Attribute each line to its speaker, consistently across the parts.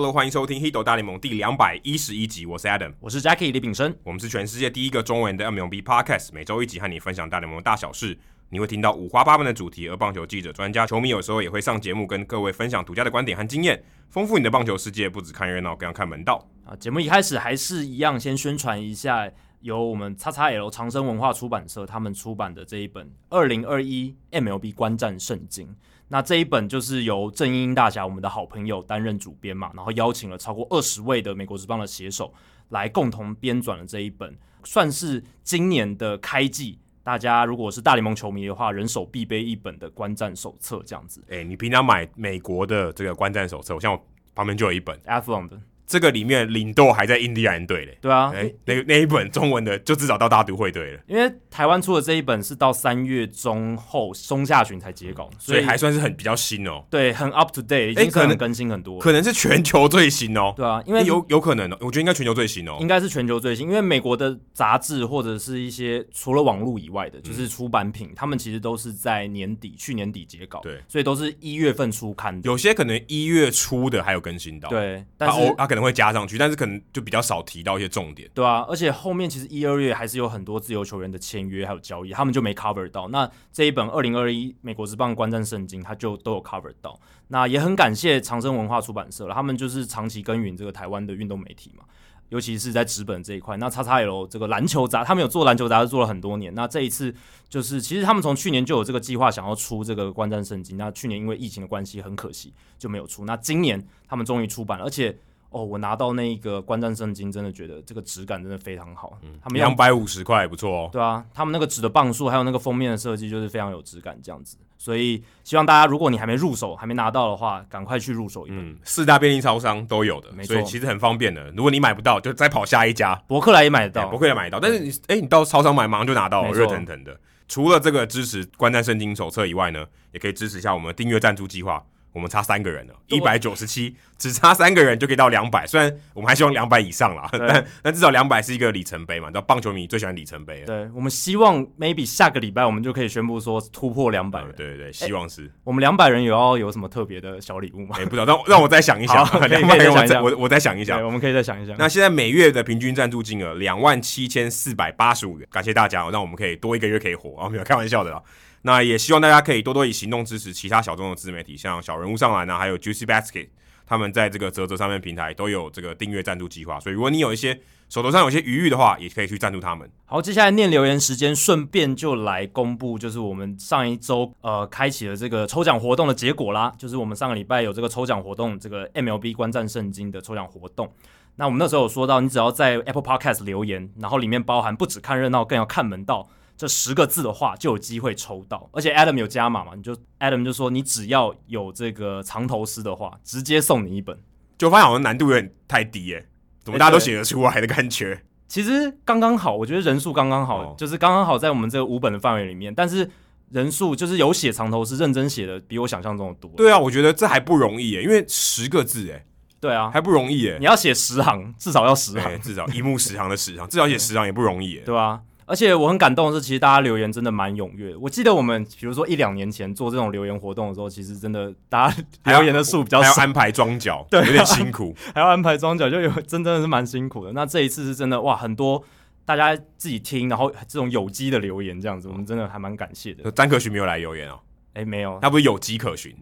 Speaker 1: 论，欢迎收听《h i d o 大联盟》第两百一十一集，我是 Adam，
Speaker 2: 我是 Jackie 李炳生。
Speaker 1: 我们是全世界第一个中文的 MLB Podcast，每周一集和你分享大联盟的大小事。你会听到五花八门的主题，而棒球记者、专家、球迷有时候也会上节目，跟各位分享独家的观点和经验，丰富你的棒球世界。不只看热闹，更要看门道。
Speaker 2: 啊，节目一开始还是一样，先宣传一下由我们 XXL 长生文化出版社他们出版的这一本《二零二一 MLB 观战圣经》。那这一本就是由郑英英大侠我们的好朋友担任主编嘛，然后邀请了超过二十位的美国职棒的写手来共同编撰了这一本，算是今年的开季。大家如果是大联盟球迷的话，人手必备一本的观战手册这样子
Speaker 1: 哎、你平常买美国的这个观战手册，我像我旁边就有一本，
Speaker 2: a f l o n 的，
Speaker 1: 这个里面领豆还在印第安队嘞。
Speaker 2: 对啊，
Speaker 1: 哎、那那一本中文的就至少到大都会队了，
Speaker 2: 因为台湾出的这一本是到三月中后中下旬才截稿，
Speaker 1: 嗯所以还算是很比较新哦，
Speaker 2: 对很 up to date，已经
Speaker 1: 可能
Speaker 2: 可能更新很多了。
Speaker 1: 可能是全球最新哦。
Speaker 2: 对啊，因
Speaker 1: 因为
Speaker 2: 为
Speaker 1: 有有可能哦，我觉得应该全球最新哦。
Speaker 2: 应该是全球最新，因为美国的杂志或者是一些除了网络以外的，
Speaker 1: 嗯
Speaker 2: 就是出版品，他们其实都是在年底去年底截稿，
Speaker 1: 对，
Speaker 2: 所以都是一月份出刊的，
Speaker 1: 有些可能一月初的还有哦更新到，，
Speaker 2: 对，但
Speaker 1: 他
Speaker 2: 是
Speaker 1: 偶他可能会加上去，但是可能就比较少提到一些重点。
Speaker 2: 对啊，而且后面其实一二月还是有很多自由球员的签约还有交易，他们就没 cover 到。那这一本二零二一美国职棒观战圣经，它就都有 cover 到。那也很感谢长生文化出版社了，他们就是长期耕耘这个台湾的运动媒体嘛，尤其是在纸本这一块。那叉叉 L 这个篮球杂，他们有做篮球杂志做了很多年。那这一次就是，其实他们从去年就有这个计划，想要出这个观战圣经。那去年因为疫情的关系，很可惜就没有出。那今年他们终于出版了，而且哦，我拿到那个观战圣经，真的觉得这个质感真的非常好。他们要
Speaker 1: 两百五十块也不错哦。
Speaker 2: 对啊，他们那个纸的磅数，还有那个封面的设计，就是非常有质感这样子。所以希望大家，如果你还没入手、还没拿到的话，赶快去入手一本。
Speaker 1: 嗯，四大便利超商都有的，
Speaker 2: 没错
Speaker 1: 所以其实很方便的。如果你买不到，就再跑下一家，
Speaker 2: 博客来也买得
Speaker 1: 哎
Speaker 2: 到
Speaker 1: 不，会买到。但是你，哎、你到超商买，马上就拿到哦，
Speaker 2: 没错
Speaker 1: 热腾腾的。除了这个支持观战圣经手册以外呢，也可以支持一下我们订阅赞助计划。我们差三个人了，一
Speaker 2: 对
Speaker 1: 百九十七，只差三个人就可以到两百。虽然我们还希望两百以上啦，
Speaker 2: 对
Speaker 1: 但但至少两百是一个里程碑嘛。你知道棒球迷最喜欢里程碑了，
Speaker 2: 对我们希望 maybe 下个礼拜我们就可以宣布说突破两百
Speaker 1: 嗯
Speaker 2: 人。
Speaker 1: 对对对，希望是。
Speaker 2: 我们两百人有要有什么特别的小礼物吗？
Speaker 1: 哎、不知道，让让我再想一想，
Speaker 2: 好可以可 以
Speaker 1: 两百人
Speaker 2: 再
Speaker 1: 我
Speaker 2: 想一
Speaker 1: 再
Speaker 2: 想
Speaker 1: 我我再想一想
Speaker 2: 对，。我们可以再想一想。
Speaker 1: 那现在每月的平均赞助金额两万七千四百八十五元，感谢大家、哦，让我们可以多一个月可以活啊，没有开玩笑的啦。那也希望大家可以多多以行动支持其他小众的自媒体，像小人物上篮啊，还有 Juicy Basket，他们在这个泽泽上面平台都有这个订阅赞助计划，所以如果你有一些手头上有一些余裕的话，也可以去赞助他们。
Speaker 2: 好，接下来念留言时间，顺便就来公布，就是我们上一周呃开启了这个抽奖活动的结果啦。就是我们上个礼拜有这个抽奖活动，这个 MLB 观战圣经的抽奖活动。那我们那时候有说到，你只要在 Apple Podcast 留言，然后里面包含不只看热闹，更要看门道这十个字的话，就有机会抽到。而且 Adam 有加码嘛，你就 Adam 就说你只要有这个藏头诗的话，直接送你一本。
Speaker 1: 就发现好像难度有点太低耶、怎么大家都写得出来的感觉？
Speaker 2: 其实刚刚好，我觉得人数刚刚好，
Speaker 1: 哦
Speaker 2: 就是刚刚好在我们这个五本的范围里面。但是人数就是有写长头是认真写的，比我想象中的多。
Speaker 1: 对啊，我觉得这还不容易耶、因为十个字哎、
Speaker 2: 对啊，
Speaker 1: 还不容易耶、
Speaker 2: 你要写十行，至少要啊十行
Speaker 1: 哎，至少一目十行的十行，至少写十行也不容易耶。
Speaker 2: 对啊。而且我很感动的是，其实大家留言真的蛮踊跃的。我记得我们比如说一两年前做这种留言活动的时候，其实真的大家
Speaker 1: 还要
Speaker 2: 留言的数比较
Speaker 1: 还要
Speaker 2: 少，
Speaker 1: 安排装脚，对、
Speaker 2: 啊
Speaker 1: 有点辛苦。
Speaker 2: 还要安排装脚，就有真真的是蛮辛苦的。那这一次是真的哇，很多大家自己听，然后这种有机的留言这样子，我们真的还蛮感谢的。
Speaker 1: 詹可寻没有来留言哦，
Speaker 2: 哎、没有，
Speaker 1: 他不是有机可循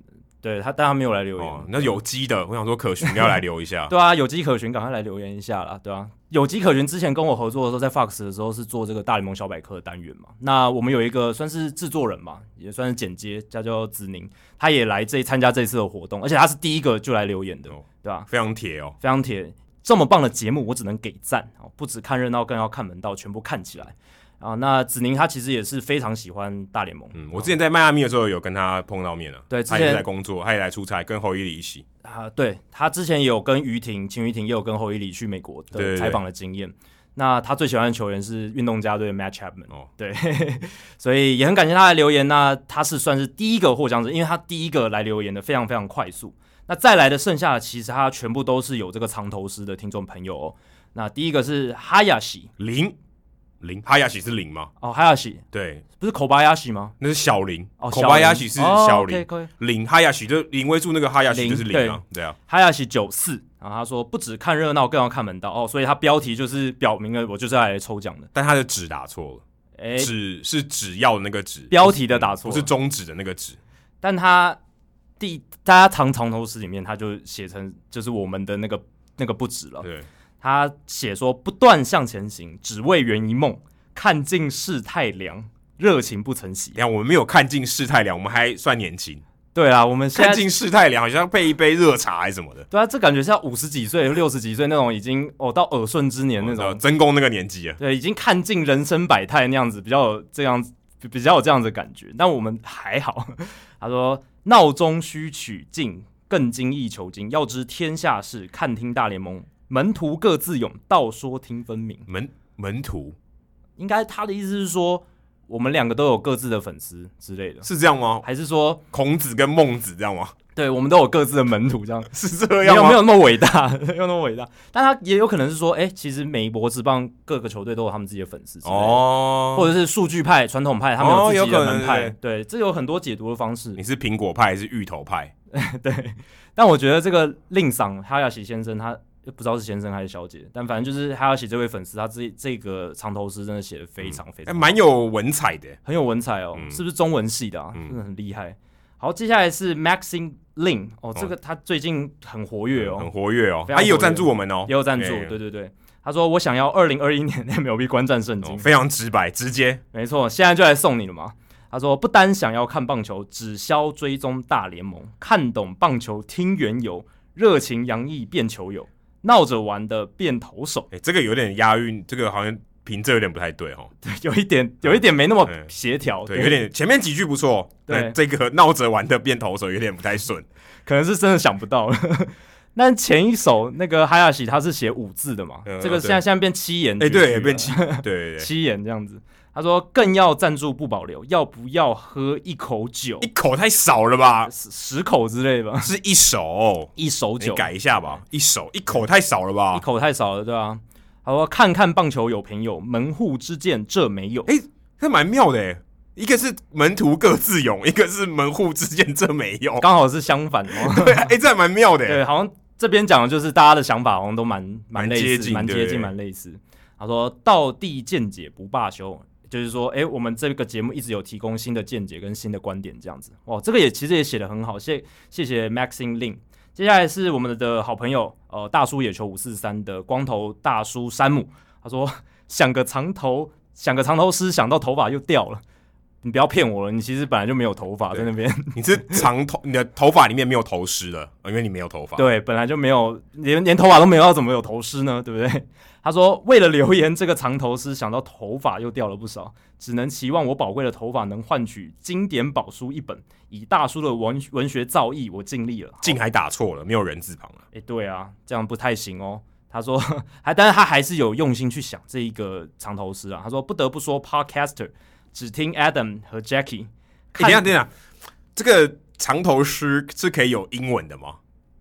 Speaker 2: 对啊他，但他没有来留言。
Speaker 1: 哦，那有机的，我想说可循要来留一 下。
Speaker 2: 对啊，有机可循，赶快来留言一下啦，对啊。有机可循之前跟我合作的时候，在 Fox 的时候是做这个大联盟小百科的单元嘛。那我们有一个算是制作人嘛，也算是剪接，叫叫子宁，他也来这参加这次的活动，而且他是第一个就来留言的，
Speaker 1: 哦
Speaker 2: 对吧、啊？
Speaker 1: 非常铁哦，
Speaker 2: 非常铁，这么棒的节目，我只能给赞哦，不只看热闹，更要看门道，全部看起来啊。那子宁他其实也是非常喜欢大联盟，
Speaker 1: 嗯，我之前在迈阿密的时候有跟他碰到面了，
Speaker 2: 对之
Speaker 1: 他
Speaker 2: 前
Speaker 1: 也是在工作，他也来出差，跟侯伊里一起，
Speaker 2: 啊，对他之前也有跟于婷、秦于婷也有跟侯伊里去美国
Speaker 1: 对对
Speaker 2: 的
Speaker 1: 对
Speaker 2: 采访的经验。那他最喜欢的球员是运动家队的 Matt Chapman，、
Speaker 1: 哦
Speaker 2: 对， 所以也很感谢他的留言。那他是算是第一个获奖者，因为他第一个来留言的，非常非常快速。那再来的剩下的，其实他全部都是有这个藏头诗的听众朋友哦。那第一个是哈亚西，
Speaker 1: 林零，哈亚喜是零嘛？
Speaker 2: 哦，哈亚喜
Speaker 1: 对，
Speaker 2: 不是口巴亚喜吗？
Speaker 1: 那是小零。
Speaker 2: 哦，
Speaker 1: 口巴亚喜是小
Speaker 2: 零，
Speaker 1: 零，
Speaker 2: 可以。
Speaker 1: 零哈亚喜就临危柱那个哈亚喜
Speaker 2: 零
Speaker 1: 就是零啊，对啊，
Speaker 2: 哈亚喜九四，然后他说不只看热闹，更要看门道哦，所以他标题就是表明了我就是来抽奖的。
Speaker 1: 但他的纸打错了，
Speaker 2: 哎、
Speaker 1: 纸是纸要的那个纸，
Speaker 2: 标题的打错
Speaker 1: 不
Speaker 2: 了
Speaker 1: 是中指的那个纸。
Speaker 2: 但他第大家藏藏头诗里面，他就写成就是我们的那个那个不止了。
Speaker 1: 对，
Speaker 2: 他写说不断向前行，只为圆一梦，看尽世态凉，热情不曾息
Speaker 1: 你。看我们没有看尽世态凉，我们还算年轻。
Speaker 2: 对啊，我们现
Speaker 1: 看
Speaker 2: 在
Speaker 1: 尽世态凉好像配一杯热茶还是什么的，
Speaker 2: 对啊，这感觉像五十几岁、六十几岁那种已经哦到耳顺之年那
Speaker 1: 呃
Speaker 2: 种，
Speaker 1: 真宫那个年纪啊，
Speaker 2: 对，已经看尽人生百态那样子，比较有这样比比较有这样子的感觉。但我们还好， 他说闹中须取静，更精益求精，要知天下事，看听大联盟。门徒各自勇，道说听分明。
Speaker 1: 门门徒
Speaker 2: 应该他的意思是说，我们两个都有各自的粉丝之类的，
Speaker 1: 是这样吗？
Speaker 2: 还是说，
Speaker 1: 孔子跟孟子这样吗？
Speaker 2: 对我们都有各自的门徒这样？
Speaker 1: 是这
Speaker 2: 没
Speaker 1: 样
Speaker 2: 有
Speaker 1: 吗？
Speaker 2: 没有那么伟大， 没有那么伟大，但他也有可能是说，哎、其实美国职棒各个球队都有他们自己的粉丝之类的，
Speaker 1: 哦，
Speaker 2: 或者是数据派、传统派，他们有自己
Speaker 1: 哦有
Speaker 2: 的
Speaker 1: 可能嗯
Speaker 2: 门派，对，这有很多解读的方式
Speaker 1: 你。是苹果派还是芋头派？
Speaker 2: 对，但我觉得这个令赏哈亚喜先生他。不知道是先生还是小姐，但反正就是哈亚喜这位粉丝，他这这个长头诗真的写的非常非
Speaker 1: 哎，
Speaker 2: 常好
Speaker 1: 蛮有文采的。
Speaker 2: 很有文采哦，
Speaker 1: 嗯
Speaker 2: 是不是中文系的啊？
Speaker 1: 嗯
Speaker 2: 真的很厉害。好，接下来是 Maxine Lin 哦，这个他最近很活跃
Speaker 1: 很
Speaker 2: 哦，
Speaker 1: 活跃哦，
Speaker 2: 非常
Speaker 1: 他也有
Speaker 2: 活跃
Speaker 1: 赞助我们哦，
Speaker 2: 也有赞助，
Speaker 1: 哎
Speaker 2: 对对对。他说：“我想要二零二一年 MLB 观战圣经
Speaker 1: 哦，非常直白直接，
Speaker 2: 没错，现在就来送你了嘛。”他说：“不单想要看棒球，只消追踪大联盟，看懂棒球，听缘由，热情洋溢变球友，闹着玩的变投手。”
Speaker 1: 哎，这个有点押韵，这个好像平仄有点不太对哦，
Speaker 2: 对，有一点，有一点没那么
Speaker 1: 嗯
Speaker 2: 协调，
Speaker 1: 对，有点前面几句不错，
Speaker 2: 对
Speaker 1: 但这个闹着玩的变头手有点不太顺，
Speaker 2: 可能是真的想不到了。 但前一首那个哈亚喜他是写五字的嘛，
Speaker 1: 嗯
Speaker 2: 这个现在现在变七言
Speaker 1: 哎，
Speaker 2: 绝句了，
Speaker 1: 对，变 气，对对对，
Speaker 2: 七言这样子。他说更要赞助不保留，要不要喝一口酒
Speaker 1: 一，口太少了吧？
Speaker 2: 十十口之类吧，
Speaker 1: 是一手，
Speaker 2: 一手
Speaker 1: 你
Speaker 2: 酒，
Speaker 1: 改一下吧，一手一口太少了
Speaker 2: 一
Speaker 1: 吧？
Speaker 2: 口太少了，对啊。他说看看棒球有朋友，门户之见这没有，
Speaker 1: 哎这蛮妙的哎，一个是门徒各自勇，一个是门户之间这没有，
Speaker 2: 刚好是相反哦。
Speaker 1: 对啊，哎，这还蛮妙的哎，
Speaker 2: 对，好像这边讲的就是大家的想法好像都蛮
Speaker 1: 蛮
Speaker 2: 类
Speaker 1: 接
Speaker 2: 似，
Speaker 1: 近
Speaker 2: 蛮
Speaker 1: 对
Speaker 2: 接
Speaker 1: 对
Speaker 2: 近，
Speaker 1: 对
Speaker 2: 蛮类似。他说道地见解不罢休，就是说，哎、我们这个节目一直有提供新的见解跟新的观点，这样子。哇，这个也其实也写的很好，谢谢谢 Maxine Lin。接下来是我们的好朋友，呃，大叔野球五四三的光头大叔山姆，他说想个长头，想个长头师，想到头发又掉了。你不要骗我了，你其实本来就没有头发在那边。
Speaker 1: 你是长头，你的头发里面没有头虱了，呃因为你没有头发。，
Speaker 2: 对，本来就没有，连连头发都没有，要怎么有头虱呢？对不对？ 他说，为了留言这个长头虱，想到头发又掉了不少，只能期望我宝贵的头发能换取经典宝书一本。以大叔的文文学造诣，我尽力了。
Speaker 1: 竟还打错了，没有人字旁了。
Speaker 2: 哎，对啊，这样不太行哦。他说，还，但是他还是有用心去想这一个长头诗啊。他说，不得不说，Podcaster 只听 Adam 和 Jackie，
Speaker 1: 哎等一下，等一下，这个长头诗是可以有英文的吗？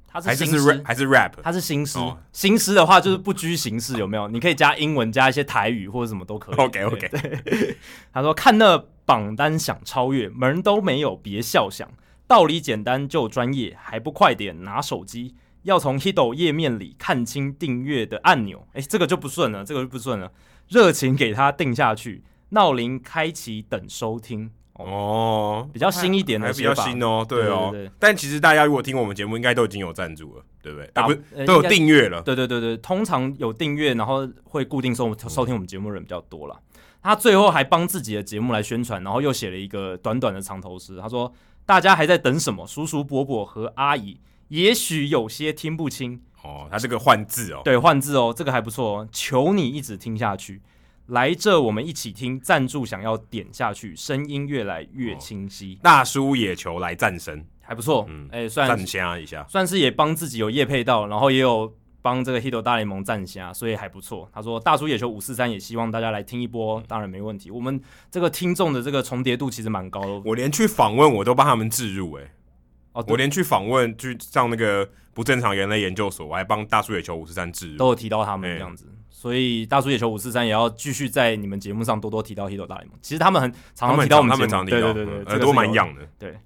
Speaker 2: 他是
Speaker 1: 还是
Speaker 2: 新
Speaker 1: 是
Speaker 2: 诗
Speaker 1: rap 还是 rap？
Speaker 2: 它是新诗
Speaker 1: 哦，
Speaker 2: 新诗的话就是不拘形 式，有没有？你可以加英文，加一些台语或者什么都可以。
Speaker 1: OK OK，
Speaker 2: 他说看那榜单想超越，门都没有，别笑想。道理简单就专业，还不快点拿手机？要从 Hido 页面里看清订阅的按钮。哎，这个就不顺了，这个就不顺了。热情给它定下去，闹铃开启等收听。哦，
Speaker 1: 哦，
Speaker 2: 比较新一点的
Speaker 1: 还比较
Speaker 2: 写法
Speaker 1: 新哦，对哦。
Speaker 2: 对对对
Speaker 1: 但其实大家如果听我们节目，应该都已经有赞助了，对不对？啊，
Speaker 2: 打
Speaker 1: 不是，
Speaker 2: 呃
Speaker 1: 都有
Speaker 2: 应该
Speaker 1: 订阅了。
Speaker 2: 对对对对，通常有订阅，然后会固定收收听我们节目的人比较多啦。他最后还帮自己的节目来宣传，然后又写了一个短短的长头诗，他说：“大家还在等什么？叔叔、伯伯和阿姨，也许有些听不清，
Speaker 1: 哦，它这个换字哦，
Speaker 2: 对，换字哦，这个还不错哦，求你一直听下去。”来这，我们一起听赞助，想要点下去，声音越来
Speaker 1: 哦
Speaker 2: 越清晰，
Speaker 1: 大叔野球来战神，
Speaker 2: 还不错。
Speaker 1: 嗯
Speaker 2: 哎、虽然
Speaker 1: 战虾一下。
Speaker 2: 算是也帮自己有业配到，然后也有帮这个 Hito 大联盟站下，所以还不错。他说大叔野球五四三也希望大家来听一波，
Speaker 1: 嗯
Speaker 2: 当然没问题。我们这个听众的这个重叠度其实蛮高的
Speaker 1: 我连去访问我都帮他们置入、哎，
Speaker 2: 哦，
Speaker 1: 我
Speaker 2: 对
Speaker 1: 连去访问去上那个不正常人类研究所，我还帮大叔野球五十三置入。
Speaker 2: 都有提到他们
Speaker 1: 哎
Speaker 2: 这样子，所以大叔野球五四三也要继续在你们节目上多多提到《h i t 大联盟》。其实他们很常
Speaker 1: 他
Speaker 2: 常
Speaker 1: 们
Speaker 2: 提到我
Speaker 1: 常
Speaker 2: 们
Speaker 1: 他们
Speaker 2: 节目，
Speaker 1: 常提
Speaker 2: 对
Speaker 1: 到，
Speaker 2: 对对对，
Speaker 1: 嗯
Speaker 2: 这
Speaker 1: 耳
Speaker 2: 个
Speaker 1: 朵
Speaker 2: 是
Speaker 1: 蛮
Speaker 2: 有
Speaker 1: 痒的。
Speaker 2: 对，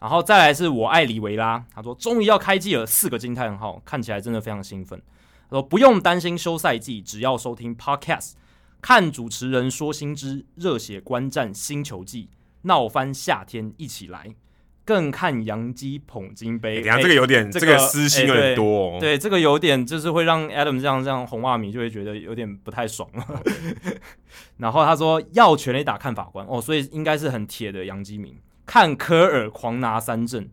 Speaker 2: 然后再来是我爱里维拉，他说终于要开季了，四个惊叹号，看起来真的非常兴奋。他说不用担心休赛季，只要收听 Podcast，看主持人说新知，热血观战新球季，闹翻夏天一起来，更看洋基捧金杯。
Speaker 1: 欸等一下
Speaker 2: 哎
Speaker 1: 这个有点
Speaker 2: 这
Speaker 1: 这个
Speaker 2: 个
Speaker 1: 私心
Speaker 2: 哎
Speaker 1: 有点
Speaker 2: 对
Speaker 1: 多哦。
Speaker 2: 对，这个有点就是会让 Adam 这样这样红袜迷就会觉得有点不太爽。 然后他说要全垒打看法官哦，所以应该是很铁的杨基民，看科尔狂拿三振，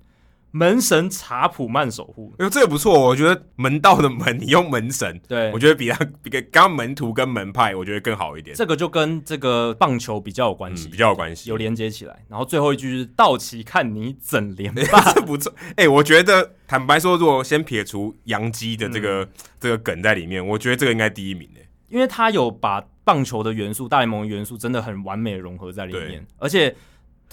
Speaker 2: 门神查普曼守护，
Speaker 1: 哎呦，这个不错，我觉得门道的门， 你用门神，
Speaker 2: 对
Speaker 1: 我，觉得比他比刚刚门徒跟门派，我觉得更好一点，
Speaker 2: 这个就跟这个棒球比较有关
Speaker 1: 嗯
Speaker 2: 系，
Speaker 1: 比较有关系
Speaker 2: 有。连接起来。然后最后一句是道奇看你怎连
Speaker 1: 这 不错，哎、我觉得坦白说，如果先撇除杨基的这
Speaker 2: 嗯
Speaker 1: 个、这个梗在里面，我觉得这个应该第一名欸诶、
Speaker 2: 因为他有把棒球的元素、大联盟的元素真的很完美的融合在里
Speaker 1: 对
Speaker 2: 面，而且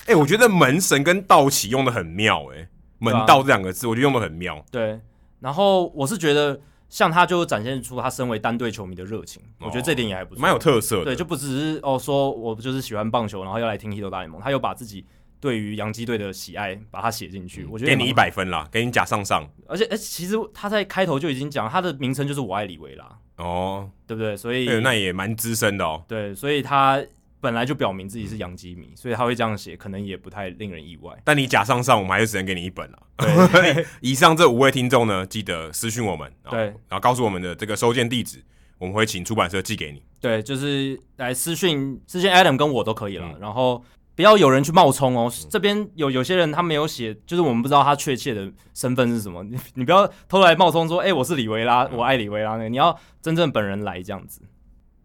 Speaker 1: 哎、我觉得门神跟道奇用的很妙诶、门
Speaker 2: 啊
Speaker 1: 道这两个字，我觉得用的很妙。
Speaker 2: 对，然后我是觉得像他就展现出他身为单队球迷的热情，我觉得这点也还不错，
Speaker 1: 哦蛮有特色的，
Speaker 2: 对，就不只是哦说我就是喜欢棒球，然后要来听《h i t 大联盟》，他又把自己对于洋基队的喜爱把它写进去，我觉
Speaker 1: 嗯给
Speaker 2: 得也
Speaker 1: 你
Speaker 2: 蛮
Speaker 1: 一，百分啦，给你假上上
Speaker 2: 而且哎、其实他在开头就已经讲他的名称就是我爱李维啦，
Speaker 1: 哦。
Speaker 2: 对不对？所以、
Speaker 1: 哎、那也蛮资深的哦。
Speaker 2: 对，所以他本来就表明自己是洋基迷，所以他会这样写，可能也不太令人意外。
Speaker 1: 但你假上上，我们还是只能给你一本了。啊
Speaker 2: 对
Speaker 1: 以上这五位听众呢，记得私讯我们，然后
Speaker 2: 对
Speaker 1: 然后告诉我们的这个收件地址，我们会请出版社寄给你。
Speaker 2: 对，就是来私讯私讯 Adam 跟我都可以了，
Speaker 1: 嗯
Speaker 2: 然后不要有人去冒充哦。这边有有些人他没有写，就是我们不知道他确切的身份是什么， 你你不要偷来冒充说，哎、我是李维拉，
Speaker 1: 嗯
Speaker 2: 我爱李维拉那个，你要真正本人来这样子。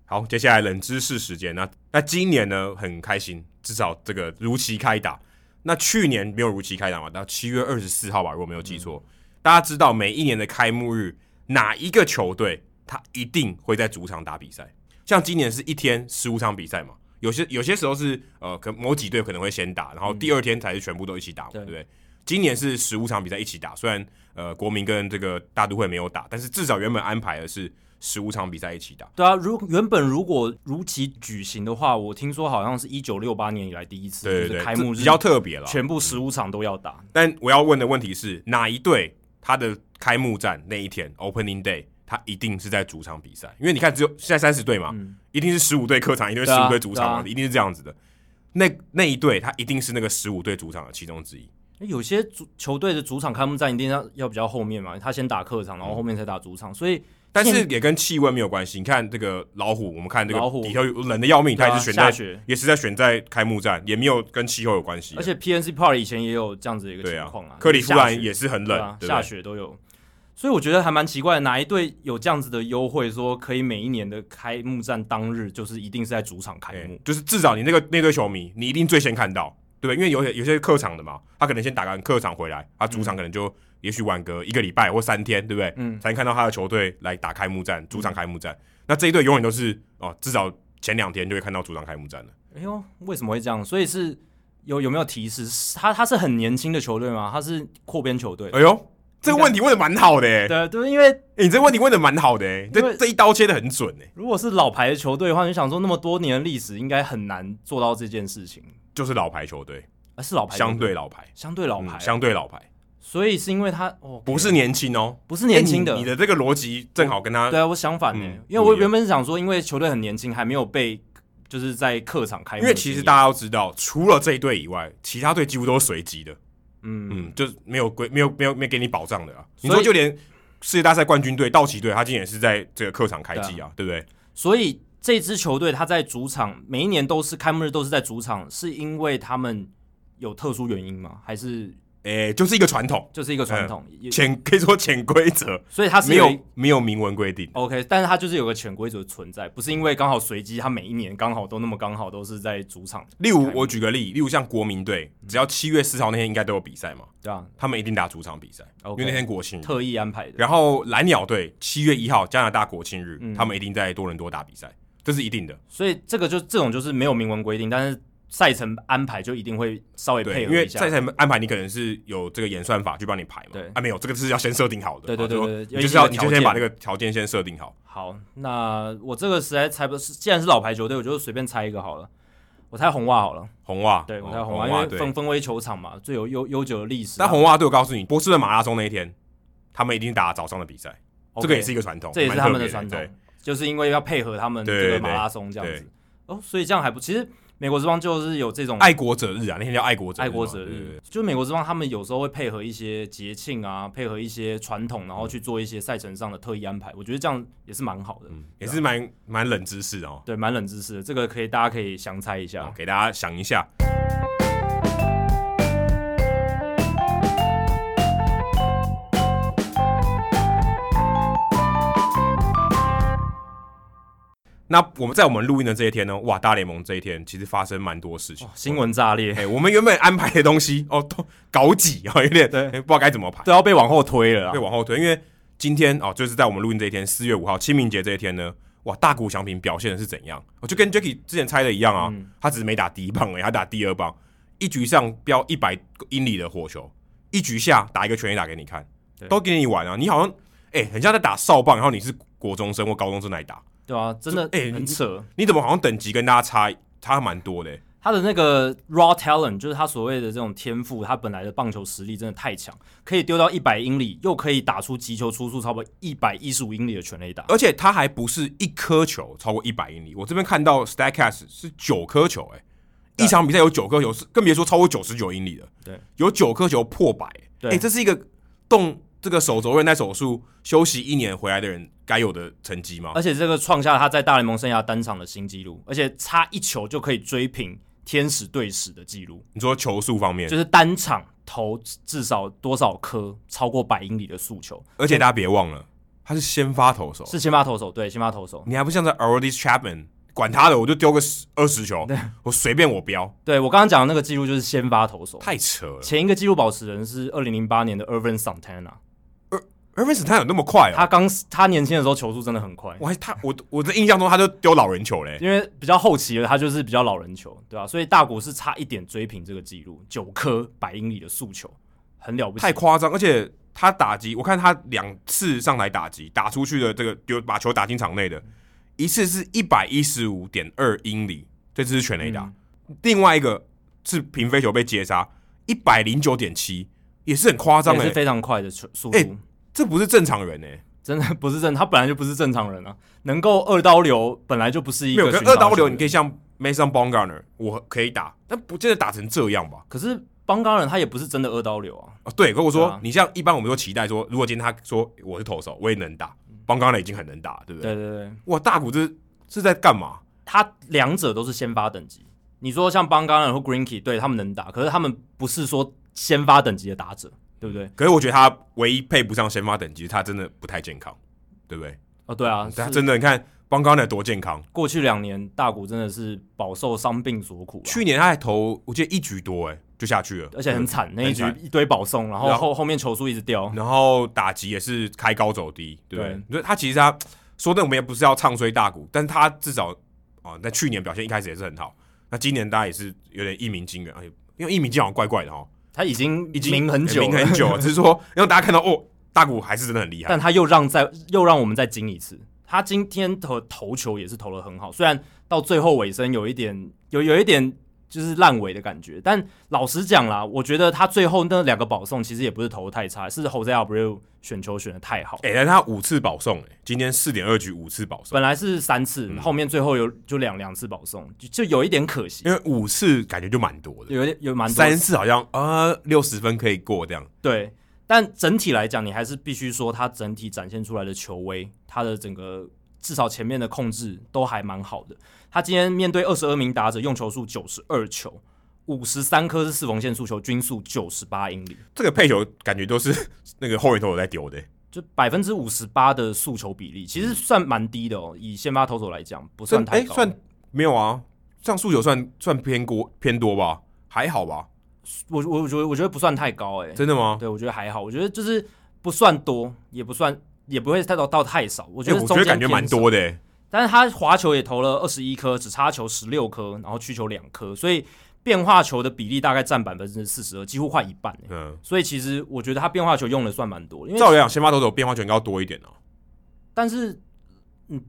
Speaker 1: 好，接下来冷知识时间。那那今年呢，很开心，至少这个如期开打。那去年没有如期开打嘛？到七月二十四号吧，如果没有记错。大家知道每一年的开幕日，哪一个球队他一定会在主场打比赛？像今年是一天十五场比赛嘛，有些有些时候是呃，可某几队可能会先打，然后第二天才是全部都一起打嘛，
Speaker 2: 对
Speaker 1: 对不对？今年是十五场比赛一起打，虽然呃国民跟这个大都会没有打，但是至少原本安排的是十五场比赛一起打。
Speaker 2: 对啊，如原本如果如期举行的话，我听说好像是一九六八年以来第一次，
Speaker 1: 对对
Speaker 2: 就
Speaker 1: 对，
Speaker 2: 是开幕
Speaker 1: 这比
Speaker 2: 日
Speaker 1: 较特别了。啊
Speaker 2: 全部十五场都要打，
Speaker 1: 但我要问的问题是，哪一队他的开幕战那一天 （Opening Day） 他一定是在主场比赛？因为你看，只有现在三十队嘛，一定是十五队客场，一定是
Speaker 2: 嗯对
Speaker 1: 十
Speaker 2: 啊
Speaker 1: 五队主场嘛，
Speaker 2: 对
Speaker 1: 一定是这样子的。那那一队他一定是那个十五队主场的其中之一。
Speaker 2: 有些主球队的主场开幕战一定要要比较后面嘛，他先打客场，然后后面才打主场，所以
Speaker 1: 但是
Speaker 2: 现
Speaker 1: 也跟气温没有关系。你看这个老虎，我们看这
Speaker 2: 老
Speaker 1: 个
Speaker 2: 虎啊
Speaker 1: 底下冷的要命，他也是选在、
Speaker 2: 下雪
Speaker 1: 也是在选在开幕战，也没有跟气候有关系啊。
Speaker 2: 而且 PNC Park 以前也有这样子的一个
Speaker 1: 对
Speaker 2: 情
Speaker 1: 啊
Speaker 2: 况啊，，
Speaker 1: 克利夫
Speaker 2: 下雪
Speaker 1: 兰也是很
Speaker 2: 对
Speaker 1: 冷，
Speaker 2: 啊，
Speaker 1: 对不
Speaker 2: 下
Speaker 1: 对？
Speaker 2: 雪都有，所以我觉得还蛮奇怪的，哪一队有这样子的优惠，说可以每一年的开幕战当日就是一定是在主场开
Speaker 1: 哎
Speaker 2: 幕，
Speaker 1: 就是至少你那个那队球迷，你一定最先看到，对不对？因为有些有些客场的嘛，他可能先打完客场回来，他主场可能就也许晚隔一个礼拜或三天，对不对？
Speaker 2: 嗯
Speaker 1: 才能看到他的球队来打开幕战，主场开幕战。那这一队永远都是哦，至少前两天就会看到主场开幕战了。
Speaker 2: 哎呦，为什么会这样？所以是有有没有提示？是他他是很年轻的球队吗？他是扩编球队？
Speaker 1: 哎呦，这个问题问的蛮好的、欸，
Speaker 2: 对啊对，因为
Speaker 1: 哎你这个问题问的蛮好的、欸，
Speaker 2: 因为
Speaker 1: 这这一刀切的很准、欸，
Speaker 2: 如果是老牌的球队的话，你想说那么多年的历史，应该很难做到这件事情。
Speaker 1: 就是老牌球队，
Speaker 2: 啊、是老牌球队
Speaker 1: 相对老牌，
Speaker 2: 相对老牌
Speaker 1: 嗯
Speaker 2: 啊，
Speaker 1: 相对老牌，
Speaker 2: 所以是因为他哦，
Speaker 1: 不是年轻哦，
Speaker 2: 不是年轻
Speaker 1: 哎
Speaker 2: 的，
Speaker 1: 你你的这个逻辑正好跟他
Speaker 2: 对啊，我相反呢、
Speaker 1: 嗯
Speaker 2: 因为我
Speaker 1: 不一样
Speaker 2: 原本是想说，因为球队很年轻，还没有被就是在客场开幕
Speaker 1: 因
Speaker 2: 的经
Speaker 1: 为其
Speaker 2: 验，
Speaker 1: 实大家都知道，除了这一队以外，其他队几乎都是随机的，
Speaker 2: 嗯，
Speaker 1: 嗯，就是没有规，没有没有没有给你保障的啊。你
Speaker 2: 所
Speaker 1: 说
Speaker 2: 以
Speaker 1: 就连世界大赛冠军队道奇队，他今年也是在这个客场开季啊，对不对？
Speaker 2: 所以这支球队他在主场每一年都是开幕日都是在主场，是因为他们有特殊原因吗？还是
Speaker 1: 诶、就是一个传统，
Speaker 2: 就是一个传统？也
Speaker 1: 潜可以说潜规则，
Speaker 2: 所以他是
Speaker 1: 呃没
Speaker 2: 一
Speaker 1: 有没有明文规定。
Speaker 2: OK，但是他就是有个潜规则存在，不是因为刚好随机，他每一年刚好都那么刚好都是啊嗯在主场，
Speaker 1: 例如我举个例，例如像国民队，只要七月四号那天应该都有比赛嘛，
Speaker 2: 对啊，
Speaker 1: 他们一定打主场比赛
Speaker 2: OK
Speaker 1: 因为那天国庆日。
Speaker 2: 特意安排的。
Speaker 1: 然后蓝鸟队七月一号加拿大国庆日，
Speaker 2: 嗯
Speaker 1: 他们一定在多伦多打比赛，这是一定的。
Speaker 2: 所以这个就这种就是没有明文规定，但是赛程安排就一定会稍微
Speaker 1: 对，
Speaker 2: 配
Speaker 1: 因
Speaker 2: 合
Speaker 1: 为
Speaker 2: 一下
Speaker 1: 赛。程安排你可能是有这个演算法去帮你排嘛，
Speaker 2: 对
Speaker 1: 啊没有，这个是要先设定好的，
Speaker 2: 对对
Speaker 1: 啊
Speaker 2: 对
Speaker 1: 就
Speaker 2: 对对
Speaker 1: 你就是要
Speaker 2: 有一
Speaker 1: 你
Speaker 2: 定的
Speaker 1: 就先把
Speaker 2: 条件
Speaker 1: 那个条件先设定好，
Speaker 2: 好，那我这个实在猜不，既然是老牌球队，我就随便猜一个好了。我猜红袜好了，
Speaker 1: 红袜，
Speaker 2: 对我
Speaker 1: 哦
Speaker 2: 猜红袜，
Speaker 1: 红
Speaker 2: 因
Speaker 1: 袜
Speaker 2: 为
Speaker 1: 对，
Speaker 2: 分分威球场嘛，最有悠悠久的历史。啊
Speaker 1: 但红袜队我告诉你，波士顿马拉松那一天，他们一定打早上的比赛，这个也是一
Speaker 2: 一
Speaker 1: 个传统，
Speaker 2: 这也是
Speaker 1: 蛮特
Speaker 2: 他们
Speaker 1: 别
Speaker 2: 的
Speaker 1: 的
Speaker 2: 传
Speaker 1: 对
Speaker 2: 统，就是因为要配合他们
Speaker 1: 对
Speaker 2: 这
Speaker 1: 对
Speaker 2: 个
Speaker 1: 对
Speaker 2: 马拉松这样
Speaker 1: 对
Speaker 2: 子。哦，所以这样还不，其实美国之邦就是有这种
Speaker 1: 爱国者日啊，那天叫爱国者嘛，
Speaker 2: 爱国者
Speaker 1: 对对
Speaker 2: 日
Speaker 1: 对，
Speaker 2: 就是美国之邦，他们有时候会配合一些节庆啊，配合一些传统，
Speaker 1: 嗯
Speaker 2: 然后去做一些赛程上的特意安排。我觉得这样也是蛮好的，
Speaker 1: 嗯，也是蛮蛮冷知识的哦，
Speaker 2: 对，蛮冷知识的。这个可以大家可以详猜一下。
Speaker 1: 好给大家想一下。那我们在我们录音的这一天呢，哇，大联盟这一天其实发生蛮多事情
Speaker 2: 哦，新闻炸裂，
Speaker 1: 哎、我们原本安排的东西哦，都搞挤哦，有点
Speaker 2: 对
Speaker 1: 哎不知道该怎么排，
Speaker 2: 都要被往后推了
Speaker 1: 会
Speaker 2: 啊。
Speaker 1: 往后推。因为今天哦，就是在我们录音这一天，四月五号清明节这一天呢，哇，大谷翔平表现的是怎样？哦我就跟 Jacky 之前猜的一样啊，
Speaker 2: 嗯
Speaker 1: 他只是没打第一棒而已，他打第二棒，一局上飙一百英里的火球，一局下打一个全垒打给你看
Speaker 2: 对，
Speaker 1: 都给你玩啊！你好像哎、很像在打哨棒，然后你是国中生或高中生来打，
Speaker 2: 对啊，真的
Speaker 1: 这哎
Speaker 2: 很扯。
Speaker 1: 你怎么好像等级跟大家差差蛮多的、
Speaker 2: 他的那个 raw talent，就是他所谓的这种天赋，他本来的棒球实力真的太强，可以丢到一百英里，又可以打出击球出速超过一百一十五英里的全垒打。
Speaker 1: 而且他还不是一颗球超过一百英里，我这边看到 Statcast 是九颗球、欸，
Speaker 2: 对
Speaker 1: 一场比赛有九颗球，是更别说超过九十九英里的，
Speaker 2: 对，
Speaker 1: 有九颗球破百、欸，
Speaker 2: 对
Speaker 1: 欸这是一个动这个手肘韧带手术休息一年回来的人该有的成绩吗？
Speaker 2: 而且这个创下他在大联盟生涯单场的新纪录，而且差一球就可以追平天使队史的纪录，
Speaker 1: 你说球速方面，
Speaker 2: 就是单场投至少多少颗超过百英里的速球，
Speaker 1: 而且大家别忘了，他是先发投手，
Speaker 2: 是先发投手，对，先发投手。
Speaker 1: 你还不像在 a r d i s Chapman，管他的，我就丢个十二十球，我随便我标，
Speaker 2: 对我刚刚讲的那个记录就是先发投手，
Speaker 1: 太扯了。
Speaker 2: 前一个纪录保持人是二零零八年的 Irvin Santana，
Speaker 1: 而 v i n 他有那么快哦、
Speaker 2: 他刚他年轻的时候球速真的很快，
Speaker 1: 我还他我我的印象中他就丢老人球嘞、
Speaker 2: 因为比较后期了，他就是比较老人球，对吧、所以大谷是差一点追平这个记录，九颗百英里的速球，很了不起，
Speaker 1: 太夸张，而且他打击，我看他两次上台打击，打出去的这个丢把球打进场内的，一次是一百一十五点二英里，这次是全垒打，
Speaker 2: 嗯
Speaker 1: 另外一个是平飞球被接杀，一百零九点七，也是很夸张
Speaker 2: 也是
Speaker 1: 哎，
Speaker 2: 非常快的球速度。
Speaker 1: 哎这不是正常人哎、
Speaker 2: 真的不是正，他本来就不是正常人啊！能够二刀流本来就不是一
Speaker 1: 没有，
Speaker 2: 个
Speaker 1: 可
Speaker 2: 寻
Speaker 1: 是
Speaker 2: 常
Speaker 1: 二刀流
Speaker 2: 球员
Speaker 1: 你可以像 Mason Bumgarner，我可以打，但不见得打成这样吧？
Speaker 2: 可是邦冈人他也不是真的二刀流啊，
Speaker 1: 哦，对，可我说、
Speaker 2: 对啊
Speaker 1: 你像一般我们都期待说，如果今天他说我是投手，我也能打，Bumgarner 已经很能打了，对不对？
Speaker 2: 嗯对对对，
Speaker 1: 哇，大谷这是在干嘛？
Speaker 2: 他两者都是先发等级。你说像邦冈人或 Greenkey，对他们能打，可是他们不是说先发等级的打者，对不对？
Speaker 1: 可是我觉得他唯一配不上先发等级，他真的不太健康，对不对？
Speaker 2: 哦，对啊，
Speaker 1: 他
Speaker 2: 是啊
Speaker 1: 真的，你看邦高的多健康，
Speaker 2: 过去两年大谷真的是饱受伤病所苦、啊，
Speaker 1: 去年他还投，我记得一局多哎、就下去了，
Speaker 2: 而且很惨，那一局
Speaker 1: 惨
Speaker 2: 一堆保送，然后
Speaker 1: 然后
Speaker 2: 后后面球速一直掉，
Speaker 1: 然后打击也是开高走低，对不对
Speaker 2: 对？
Speaker 1: 所以他其实他说真的，我们也不是要唱衰大股，但是他至少啊，在去年表现一开始也是很好，那今年大家也是有点一鸣惊人，哎，因为一鸣惊人好像怪怪的哈，
Speaker 2: 他已经
Speaker 1: 已经
Speaker 2: 赢很久了，
Speaker 1: 鸣很 久了，只是说让大家看到哦，大股还是真的很厉害，
Speaker 2: 但他又让再又让我们再惊一次。他今天投投球也是投的很好，虽然到最后尾声有一点有有一点就是烂尾的感觉，但老实讲啦，我觉得他最后那两个保送其实也不是投的太差，是 Jose Abreu 选球选的太好。
Speaker 1: 哎、但他五次保送、哎，今天四点二局五次保送。
Speaker 2: 本来是三次，
Speaker 1: 嗯
Speaker 2: 后面最后有就两两次保送，就就有一点可惜，
Speaker 1: 因为五次感觉就蛮多的，
Speaker 2: 有点有蛮多
Speaker 1: 三次好像呃六十分可以过这样。
Speaker 2: 对，但整体来讲，你还是必须说他整体展现出来的球威，他的整个至少前面的控制都还蛮好的。他今天面对二十二名打者，用球数九十二球，五十三颗是四缝线速球，均速九十八英里，
Speaker 1: 这个配球感觉都是 那个后援投手在丢的、
Speaker 2: 就百分之五十八的速球比例，其实算蛮低的哦。以先发投手来讲，不算
Speaker 1: 哎、
Speaker 2: 太高。
Speaker 1: 算没有啊？上诉球算算偏多偏多吧？还好吧？
Speaker 2: 我我我觉得我觉得不算太高哎、
Speaker 1: 真的吗？
Speaker 2: 对我觉得还好，我觉得就是不算多，也不算也不会太到到太少。我觉
Speaker 1: 哎
Speaker 2: 得
Speaker 1: 我
Speaker 2: 中
Speaker 1: 觉得
Speaker 2: 间
Speaker 1: 感觉蛮
Speaker 2: 偏少
Speaker 1: 多的、欸，
Speaker 2: 但是他滑球也投了二十一颗，只差球十六颗，然后曲球两颗，所以变化球的比例大概占百分之四十二，几乎快一半、欸
Speaker 1: 嗯，
Speaker 2: 所以其实我觉得他变化球用的算蛮多的，因为
Speaker 1: 照理讲，先发投手变化球应该要多一点哦、
Speaker 2: 但是，嗯，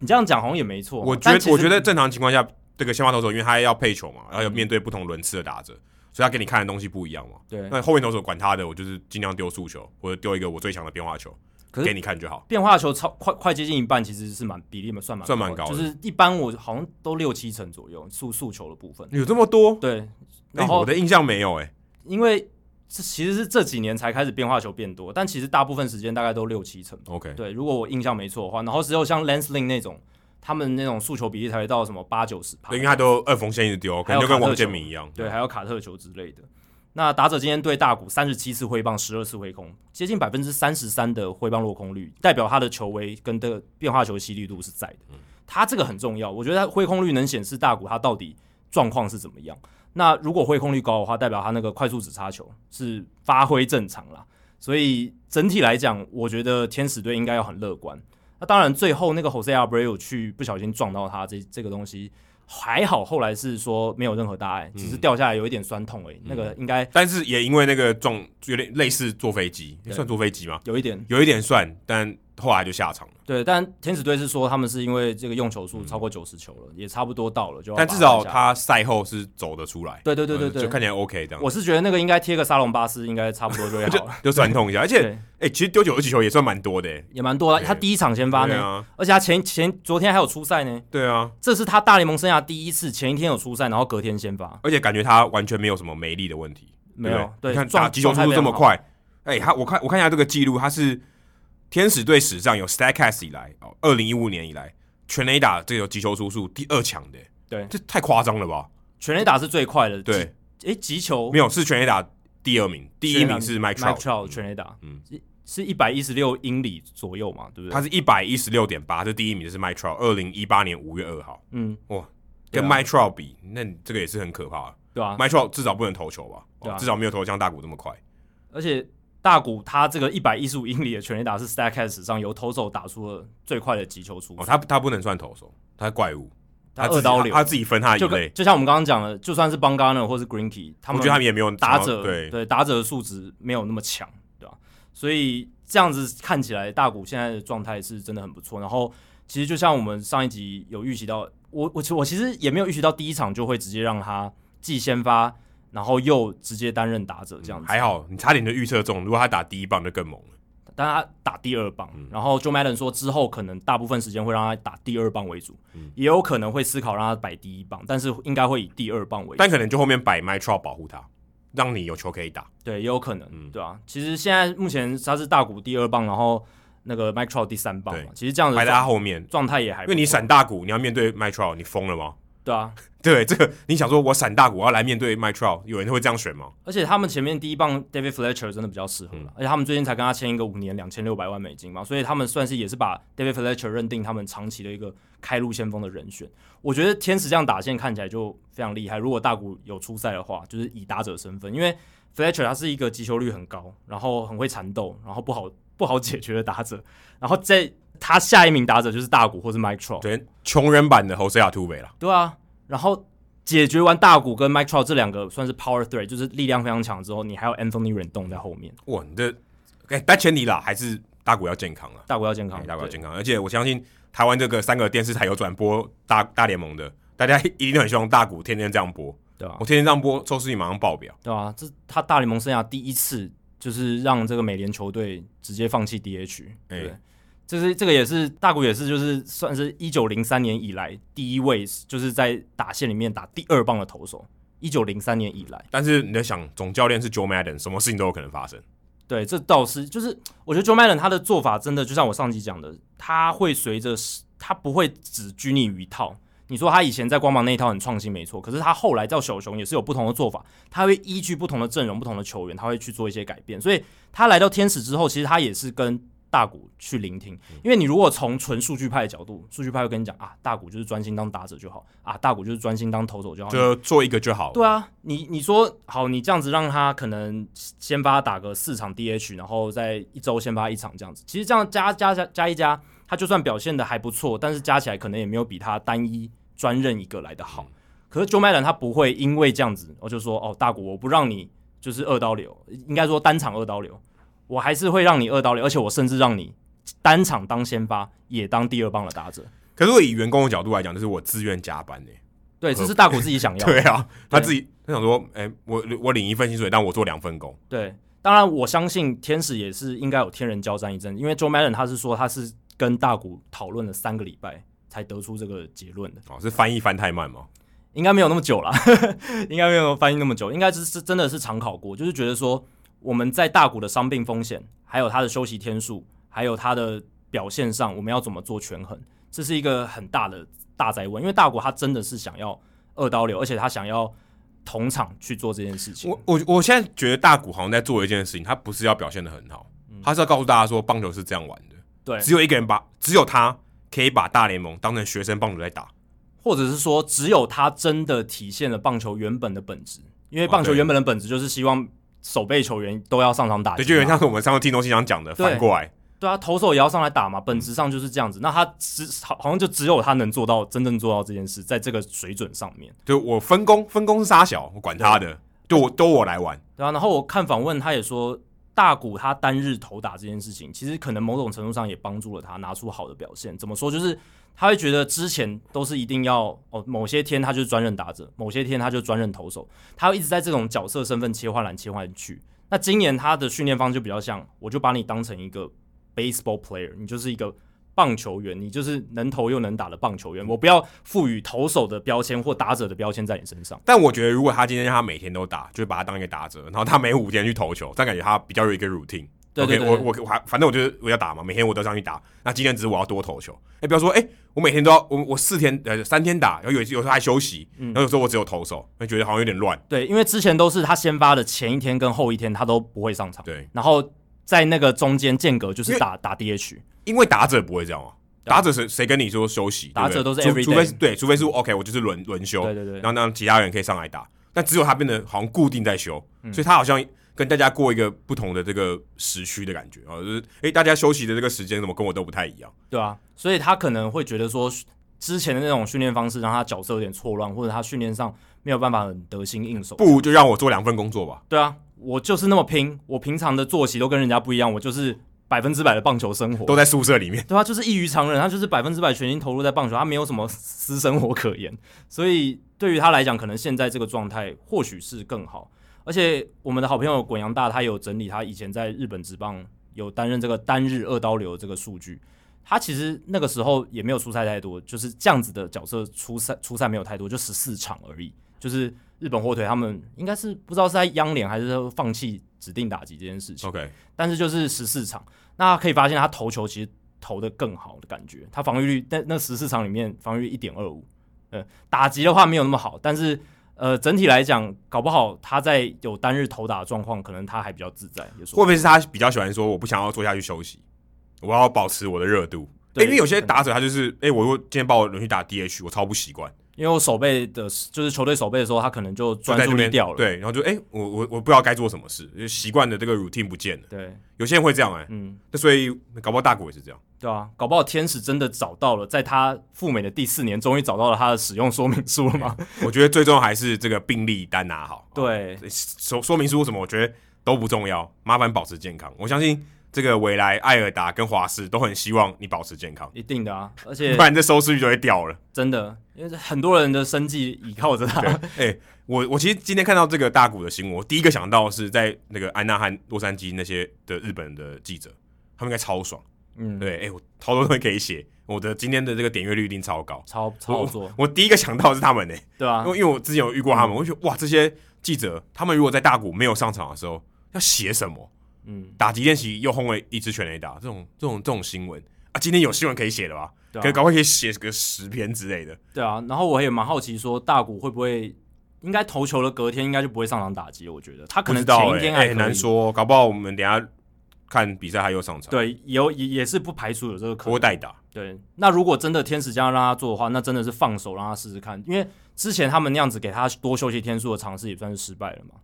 Speaker 2: 你这样讲好像也没错。啊
Speaker 1: 我觉
Speaker 2: 但
Speaker 1: 得
Speaker 2: 其实
Speaker 1: 我觉得正常情况下，这个先发投手因为他要配球嘛，然后要面对不同轮次的打者，所以他给你看的东西不一样嘛。
Speaker 2: 对，
Speaker 1: 那后面投手管他的，我就是尽量丢速球或者丢一个我最强的变化球
Speaker 2: 可是
Speaker 1: 给你看就好。
Speaker 2: 变化球超快快接近一半，其实是蛮比例嘛，算蛮
Speaker 1: 算蛮高的
Speaker 2: 就是一般我好像都六七成左右速速球的部分。
Speaker 1: 有这么多？
Speaker 2: 对，
Speaker 1: 哎
Speaker 2: 然后、
Speaker 1: 我的印象没有哎、
Speaker 2: 因为这其实是这几年才开始变化球变多，但其实大部分时间大概都六七成。
Speaker 1: OK，
Speaker 2: 对，如果我印象没错的话，然后只有像 Lance Lin 那种，他们那种速球比例才会到什么八九十
Speaker 1: 对，因为他都二缝线一直丢，可
Speaker 2: 还
Speaker 1: 能
Speaker 2: 有
Speaker 1: 就跟
Speaker 2: 卡特
Speaker 1: 王建
Speaker 2: 球
Speaker 1: 民一样。嗯
Speaker 2: 对，还有卡特球之类的。那打者今天对大谷三十七次挥棒，十二次挥空，接近百分之三十三的挥棒落空率，代表他的球威跟这个变化球犀利度是在的。他这个很重要，我觉得他挥空率能显示大谷他到底状况是怎么样。那如果挥空率高的话，代表他那个快速直插球是发挥正常啦。所以整体来讲，我觉得天使队应该要很乐观。那当然，最后那个 Jose Abreu 去不小心撞到他这这个东西，还好后来是说没有任何大
Speaker 1: 嗯
Speaker 2: 碍，只是掉下来有一点酸痛而已。那个应该
Speaker 1: 但是也因为那个撞，有点类似坐飞机，算坐飞机吗？
Speaker 2: 有一点
Speaker 1: 有一点算，但后来就下场了。
Speaker 2: 对，但天使队是说他们是因为这个用球数超过九十球了，也差不多到了，就要
Speaker 1: 嗯但
Speaker 2: 把
Speaker 1: 至少
Speaker 2: 放下来
Speaker 1: 他赛后是走得出来。
Speaker 2: 对对对对
Speaker 1: 嗯
Speaker 2: 对
Speaker 1: 就看起来 OK 这样。
Speaker 2: 我是觉得那个应该贴个沙龙巴斯，应该差不多就会好
Speaker 1: 就
Speaker 2: 了。
Speaker 1: 就酸痛一下，而且
Speaker 2: 对，
Speaker 1: 哎、其实丢九十几球也算蛮多的、欸。
Speaker 2: 也蛮多的。啊
Speaker 1: 对
Speaker 2: 他第一场先发
Speaker 1: 对
Speaker 2: 呢，
Speaker 1: 啊，
Speaker 2: 而且他前前昨天还有出赛呢，
Speaker 1: 对啊，
Speaker 2: 这是他大联盟生涯第一次前一天有出赛，然后隔天先发，
Speaker 1: 而且感觉他完全没有什么没力的问题，
Speaker 2: 没
Speaker 1: 对
Speaker 2: 有
Speaker 1: 不对
Speaker 2: 对
Speaker 1: 你看
Speaker 2: 状
Speaker 1: 打击球速
Speaker 2: 状
Speaker 1: 度
Speaker 2: 态
Speaker 1: 这么
Speaker 2: 非常好
Speaker 1: 快，哎、他我看我看一下这个记录，他是天使队史上有 Stacks 以来，哦，二零一五年以来全垒打这个击球出数第二强的、欸
Speaker 2: 对
Speaker 1: 这太夸张了吧？
Speaker 2: 全垒打是最快的。
Speaker 1: 对，
Speaker 2: 击，诶，急球
Speaker 1: 没有是全垒打第二名，第一名是 Mike
Speaker 2: Mike
Speaker 1: Trout，
Speaker 2: Trout 全垒打，
Speaker 1: 嗯
Speaker 2: 嗯，是一百一十六英里左右嘛，对不对？
Speaker 1: 他是一百一十六点八，这第一名是 Mike Trout，二零一八年五月二号，
Speaker 2: 嗯，
Speaker 1: 哇，
Speaker 2: 对
Speaker 1: 跟
Speaker 2: 啊
Speaker 1: Mike Trout 比，那你这个也是很可怕的。
Speaker 2: 对啊，
Speaker 1: Mike Trout 至少不能投球吧？
Speaker 2: 对啊
Speaker 1: 哦至少没有投像大谷这么快。
Speaker 2: 而且大谷他这个一百一十五英里的全垒打是 Stacks 史上由投手打出了最快的击球出
Speaker 1: 哦，他他不能算投手，他是怪物，
Speaker 2: 他
Speaker 1: 自己
Speaker 2: 二刀流
Speaker 1: 他自己分他一
Speaker 2: 就
Speaker 1: 类
Speaker 2: 跟。就像我们刚刚讲的，就算是 b a n g a n e r 或是 Greenkey，他
Speaker 1: 我
Speaker 2: 们
Speaker 1: 觉得他们也没有
Speaker 2: 打
Speaker 1: 想要
Speaker 2: 者
Speaker 1: 对，
Speaker 2: 打者的数值没有那么强，对吧、所以这样子看起来，大谷现在的状态是真的很不错。然后其实就像我们上一集有预习到，我我其我其实也没有预习到第一场就会直接让他既先发，然后又直接担任打者这样子。
Speaker 1: 嗯还好你差点就预测中，如果他打第一棒就更猛了。
Speaker 2: 但他打第二棒，
Speaker 1: 嗯
Speaker 2: 然后 Joe Madden 说之后可能大部分时间会让他打第二棒为主，
Speaker 1: 嗯
Speaker 2: 也有可能会思考让他摆第一棒，但是应该会以第二棒为主。
Speaker 1: 但可能就后面摆 m i t r o 保护他，让你有球可以打。
Speaker 2: 对，也有可能，
Speaker 1: 嗯
Speaker 2: 对啊。其实现在目前他是大谷第二棒，然后那个 Mike Trout 第三棒
Speaker 1: 对
Speaker 2: 嘛。其实这样子
Speaker 1: 摆在他后面，
Speaker 2: 状态也还
Speaker 1: 因
Speaker 2: 不错，
Speaker 1: 为你闪大谷，你要面对 m i t r o 你疯了吗？
Speaker 2: 对啊。
Speaker 1: 对，这个你想说我闪大谷，我要来面对 m i t r o 有人会这样选吗？
Speaker 2: 而且他们前面第一棒 David Fletcher 真的比较适合了，而且他们最近才跟他签一个五年两千六百万美金嘛，所以他们算是也是把 David Fletcher 认定他们长期的一个开路先锋的人选。我觉得天使这样打线看起来就非常厉害。如果大谷有出赛的话，就是以打者身份，因为 Fletcher 他是一个击球率很高，然后很会缠斗，然后不好不好解决的打者，然后在他下一名打者就是大谷或是 Mike Trout，
Speaker 1: 对，穷人版的侯塞亚突围了。
Speaker 2: 对啊，然后解决完大谷跟 Mike Trout 这两个算是 Power Three，就是力量非常强之后，你还有 Anthony Rendon 在后面。
Speaker 1: 哇，你这哎，但前提啦，还是大谷要健康啊。
Speaker 2: 大谷要健康
Speaker 1: 哎，大家要
Speaker 2: 哦对
Speaker 1: 健康。而且我相信台湾这个三个电视台有转播大大联盟的，大家一定很希望大谷天天这样播。
Speaker 2: 对啊
Speaker 1: 我，天天这样播，收视率马上爆表。
Speaker 2: 对啊，这是他大联盟生涯第一次就是让这个美联球队直接放弃 DH，
Speaker 1: 哎
Speaker 2: 对不对。这是这个也是大谷也是就是算是一九零三年以来第一位就是在打线里面打第二棒的投手，一九零三年以来。
Speaker 1: 但是你在想，总教练是 Joe Madden，什么事情都有可能发生。
Speaker 2: 对，这倒是，就是我觉得 Joe Madden 他的做法真的就像我上集讲的，他会随着时他不会只拘泥于一套。你说他以前在光芒那一套很创新，没错，可是他后来到小熊也是有不同的做法，他会依据不同的阵容、不同的球员，他会去做一些改变。所以他来到天使之后，其实他也是跟大谷去聆听，因为你如果从纯数据派的角度，数据派会跟你讲啊，大谷就是专心当打者就好，啊，大谷就是专心当投手就好，
Speaker 1: 就做一个就好了。
Speaker 2: 哦对啊，你你说好，你这样子让他可能先发打个四场 DH，然后再一周先发一场这样子，其实这样加加加加一加，他就算表现的还不错，但是加起来可能也没有比他单一专任一个来的好。可是 Joe Madden 他不会因为这样子，我就说哦，大谷我不让你就是二刀流，应该说单场二刀流，我还是会让你二刀流，而且我甚至让你单场当先发，也当第二棒的打者。
Speaker 1: 可是我以员工的角度来讲，就是我自愿加班呢、
Speaker 2: 对，这是大谷自己想要的。
Speaker 1: 对啊，他
Speaker 2: 对
Speaker 1: 自己他想说，哎、我我领一份薪水，但我做两份工。
Speaker 2: 对，当然我相信天使也是应该有天人交战一阵，因为 Joe Madden 他是说他是跟大谷讨论了三个礼拜才得出这个结论的，
Speaker 1: 哦，是翻译翻太慢吗？
Speaker 2: 应该没有那么久啦， 应该没有翻译那么久，应该是是真的是常考过，就是觉得说我们在大谷的伤病风险，还有他的休息天数，还有他的表现上，我们要怎么做权衡，这是一个很大的大灾问，因为大谷他真的是想要二刀流，而且他想要同场去做这件事情。
Speaker 1: 我我我现在觉得大谷好像在做一件事情，他不是要表现的很好，他是要告诉大家说，棒球是这样玩的，
Speaker 2: 嗯对，
Speaker 1: 只有一个人把，只有他可以把大联盟当成学生棒球在打。
Speaker 2: 或者是说，只有他真的体现了棒球原本的本质，因为棒球
Speaker 1: 哦对
Speaker 2: 原本的本质就是希望守备球员都要上场打击
Speaker 1: 对，
Speaker 2: 嘛，
Speaker 1: 就有点像是我们上次听东西讲讲的，
Speaker 2: 对
Speaker 1: 反过来，
Speaker 2: 对啊，投手也要上来打嘛，本质上就是这样子。那他只好好像就只有他能做到真正做到这件事，在这个水准上面，
Speaker 1: 就我分工，分工是杀小，我管他的，就我都我来玩。
Speaker 2: 对啊。然后我看访问，他也说。大谷他单日投打这件事情，其实可能某种程度上也帮助了他拿出好的表现。怎么说？就是他会觉得之前都是一定要哦，某些天他就是专任打者，某些天他就专任投手，他会一直在这种角色身份切换来切换去。那今年他的训练方式就比较像，我就把你当成一个 baseball player，你就是一个棒球员，你就是能投又能打的棒球员，我不要赋予投手的标签或打者的标签在你身上。
Speaker 1: 但我觉得，如果他今天让他每天都打，就是把他当一个打者，然后他每五天去投球，但感觉他比较有一个 routine。
Speaker 2: 对对
Speaker 1: OK，
Speaker 2: 对
Speaker 1: 我我我还反正我就是我要打嘛，每天我都上去打。那今天只是我要多投球。哎、不要说哎、我每天都要我我四天呃三天打，然后有有时候还休息，然
Speaker 2: 嗯
Speaker 1: 后有时候我只有投手，那觉得好像有点乱。
Speaker 2: 对，因为之前都是他先发的前一天跟后一天他都不会上场，
Speaker 1: 对，
Speaker 2: 然后在那个中间间隔就
Speaker 1: 因
Speaker 2: 是
Speaker 1: 为
Speaker 2: 打打 DH，
Speaker 1: 因为打者不会这样啊，
Speaker 2: 对啊
Speaker 1: 打者谁谁跟你说休息？
Speaker 2: 打者
Speaker 1: 对不对
Speaker 2: 都是
Speaker 1: 除
Speaker 2: everyday
Speaker 1: 除非是对，除非是 OK，我就是轮轮休，
Speaker 2: 对对对
Speaker 1: 然后让其他人可以上来打。但只有他变得好像固定在休，
Speaker 2: 嗯
Speaker 1: 所以他好像跟大家过一个不同的这个时区的感觉啊，就是诶，大家休息的这个时间怎么跟我都不太一样。
Speaker 2: 对啊，所以他可能会觉得说，之前的那种训练方式让他角色有点错乱，或者他训练上没有办法很得心应手。
Speaker 1: 不如就让我做两份工作吧。
Speaker 2: 对啊，我就是那么拼，我平常的作息都跟人家不一样，我就是百分之百的棒球生活
Speaker 1: 都。在宿舍里 面，
Speaker 2: 对啊，就是异于常人，他就是百分之百全心投入在棒球，他没有什么私生活可言，所以对于他来讲，可能现在这个状态或许是更好。而且我们的好朋友滚阳大，他有整理他以前在日本职棒有担任这个单日二刀流这个数据，他其实那个时候也没有出赛太多，就是这样子的角色出赛出赛没有太多，就十四场而已。就是日本火腿他们应该是不知道是在央联还是说放弃指定打击这件事情。
Speaker 1: OK，
Speaker 2: 但是就是十四场，那可以发现他投球其实投的更好的感觉，他防御率在那十四场里面防御率一点二五，呃，打击的话没有那么好，但是呃整体来讲，搞不好他在有单日投打的状况，可能他还比较自在，也
Speaker 1: 会不
Speaker 2: 说
Speaker 1: 会是他比较喜欢说我不想要坐下去休息，我要保持我的热度？诶
Speaker 2: 对
Speaker 1: 因为有些打者他就是，诶，我如果今天把我轮去打 DH，我超不习惯，
Speaker 2: 因为我守备的就是球队守备的时候，他可能就
Speaker 1: 就
Speaker 2: 专
Speaker 1: 在
Speaker 2: 注
Speaker 1: 这
Speaker 2: 力
Speaker 1: 边
Speaker 2: 掉了，
Speaker 1: 对，然后就诶，我我我不知道该做什么事，就习惯的这个 routine 不见了。
Speaker 2: 对，
Speaker 1: 有些人会这样诶，
Speaker 2: 嗯。
Speaker 1: 那所以搞不好大谷也是这样。
Speaker 2: 对啊，搞不好天使真的找到了，在他赴美的第四年，终于找到了他的使用说明书了嘛？
Speaker 1: 我觉得最重要还是这个病历单拿好，
Speaker 2: 对，
Speaker 1: 说说明书什么，我觉得都不重要，麻烦保持健康。我相信这个未来艾尔达跟华氏都很希望你保持健康，
Speaker 2: 一定的啊，而且
Speaker 1: 不然这收视率就会掉了。
Speaker 2: 真的，因为很多人的生计倚靠着他。
Speaker 1: 哎、我我其实今天看到这个大谷的新闻，我第一个想到的是在那个安娜和洛杉矶那些的日本的记者，他们应该超爽。
Speaker 2: 嗯，
Speaker 1: 对，哎、我超多东西可以写，我的今天的这个点阅率一定超高。
Speaker 2: 超超好做，
Speaker 1: 我第一个想到的是他们呢、
Speaker 2: 对啊嗯
Speaker 1: 因，为因为我之前有遇过他们，我就觉得哇，这些记者他们如果在大谷没有上场的时候要写什么？
Speaker 2: 嗯，
Speaker 1: 打击练习又轰了一支全垒打，这种这种这种新闻啊，今天有新闻可以写的吧？
Speaker 2: 对
Speaker 1: 可
Speaker 2: 啊，
Speaker 1: 搞快可以写个十篇之类的。
Speaker 2: 对啊。然后我也蛮好奇，说大谷会不会应该投球了，隔天应该就不会上场打击了？我觉得他可
Speaker 1: 不知
Speaker 2: 能
Speaker 1: 道哎、
Speaker 2: 前一天
Speaker 1: 哎
Speaker 2: 还
Speaker 1: 很
Speaker 2: 可
Speaker 1: 难
Speaker 2: 以，
Speaker 1: 说，搞不好我们等一下看比赛他又上场，，
Speaker 2: 对，有也也是不排除有这个可
Speaker 1: 拖
Speaker 2: 能。
Speaker 1: 代打。
Speaker 2: 对，那如果真的天使这样让他做的话，那真的是放手让他试试看，因为之前他们那样子给他多休息天数的尝试也算是失败了嘛。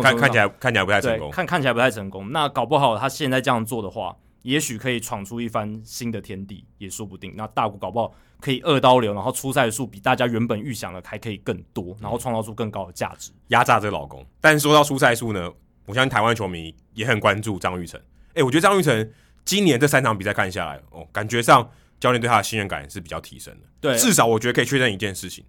Speaker 1: 嗯、
Speaker 2: 种
Speaker 1: 看看
Speaker 2: 程度
Speaker 1: 起
Speaker 2: 上
Speaker 1: 来看起来不太成
Speaker 2: 对，
Speaker 1: 功，
Speaker 2: 看看起来不太成功。那搞不好他现在这样做的话，也许可以闯出一番新的天地，也说不定。那大谷搞不好可以二刀流，然后出赛数比大家原本预想的还可以更多，
Speaker 1: 嗯
Speaker 2: 然后创造出更高的价值。
Speaker 1: 压榨这个老公。但是说到出赛数呢，我相信台湾球迷也很关注张玉成。哎、我觉得张玉成今年这三场比赛看下来，哦，感觉上教练对他的信任感是比较提升的。
Speaker 2: 对，
Speaker 1: 至少我觉得可以确认一件事情，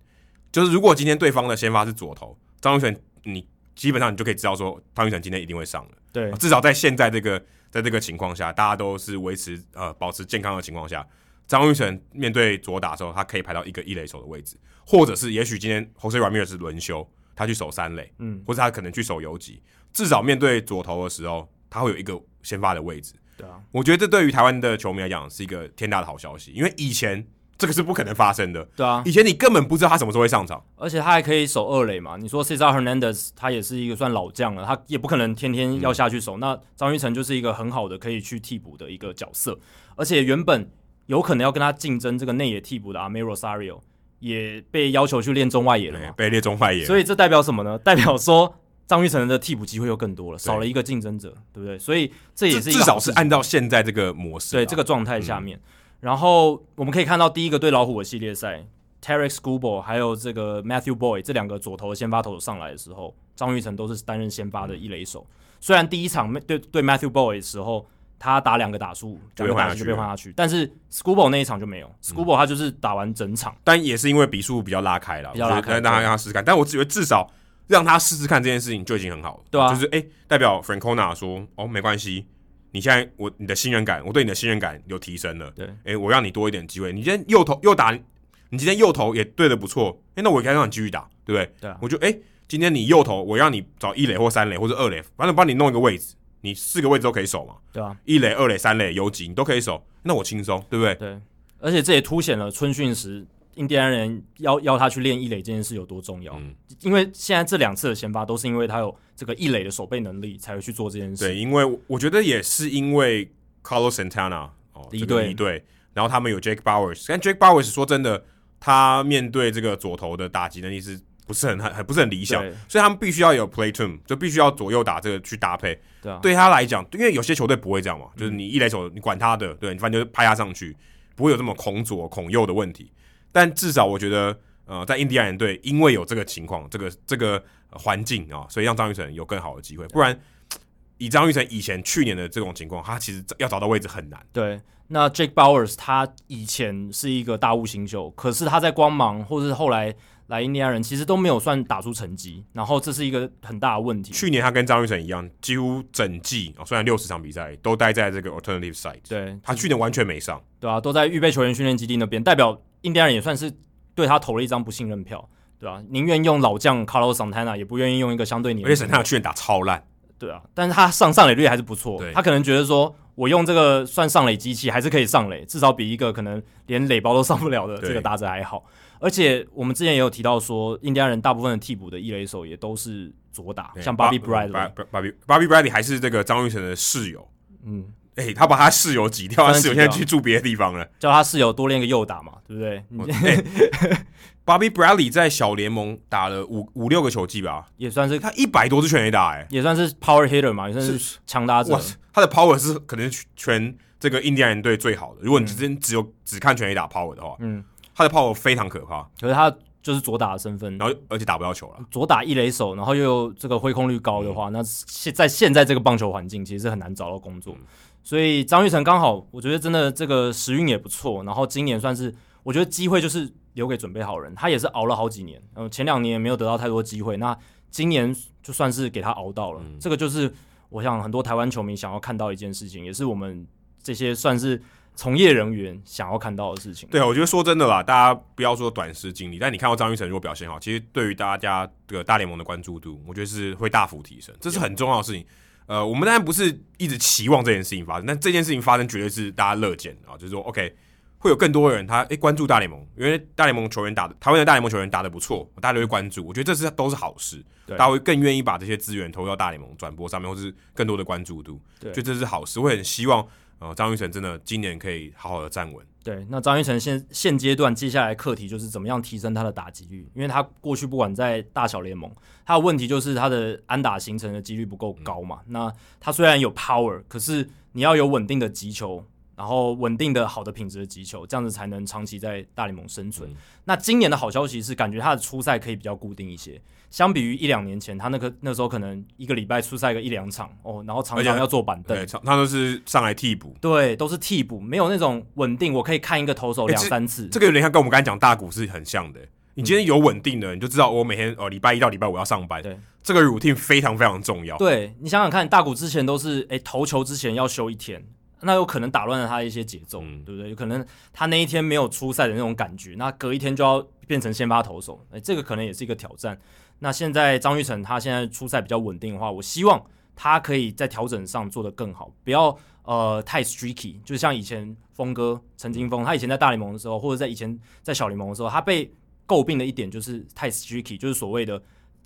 Speaker 1: 就是如果今天对方的先发是左投，张玉成，你基本上你就可以知道说张玉成今天一定会上了。
Speaker 2: 对，
Speaker 1: 至少在现在这个在这个情况下，大家都是维持呃保持健康的情况下，张玉成面对左打的时候，他可以排到一个一垒手的位置，或者是也许今天侯 o s e r 是轮休，他去守三垒，
Speaker 2: 嗯，
Speaker 1: 或者他可能去守游击，至少面对左投的时候，他会有一个先发的位置。
Speaker 2: 对啊，
Speaker 1: 我觉得这对于台湾的球迷来讲是一个天大的好消息，因为以前这个是不可能发生的。
Speaker 2: 对啊，
Speaker 1: 以前你根本不知道他什么时候会上场，
Speaker 2: 而且他还可以守二垒嘛。你说 Cesar Hernandez 他也是一个算老将了，他也不可能天天
Speaker 1: 嗯
Speaker 2: 要下去守。那张玉成就是一个很好的可以去替补的一个角色，而且原本有可能要跟他竞争这个内野替补的 a m e Rosario 也被要求去练中外野了
Speaker 1: 对
Speaker 2: 嘛。
Speaker 1: 哎被列中外野，
Speaker 2: 所以这代表什么呢？代 表说张玉成的替补机会又更多了，
Speaker 1: 对
Speaker 2: 少了一个竞争者，对不对？所以这也
Speaker 1: 至
Speaker 2: 是一
Speaker 1: 至
Speaker 2: 个
Speaker 1: 少
Speaker 2: 好
Speaker 1: 是啊
Speaker 2: 事情
Speaker 1: 按照现在这个模式啊。
Speaker 2: 对这个状态下
Speaker 1: 嗯
Speaker 2: 面。然后我们可以看到第一个对老虎的系列赛，Tarek Skubal 还有这个 Matthew Boy 这两个左投的先发投手上来的时候，张玉成都是担任先发的一垒
Speaker 1: 嗯
Speaker 2: 手。虽然第一场对对 Matthew Boy 的时候，他打两个打数，
Speaker 1: 就被
Speaker 2: 两个
Speaker 1: 换下
Speaker 2: 打数就
Speaker 1: 去
Speaker 2: 被
Speaker 1: 了嗯
Speaker 2: 换下去，但是 Skubal 那一场就没有，Skubal 他就是打完整场。
Speaker 1: 但也是因为比数比较拉开了，
Speaker 2: 比较拉开
Speaker 1: 我觉得让他
Speaker 2: 对
Speaker 1: 让他试试看。但我只觉得至少让他试试看这件事情就已经很好了。
Speaker 2: 对啊
Speaker 1: 就是哎、诶代表 Francona 说哦，没关系，你现在我你的信任感，我对你的信任感有提升了。
Speaker 2: 对
Speaker 1: 哎、我让你多一点机会。你今天右投右打，你今天右投也对的不错，哎、那我该让你继续打，对不对？
Speaker 2: 对啊
Speaker 1: 我就哎、诶今天你右投，我让你找一垒或三垒或者二垒，反正帮你弄一个位置，你四个位置都可以守嘛，
Speaker 2: 对啊，
Speaker 1: 一垒、二垒、三垒、游击你都可以守，那我轻松，对不对？
Speaker 2: 对，而且这也凸显了春训时印第安人要要他去练一垒这件事有多重要。
Speaker 1: 嗯
Speaker 2: 因为现在这两次的先发都是因为他有这个一垒的守备能力才会去做这件事。
Speaker 1: 对，因为我我觉得也是因为 Carlos Santana 哦，
Speaker 2: 离
Speaker 1: 这个
Speaker 2: 队
Speaker 1: 离队，然后他们有 Jake Bowers，但 Jake Bowers 说真的，他面对这个左投的打击能力是不是很很很不是很理想
Speaker 2: 对，
Speaker 1: 所以他们必须要有 play turn，就必须要左右打这个去搭配。
Speaker 2: 对啊，
Speaker 1: 对他来讲，因为有些球队不会这样嘛，就是你一垒手你管他的，对，你反正就是拍他上去，不会有这么恐左恐右的问题。但至少我觉得，呃，在印第安人队，因为有这个情况，这个这个呃环境啊、所以让张玉成有更好的机会。不然，以张玉成以前去年的这种情况，他其实要找到位置很难。
Speaker 2: 对，那 Jake Bowers 他以前是一个大物新秀，可是他在光芒或是后来来印第安人其实都没有算打出成绩，然后这是一个很大的问题。
Speaker 1: 去年他跟张玉成一样，几乎整季啊、哦虽然六十场比赛都待在这个 alternative side，
Speaker 2: 对，
Speaker 1: 他去年完全没上。
Speaker 2: 对啊，都在预备球员训练基地那边，代表印第安人也算是对他投了一张不信任票，对啊，宁愿用老将 Carlos Santana，也不愿意用一个相对年
Speaker 1: 而且
Speaker 2: 轻
Speaker 1: 沈泰去年打超烂，
Speaker 2: 对啊，但是他上上垒率还是不错
Speaker 1: 对，
Speaker 2: 他可能觉得说我用这个算上垒机器还是可以上垒，至少比一个可能连垒包都上不了的
Speaker 1: 对
Speaker 2: 这个打者还好。而且我们之前也有提到说，印第安人大部分的替补的一垒手也都是左打，像 Bobby
Speaker 1: 嗯
Speaker 2: Bradley，
Speaker 1: Bobby Bobby Bradley 还是这个张玉成的室友。
Speaker 2: 嗯，
Speaker 1: 哎、他把他室友挤掉，他
Speaker 2: 真的
Speaker 1: 室友
Speaker 2: 挤
Speaker 1: 现在
Speaker 2: 掉
Speaker 1: 去住别的地方了。
Speaker 2: 叫他室友多练个右打嘛，对不对？你
Speaker 1: 哎、b o b b y Bradley 在小联盟打了五五六个球季吧，
Speaker 2: 也算是
Speaker 1: 他一百多支全垒打、欸，
Speaker 2: 也算是 power hitter 嘛，也算
Speaker 1: 是
Speaker 2: 是强打
Speaker 1: 哎，
Speaker 2: 者
Speaker 1: 哇，，他的 power 是可能是全这个印第安人队最好的。如果你真只有只看全垒打 power 的话，
Speaker 2: 嗯，
Speaker 1: 他的 power 非常可怕，
Speaker 2: 可是他就是左打的身份，
Speaker 1: 然后而且打不到球了。
Speaker 2: 左打一垒手，然后又有这个挥空率高的话，那现在现在这个棒球环境其实是很难找到工作。所以张玉成刚好，我觉得真的这个时运也不错，然后今年算是我觉得机会就是留给准备好人，他也是熬了好几年，嗯、前两年也没有得到太多机会，那今年就算是给他熬到了，这个就是我想很多台湾球迷想要看到一件事情，也是我们这些算是从业人员想要看到的事情。
Speaker 1: 对，我啊觉得说真的啦，大家不要说短视经历，但你看到张玉成如果表现好，其实对于大家这个大联盟的关注度，我觉得是会大幅提升，这是很重要的事情。呃，我们当然不是一直期望这件事情发生，但这件事情发生绝对是大家乐见的啊，就是说 OK，会有更多的人他诶、关注大联盟，因为大联盟球员打的台湾的大联盟球员打的不错，大家都会关注，我觉得这是都是好事，
Speaker 2: 对
Speaker 1: 大家会更愿意把这些资源投入到大联盟转播上面，或是更多的关注度，
Speaker 2: 对
Speaker 1: 就这是好事，会很希望呃，张玉成真的今年可以好好的站稳。
Speaker 2: 对，那张玉成现现阶段接下来课题就是怎么样提升他的打击率，因为他过去不管在大小联盟，他的问题就是他的安打形成的几率不够高嘛。
Speaker 1: 嗯
Speaker 2: 那他虽然有 power，可是你要有稳定的击球，然后稳定的好的品质的击球，这样子才能长期在大联盟生
Speaker 1: 嗯
Speaker 2: 存。那今年的好消息是，感觉他的初赛可以比较固定一些，相比于一两年前，他那个那时候可能一个礼拜出赛个一两场哦，然后常
Speaker 1: 而且
Speaker 2: 常要坐板凳
Speaker 1: 对，。他他都是上来替补，
Speaker 2: 对，都是替补，没有那种稳定。我可以看一个投手
Speaker 1: 诶
Speaker 2: 两
Speaker 1: 这
Speaker 2: 三次，
Speaker 1: 这个有点像跟我们刚才讲大股是很像的。你今天有稳定的，你就知道我每天哦，礼拜一到礼拜五要上班，
Speaker 2: 嗯对，
Speaker 1: 这个 routine 非常非常重要。
Speaker 2: 对你想想看，大谷之前都是诶、投球之前要休一天，那有可能打乱了他的一些节奏，
Speaker 1: 嗯
Speaker 2: 对不对？有可能他那一天没有出赛的那种感觉，那隔一天就要变成先发投手，诶、这个可能也是一个挑战。那现在张玉成他现在出赛比较稳定的话，我希望他可以在调整上做得更好，不要呃太 streaky，就像以前峰哥陈金峰，他以前在大联盟的时候，或者在以前在小联盟的时候，他被诟病的一点就是太 streaky，就是所谓的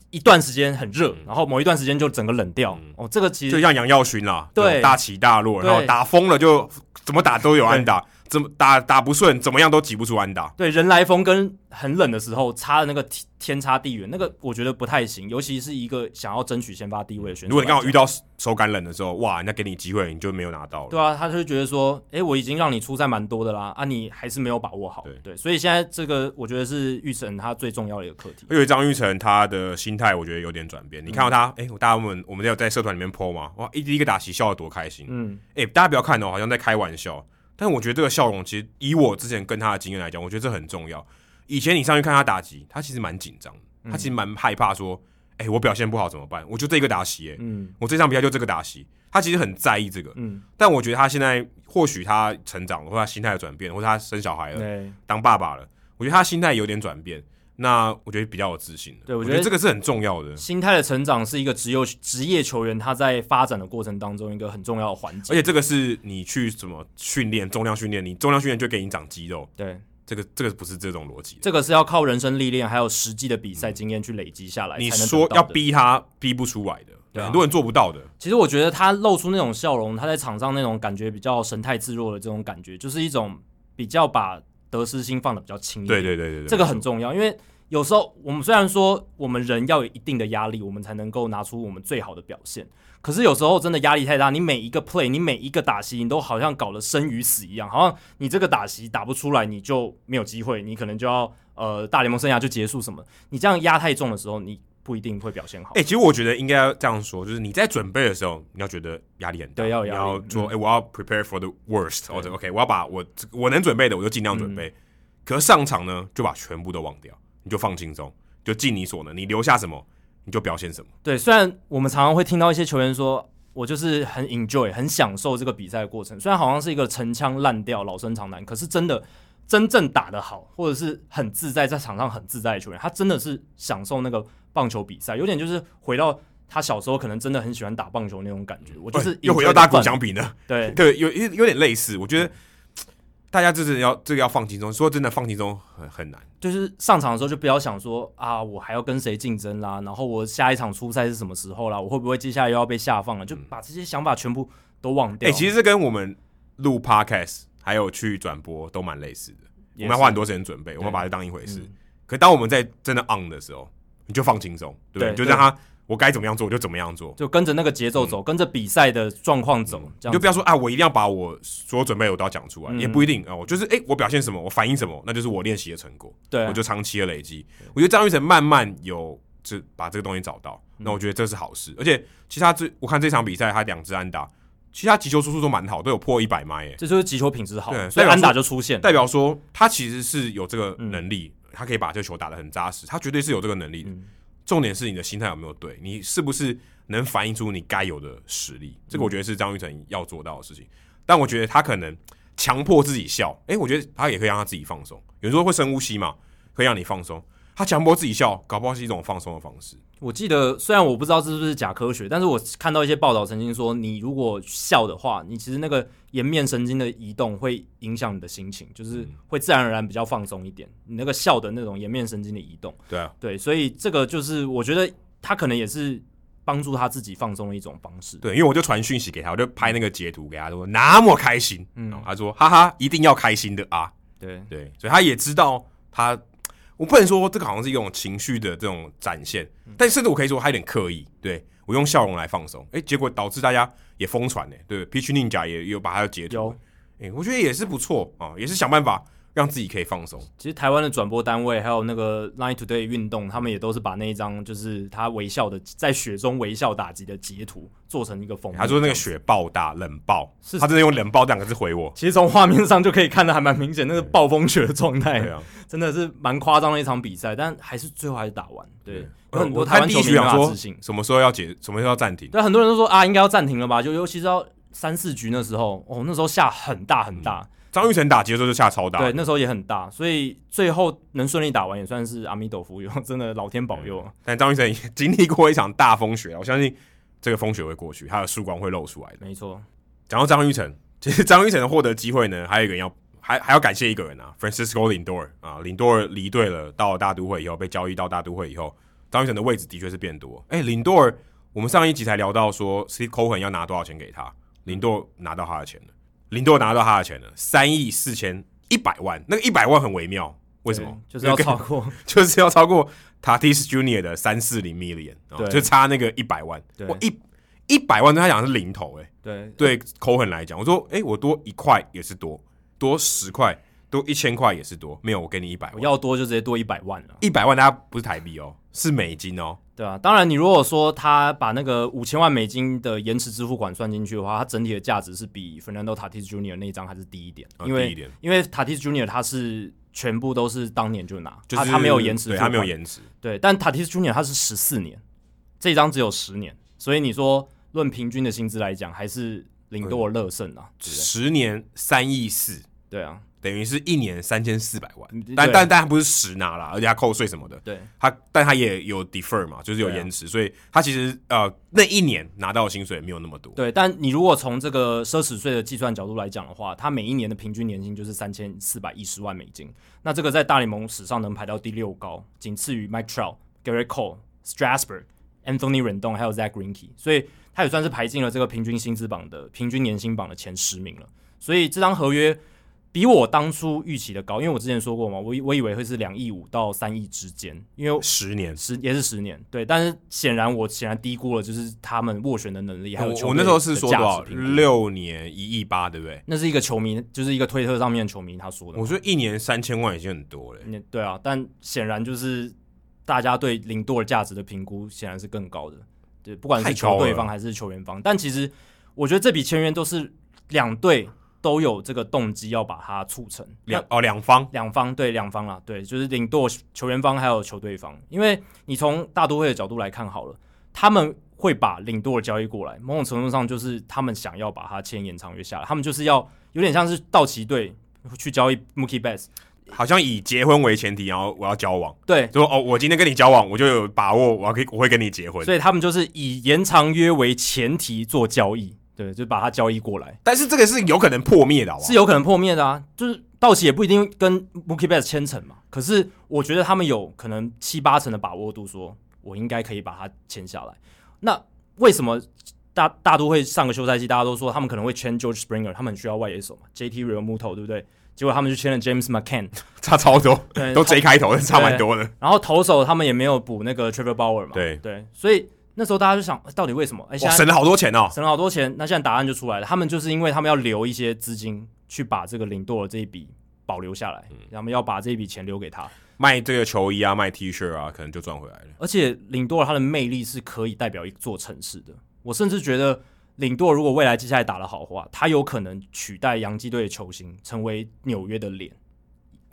Speaker 2: 一段时间很热，
Speaker 1: 嗯
Speaker 2: 然后某一段时间就整个冷掉。哦，这个其
Speaker 1: 就
Speaker 2: 实
Speaker 1: 像杨耀勋啦，
Speaker 2: 对
Speaker 1: 那种大起大落，
Speaker 2: 对
Speaker 1: 然后打疯了就怎么打都有安打，怎么打打不顺，怎么样都挤不出安打。
Speaker 2: 对人来疯跟很冷的时候差的那个天天差地远，那个我觉得不太行，尤其是一个想要争取先发地位的选手来讲。
Speaker 1: 如果你刚好遇到手感冷的时候，哇，人家给你机会，你就没有拿到了。
Speaker 2: 对啊，他就会觉得说，诶，我已经让你出赛蛮多的啦，啊，你还是没有把握好，
Speaker 1: 对
Speaker 2: 所以现在这个我觉得是玉成他最重要的一个课题。
Speaker 1: 因为张玉成他的心态，我觉得有点转变。你
Speaker 2: 嗯
Speaker 1: 看到他，哎、我大家们我们有在社团里面 PO 嘛，哇，一第一个打席笑得多开心。
Speaker 2: 嗯，
Speaker 1: 哎、大家不要看哦，好像在开玩笑，但我觉得这个笑容，其实以我之前跟他的经验来讲，我觉得这很重要。以前你上去看他打击，他其实蛮紧张的，
Speaker 2: 嗯
Speaker 1: 他其实蛮害怕说，哎、我表现不好怎么办？我就这一个打席、诶
Speaker 2: 嗯
Speaker 1: 我这场比赛就这个打席，他其实很在意这个。
Speaker 2: 嗯，
Speaker 1: 但我觉得他现在或许他成长了，或者他心态有转变，或者他生小孩了，
Speaker 2: 对，
Speaker 1: 当爸爸了，我觉得他心态有点转变。那我觉得比较有自信了。
Speaker 2: 对
Speaker 1: 我
Speaker 2: 我
Speaker 1: 觉
Speaker 2: 觉得
Speaker 1: 这个是很重要的，
Speaker 2: 心态的成长是一个职业职业球员他在发展的过程当中一个很重要的环
Speaker 1: 而
Speaker 2: 节。
Speaker 1: 且这个是你去怎么训练重量训练，你重量训练就给你长肌肉，
Speaker 2: 对，
Speaker 1: 这个这个不是这种逻辑的。
Speaker 2: 这个是要靠人生历练还有实际的比赛经验去累积下来才
Speaker 1: 嗯你
Speaker 2: 能得到
Speaker 1: 说
Speaker 2: 的。
Speaker 1: 要逼他，逼不出来的，
Speaker 2: 对啊
Speaker 1: 很多人做不到的。
Speaker 2: 其实我觉得他露出那种笑容，他在场上那种感觉比较神态自若的这种感觉，就是一种比较把得失心放的比较轻一点。
Speaker 1: 对对对对对，
Speaker 2: 嗯这个很重要，因为有时候我们虽然说我们人要有一定的压力，我们才能够拿出我们最好的表现。可是有时候真的压力太大，你每一个 play，你每一个打席，你都好像搞得生与死一样，好像你这个打席打不出来，你就没有机会，你可能就要呃大联盟生涯就结束什么。你这样压太重的时候，你不一定会表现好。
Speaker 1: 哎、其实我觉得应该要这样说，就是你在准备的时候，你要觉得压力很大，
Speaker 2: 对要有
Speaker 1: 你
Speaker 2: 压力嗯
Speaker 1: 要说，哎、我要 prepare for the worst，或者 OK，我要把我这我能准备的我就尽量
Speaker 2: 嗯
Speaker 1: 准备。可是上场呢，就把全部都忘掉，你就放轻松，就尽你所能，你留下什么你就表现什么。
Speaker 2: 对，虽然我们常常会听到一些球员说，我就是很 enjoy，很享受这个比赛的过程，虽然好像是一个陈腔滥调、老生常谈，可是真的真正打得好，或者是很自在在场上很自在的球员，他真的是享受那个棒球比赛，有点就是回到。他小时候可能真的很喜欢打棒球那种感觉，我就是
Speaker 1: 哎又回
Speaker 2: enjoy
Speaker 1: 到大谷
Speaker 2: the fun
Speaker 1: 翔比呢，
Speaker 2: 对
Speaker 1: 对，有有有点类似。我觉得大家就是要这个要放轻松，说真的，放轻松很很难。
Speaker 2: 就是上场的时候就不要想说啊，我还要跟谁竞争啦，然后我下一场初赛是什么时候啦，我会不会接下来又要被下放了，就把这些想法全部都
Speaker 1: 嗯
Speaker 2: 忘
Speaker 1: 哎、
Speaker 2: 掉。
Speaker 1: 其实这跟我们录 podcast 还有去转播都蛮类似的。我
Speaker 2: 也
Speaker 1: 们要
Speaker 2: 是嗯
Speaker 1: 花很多时间准备，我们把它当一回事。可当我们在真的 on 的时候，你就放轻松，对不对？
Speaker 2: 对
Speaker 1: 你就让他我该怎么样做我就怎么样做，
Speaker 2: 就跟着那个节奏走，跟着比赛的状况走，这
Speaker 1: 你嗯就
Speaker 2: 样子嗯
Speaker 1: 不要说啊，我一定要把我所有准备的我都要讲出来，也不一定啊。我就是哎、诶我表现什么，我反应什么，那就是我练习的成果，
Speaker 2: 对啊
Speaker 1: 我就长期的累积。我觉得张玉成慢慢有这把这个东西找到，
Speaker 2: 嗯
Speaker 1: 那我觉得这是好事。而且其实他这我看这场比赛，他两支安打，其实他击球输出都蛮好，都有破一百迈耶，
Speaker 2: 这就是击球品质好
Speaker 1: 对，
Speaker 2: 所
Speaker 1: 代
Speaker 2: 以
Speaker 1: 表
Speaker 2: 安打
Speaker 1: 说
Speaker 2: 就出现了。
Speaker 1: 代表说他其实是有这个能力，他可以把这个球打得很扎实，他绝对是有这个能力的。重点是你的心态有没有对，你是不是能反映出你该有的实力？这个我觉得是张玉成要做到的事情。但我觉得他可能强迫自己笑，诶、我觉得他也可以让他自己放松。有人说会深呼吸嘛，可以让你放松。他强迫自己笑，搞不好是一种放松的方式。
Speaker 2: 我记得，虽然我不知道这是不是假科学，但是我看到一些报道曾经说，你如果笑的话，你其实那个颜面神经的移动会影响你的心情，
Speaker 1: 嗯
Speaker 2: 就是会自然而然比较放松一点。你那个笑的那种颜面神经的移动，
Speaker 1: 对啊，
Speaker 2: 对，所以这个就是我觉得他可能也是帮助他自己放松的一种方式。
Speaker 1: 对，因为我就传讯息给他，我就拍那个截图给他，说那么开心，
Speaker 2: 嗯
Speaker 1: 然后他说哈哈，一定要开心的啊，
Speaker 2: 对，
Speaker 1: 对，所以他也知道他，我不能说这个好像是一种情绪的这种展现，
Speaker 2: 嗯
Speaker 1: 但甚至我可以说他有点刻意，对我用笑容来放松，哎、结果导致大家也疯传呢，对 p i c h Ninja 也也有把他的截图
Speaker 2: 有，
Speaker 1: 哎、我觉得也是不错啊、也是想办法让自己可以放松，
Speaker 2: 其实台湾的转播单位还有那个 Line Today 运动，他们也都是把那一张就是他微笑的在雪中微笑打击的截图做成一个封面。
Speaker 1: 他说那个雪爆大冷爆，
Speaker 2: 是
Speaker 1: 他真的用冷爆这两个字回我，
Speaker 2: 其实从画面上就可以看得还蛮明显，那个暴风雪的状态
Speaker 1: 对，啊，
Speaker 2: 真的是蛮夸张的一场比赛，但还是最后还是打完。对，有很多
Speaker 1: 我看
Speaker 2: 台湾
Speaker 1: 第
Speaker 2: 球
Speaker 1: 一局
Speaker 2: 迷没
Speaker 1: 想
Speaker 2: 办法
Speaker 1: 说
Speaker 2: 自信，
Speaker 1: 什么时候要解，什么时候要暂停，
Speaker 2: 但很多人都说啊，应该要暂停了吧？就尤其是到三四局那时候，哦，那时候下很大很大，
Speaker 1: 张玉成打节奏就下超嗯大，
Speaker 2: 对，那时候也很大，所以最后能顺利打完也算是阿弥陀佛，有真的老天保佑啊。
Speaker 1: 但张玉成也经历过一场大风雪，我相信这个风雪会过去，他的曙光会露出来的。
Speaker 2: 没错，
Speaker 1: 讲到张玉成， 其实张玉成获得机会呢，还有一个人要还还要感谢一个人啊，Francisco Lindor 啊，Lindor 离队了，到了大都会以后被交易到大都会以后，张玉成的位置的确是变多。哎、林 l 尔，我们上一集才聊到说，Steve Cohen 要拿多少钱给他，林 l 拿到他的钱了，林 l 拿到他的钱了，三亿四千一百万，那个一百万很微妙，为什么？
Speaker 2: 对就是要
Speaker 1: 因为跟
Speaker 2: 超过？
Speaker 1: 就是要超过 Tatis Junior 的三四零 million，、哦、
Speaker 2: 对
Speaker 1: 就差那个一百万，
Speaker 2: 对
Speaker 1: 我一一百万对他讲是零头哎、
Speaker 2: 对
Speaker 1: 对 Cohen 来讲，我说哎、诶我多一块也是多，多十块，多一千块也是多，没有我给你一百
Speaker 2: 我
Speaker 1: 万，
Speaker 2: 要多就直接多一百万了，
Speaker 1: 一百万大家不是台币哦，是美金哦，
Speaker 2: 对啊。当然，你如果说他把那个五千万美金的延迟支付款算进去的话，它整体的价值是比 Fernando Tatis Jr. 那一张还是低一点，
Speaker 1: 啊
Speaker 2: 因
Speaker 1: 低一
Speaker 2: 为
Speaker 1: 点
Speaker 2: 因为 Tatis Jr. 他是全部都是当年就拿，啊
Speaker 1: 就是
Speaker 2: 他他没有延迟付
Speaker 1: 对他
Speaker 2: 款，
Speaker 1: 没有延迟，
Speaker 2: 对，但 Tatis Junior 他是十四年，这张只有十年，所以你说论平均的薪资来讲，还是林多尔乐胜啊，对不对？
Speaker 1: 十年三亿四。
Speaker 2: 对啊，
Speaker 1: 等于是一年三千四百万
Speaker 2: 嗯，
Speaker 1: 但
Speaker 2: 对
Speaker 1: 但但他不是实拿啦，而且他扣税什么的，
Speaker 2: 对
Speaker 1: 他但他也有 defer 嘛，就是有
Speaker 2: 对啊
Speaker 1: 延迟，所以他其实呃那一年拿到的薪水没有那么多，
Speaker 2: 对。但你如果从这个奢侈税的计算角度来讲的话，他每一年的平均年薪就是三千四百一十万美金，那这个在大联盟史上能排到第六高，仅次于 Mike Trout、Gary Cole、Strasburg、Anthony Rendon 还有 Zach Greinke，所以他也算是排进了这个平均薪资榜的平均年薪榜的前十名了。所以这张合约比我当初预期的高，因为我之前说过嘛，我以我以为会是两亿五到三亿之间，因为
Speaker 1: 十年。
Speaker 2: 十也是十年，对，但是显然我显然低估了，就是他们斡旋的能力，还
Speaker 1: 我
Speaker 2: 有球
Speaker 1: 我
Speaker 2: 队
Speaker 1: 那时候是说
Speaker 2: 的
Speaker 1: 多
Speaker 2: 价值
Speaker 1: 少？
Speaker 2: 评估，
Speaker 1: 六年一亿八，对不对？
Speaker 2: 那是一个球迷，就是一个推特上面的球迷他说的嘛。
Speaker 1: 我觉得一年三千万已经很多了、
Speaker 2: 你对啊，但显然就是大家对零度的价值的评估显然是更高的，对，不管
Speaker 1: 太
Speaker 2: 是
Speaker 1: 高
Speaker 2: 球
Speaker 1: 了
Speaker 2: 队方还是球员方，但其实我觉得这笔签约都是两队都有这个动机要把它促成，
Speaker 1: 两哦两方
Speaker 2: 两方对两方啦，对，就是领舵球员方还有球队方，因为你从大都会的角度来看好了，他们会把领舵交易过来，某种程度上就是他们想要把他签延长约下来，他们就是要有点像是道奇队去交易 Mookie Betts，
Speaker 1: 好像以结婚为前提，然后我要交往，
Speaker 2: 对，
Speaker 1: 就说哦，我今天跟你交往，我就有把握，我要跟我会跟你结婚。
Speaker 2: 所以他们就是以延长约为前提做交易，对，就把他交易过来，
Speaker 1: 但是这个是有可能破灭的，好不好
Speaker 2: 是有可能破灭啊的啊，就是道奇也不一定跟 Mookie Betts 签成嘛，可是我觉得他们有可能七八成的把握度说，我应该可以把它签下来。那为什么大大都会上个休赛季大家都说他们可能会签 George Springer，他们很需要外野手嘛，JT Realmuto 对不对？结果他们就签了 James McCann，
Speaker 1: 差超多，
Speaker 2: 对
Speaker 1: 都
Speaker 2: 他
Speaker 1: J 开头的，差蛮多的。
Speaker 2: 然后投手他们也没有补那个 Trevor Bauer 嘛，
Speaker 1: 对
Speaker 2: 对，所以那时候大家就想，到底为什么？哎，现
Speaker 1: 哇，
Speaker 2: 在
Speaker 1: 省了好多钱哦。
Speaker 2: 省了好多钱。那现在答案就出来了，他们就是因为他们要留一些资金去把这个领舵的这一笔保留下
Speaker 1: 嗯
Speaker 2: 来，他们要把这一笔钱留给他。
Speaker 1: 卖这个球衣啊，卖 T 恤啊，可能就赚回来了。
Speaker 2: 而且领舵他的魅力是可以代表一座城市的。我甚至觉得领舵如果未来接下来打得好的话，他有可能取代洋基队的球星，成为纽约的脸。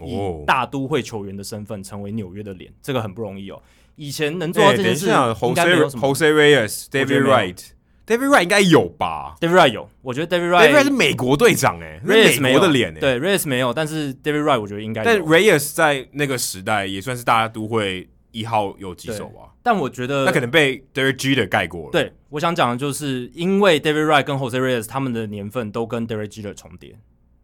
Speaker 2: 以
Speaker 1: 哦，
Speaker 2: 大都会球员的身份成为纽约的脸，这个很不容易哦。以前能做到
Speaker 1: 对，
Speaker 2: 这
Speaker 1: 哎等一
Speaker 2: 件事，
Speaker 1: 下
Speaker 2: 应该没
Speaker 1: ，Jose
Speaker 2: 有什么。
Speaker 1: Jose Reyes、
Speaker 2: 我觉
Speaker 1: David
Speaker 2: 得没有
Speaker 1: Wright，David Wright 应该有吧
Speaker 2: David Wright 有，我觉得 David
Speaker 1: ？David
Speaker 2: Wright
Speaker 1: Wright 是美国队长哎，是
Speaker 2: Reyes 没
Speaker 1: 美
Speaker 2: 有
Speaker 1: 国的脸哎。
Speaker 2: 对 Reyes 没有，但是 David Wright 我觉得应该有。
Speaker 1: 但 Reyes 在那个时代也算是大家都会一号有几手啊吧，
Speaker 2: 但我觉得
Speaker 1: 那可能被 Derek Jeter 盖过了。，
Speaker 2: 对我想讲的就是，因为 David Wright 跟 Jose Reyes 他们的年份都跟 Derek Jeter 重叠，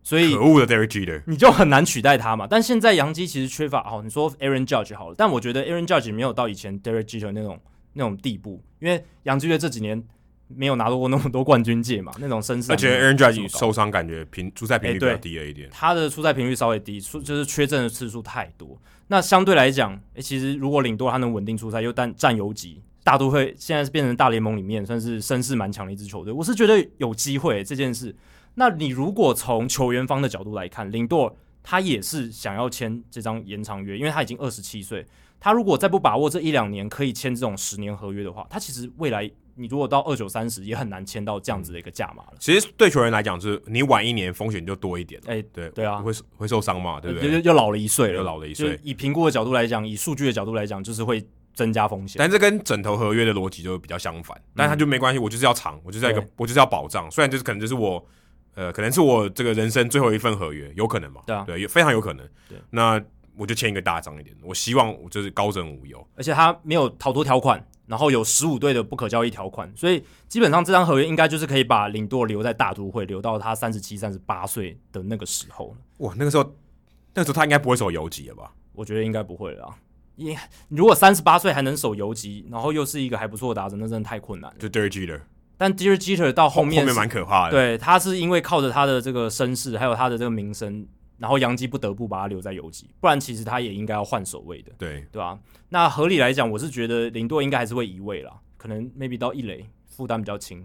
Speaker 2: 所以
Speaker 1: 可恶的 Derek Jeter，
Speaker 2: 你就很难取代他嘛。但现在杨基其实缺乏哦，你说 Aaron Judge 好了，但我觉得 Aaron Judge 没有到以前 Derek Jeter 那种那种地步，因为杨基队这几年没有拿到过那么多冠军戒嘛，那种身世
Speaker 1: 而
Speaker 2: 还没
Speaker 1: 且
Speaker 2: 有
Speaker 1: Aaron
Speaker 2: 这么
Speaker 1: Judge
Speaker 2: 高
Speaker 1: 受伤感觉频出赛频率比较
Speaker 2: 哎对
Speaker 1: 低了一点。
Speaker 2: 他的出赛频率稍微低，出就是缺阵的次数太多。那相对来讲，诶其实如果领多他能稳定出赛，又占占游击，大都会现在是变成大联盟里面算是声势蛮强的一支球队。我是觉得有机会、这件事。那你如果从球员方的角度来看，领舵他也是想要签这张延长约，因为他已经二十七岁。他如果再不把握这一两年可以签这种十年合约的话，他其实未来你如果到二九三十也很难签到这样子的一个价码了。
Speaker 1: 其实对球员来讲，就是你晚一年风险就多一点了。
Speaker 2: 哎
Speaker 1: 对
Speaker 2: 对啊呃
Speaker 1: 会会受伤嘛，对不
Speaker 2: 又
Speaker 1: 对？
Speaker 2: 又又老了一岁了，
Speaker 1: 又老了一
Speaker 2: 就
Speaker 1: 岁
Speaker 2: 是以评估的角度来讲，以数据的角度来讲，就是会增加风险。
Speaker 1: 但这跟枕头合约的逻辑就比较相反，但他就没关系，我就是要长，我就是要一个
Speaker 2: 嗯对，
Speaker 1: 我就是要保障。虽然就是可能就是我，呃，可能是我这个人生最后一份合约，有可能嘛？
Speaker 2: 对啊
Speaker 1: 也非常有可能。
Speaker 2: 对，
Speaker 1: 那我就签一个大张一点，我希望我就是高枕无忧。
Speaker 2: 而且他没有逃脱条款，然后有十五队的不可交易条款，所以基本上这张合约应该就是可以把领舵留在大都会，留到他三十七、三十八岁的那个时候了。
Speaker 1: 哇，那个时候，那个时候他应该不会守游击了吧？
Speaker 2: 我觉得应该不会了啊。你如果三十八岁还能守游击，然后又是一个还不错的打者，那真的太困难了。
Speaker 1: 就 Derek Jeter
Speaker 2: 但 Dear Jeter 到后
Speaker 1: 后
Speaker 2: 面
Speaker 1: 面
Speaker 2: 是
Speaker 1: 蛮可怕的。
Speaker 2: 对，他是因为靠着他的这个身世，还有他的这个名声，然后杨基不得不把他留在游击，不然其实他也应该要换守卫的，
Speaker 1: 对
Speaker 2: 对吧、那合理来讲，我是觉得林多应该还是会移位啦，可能 maybe 到一垒负担比较轻，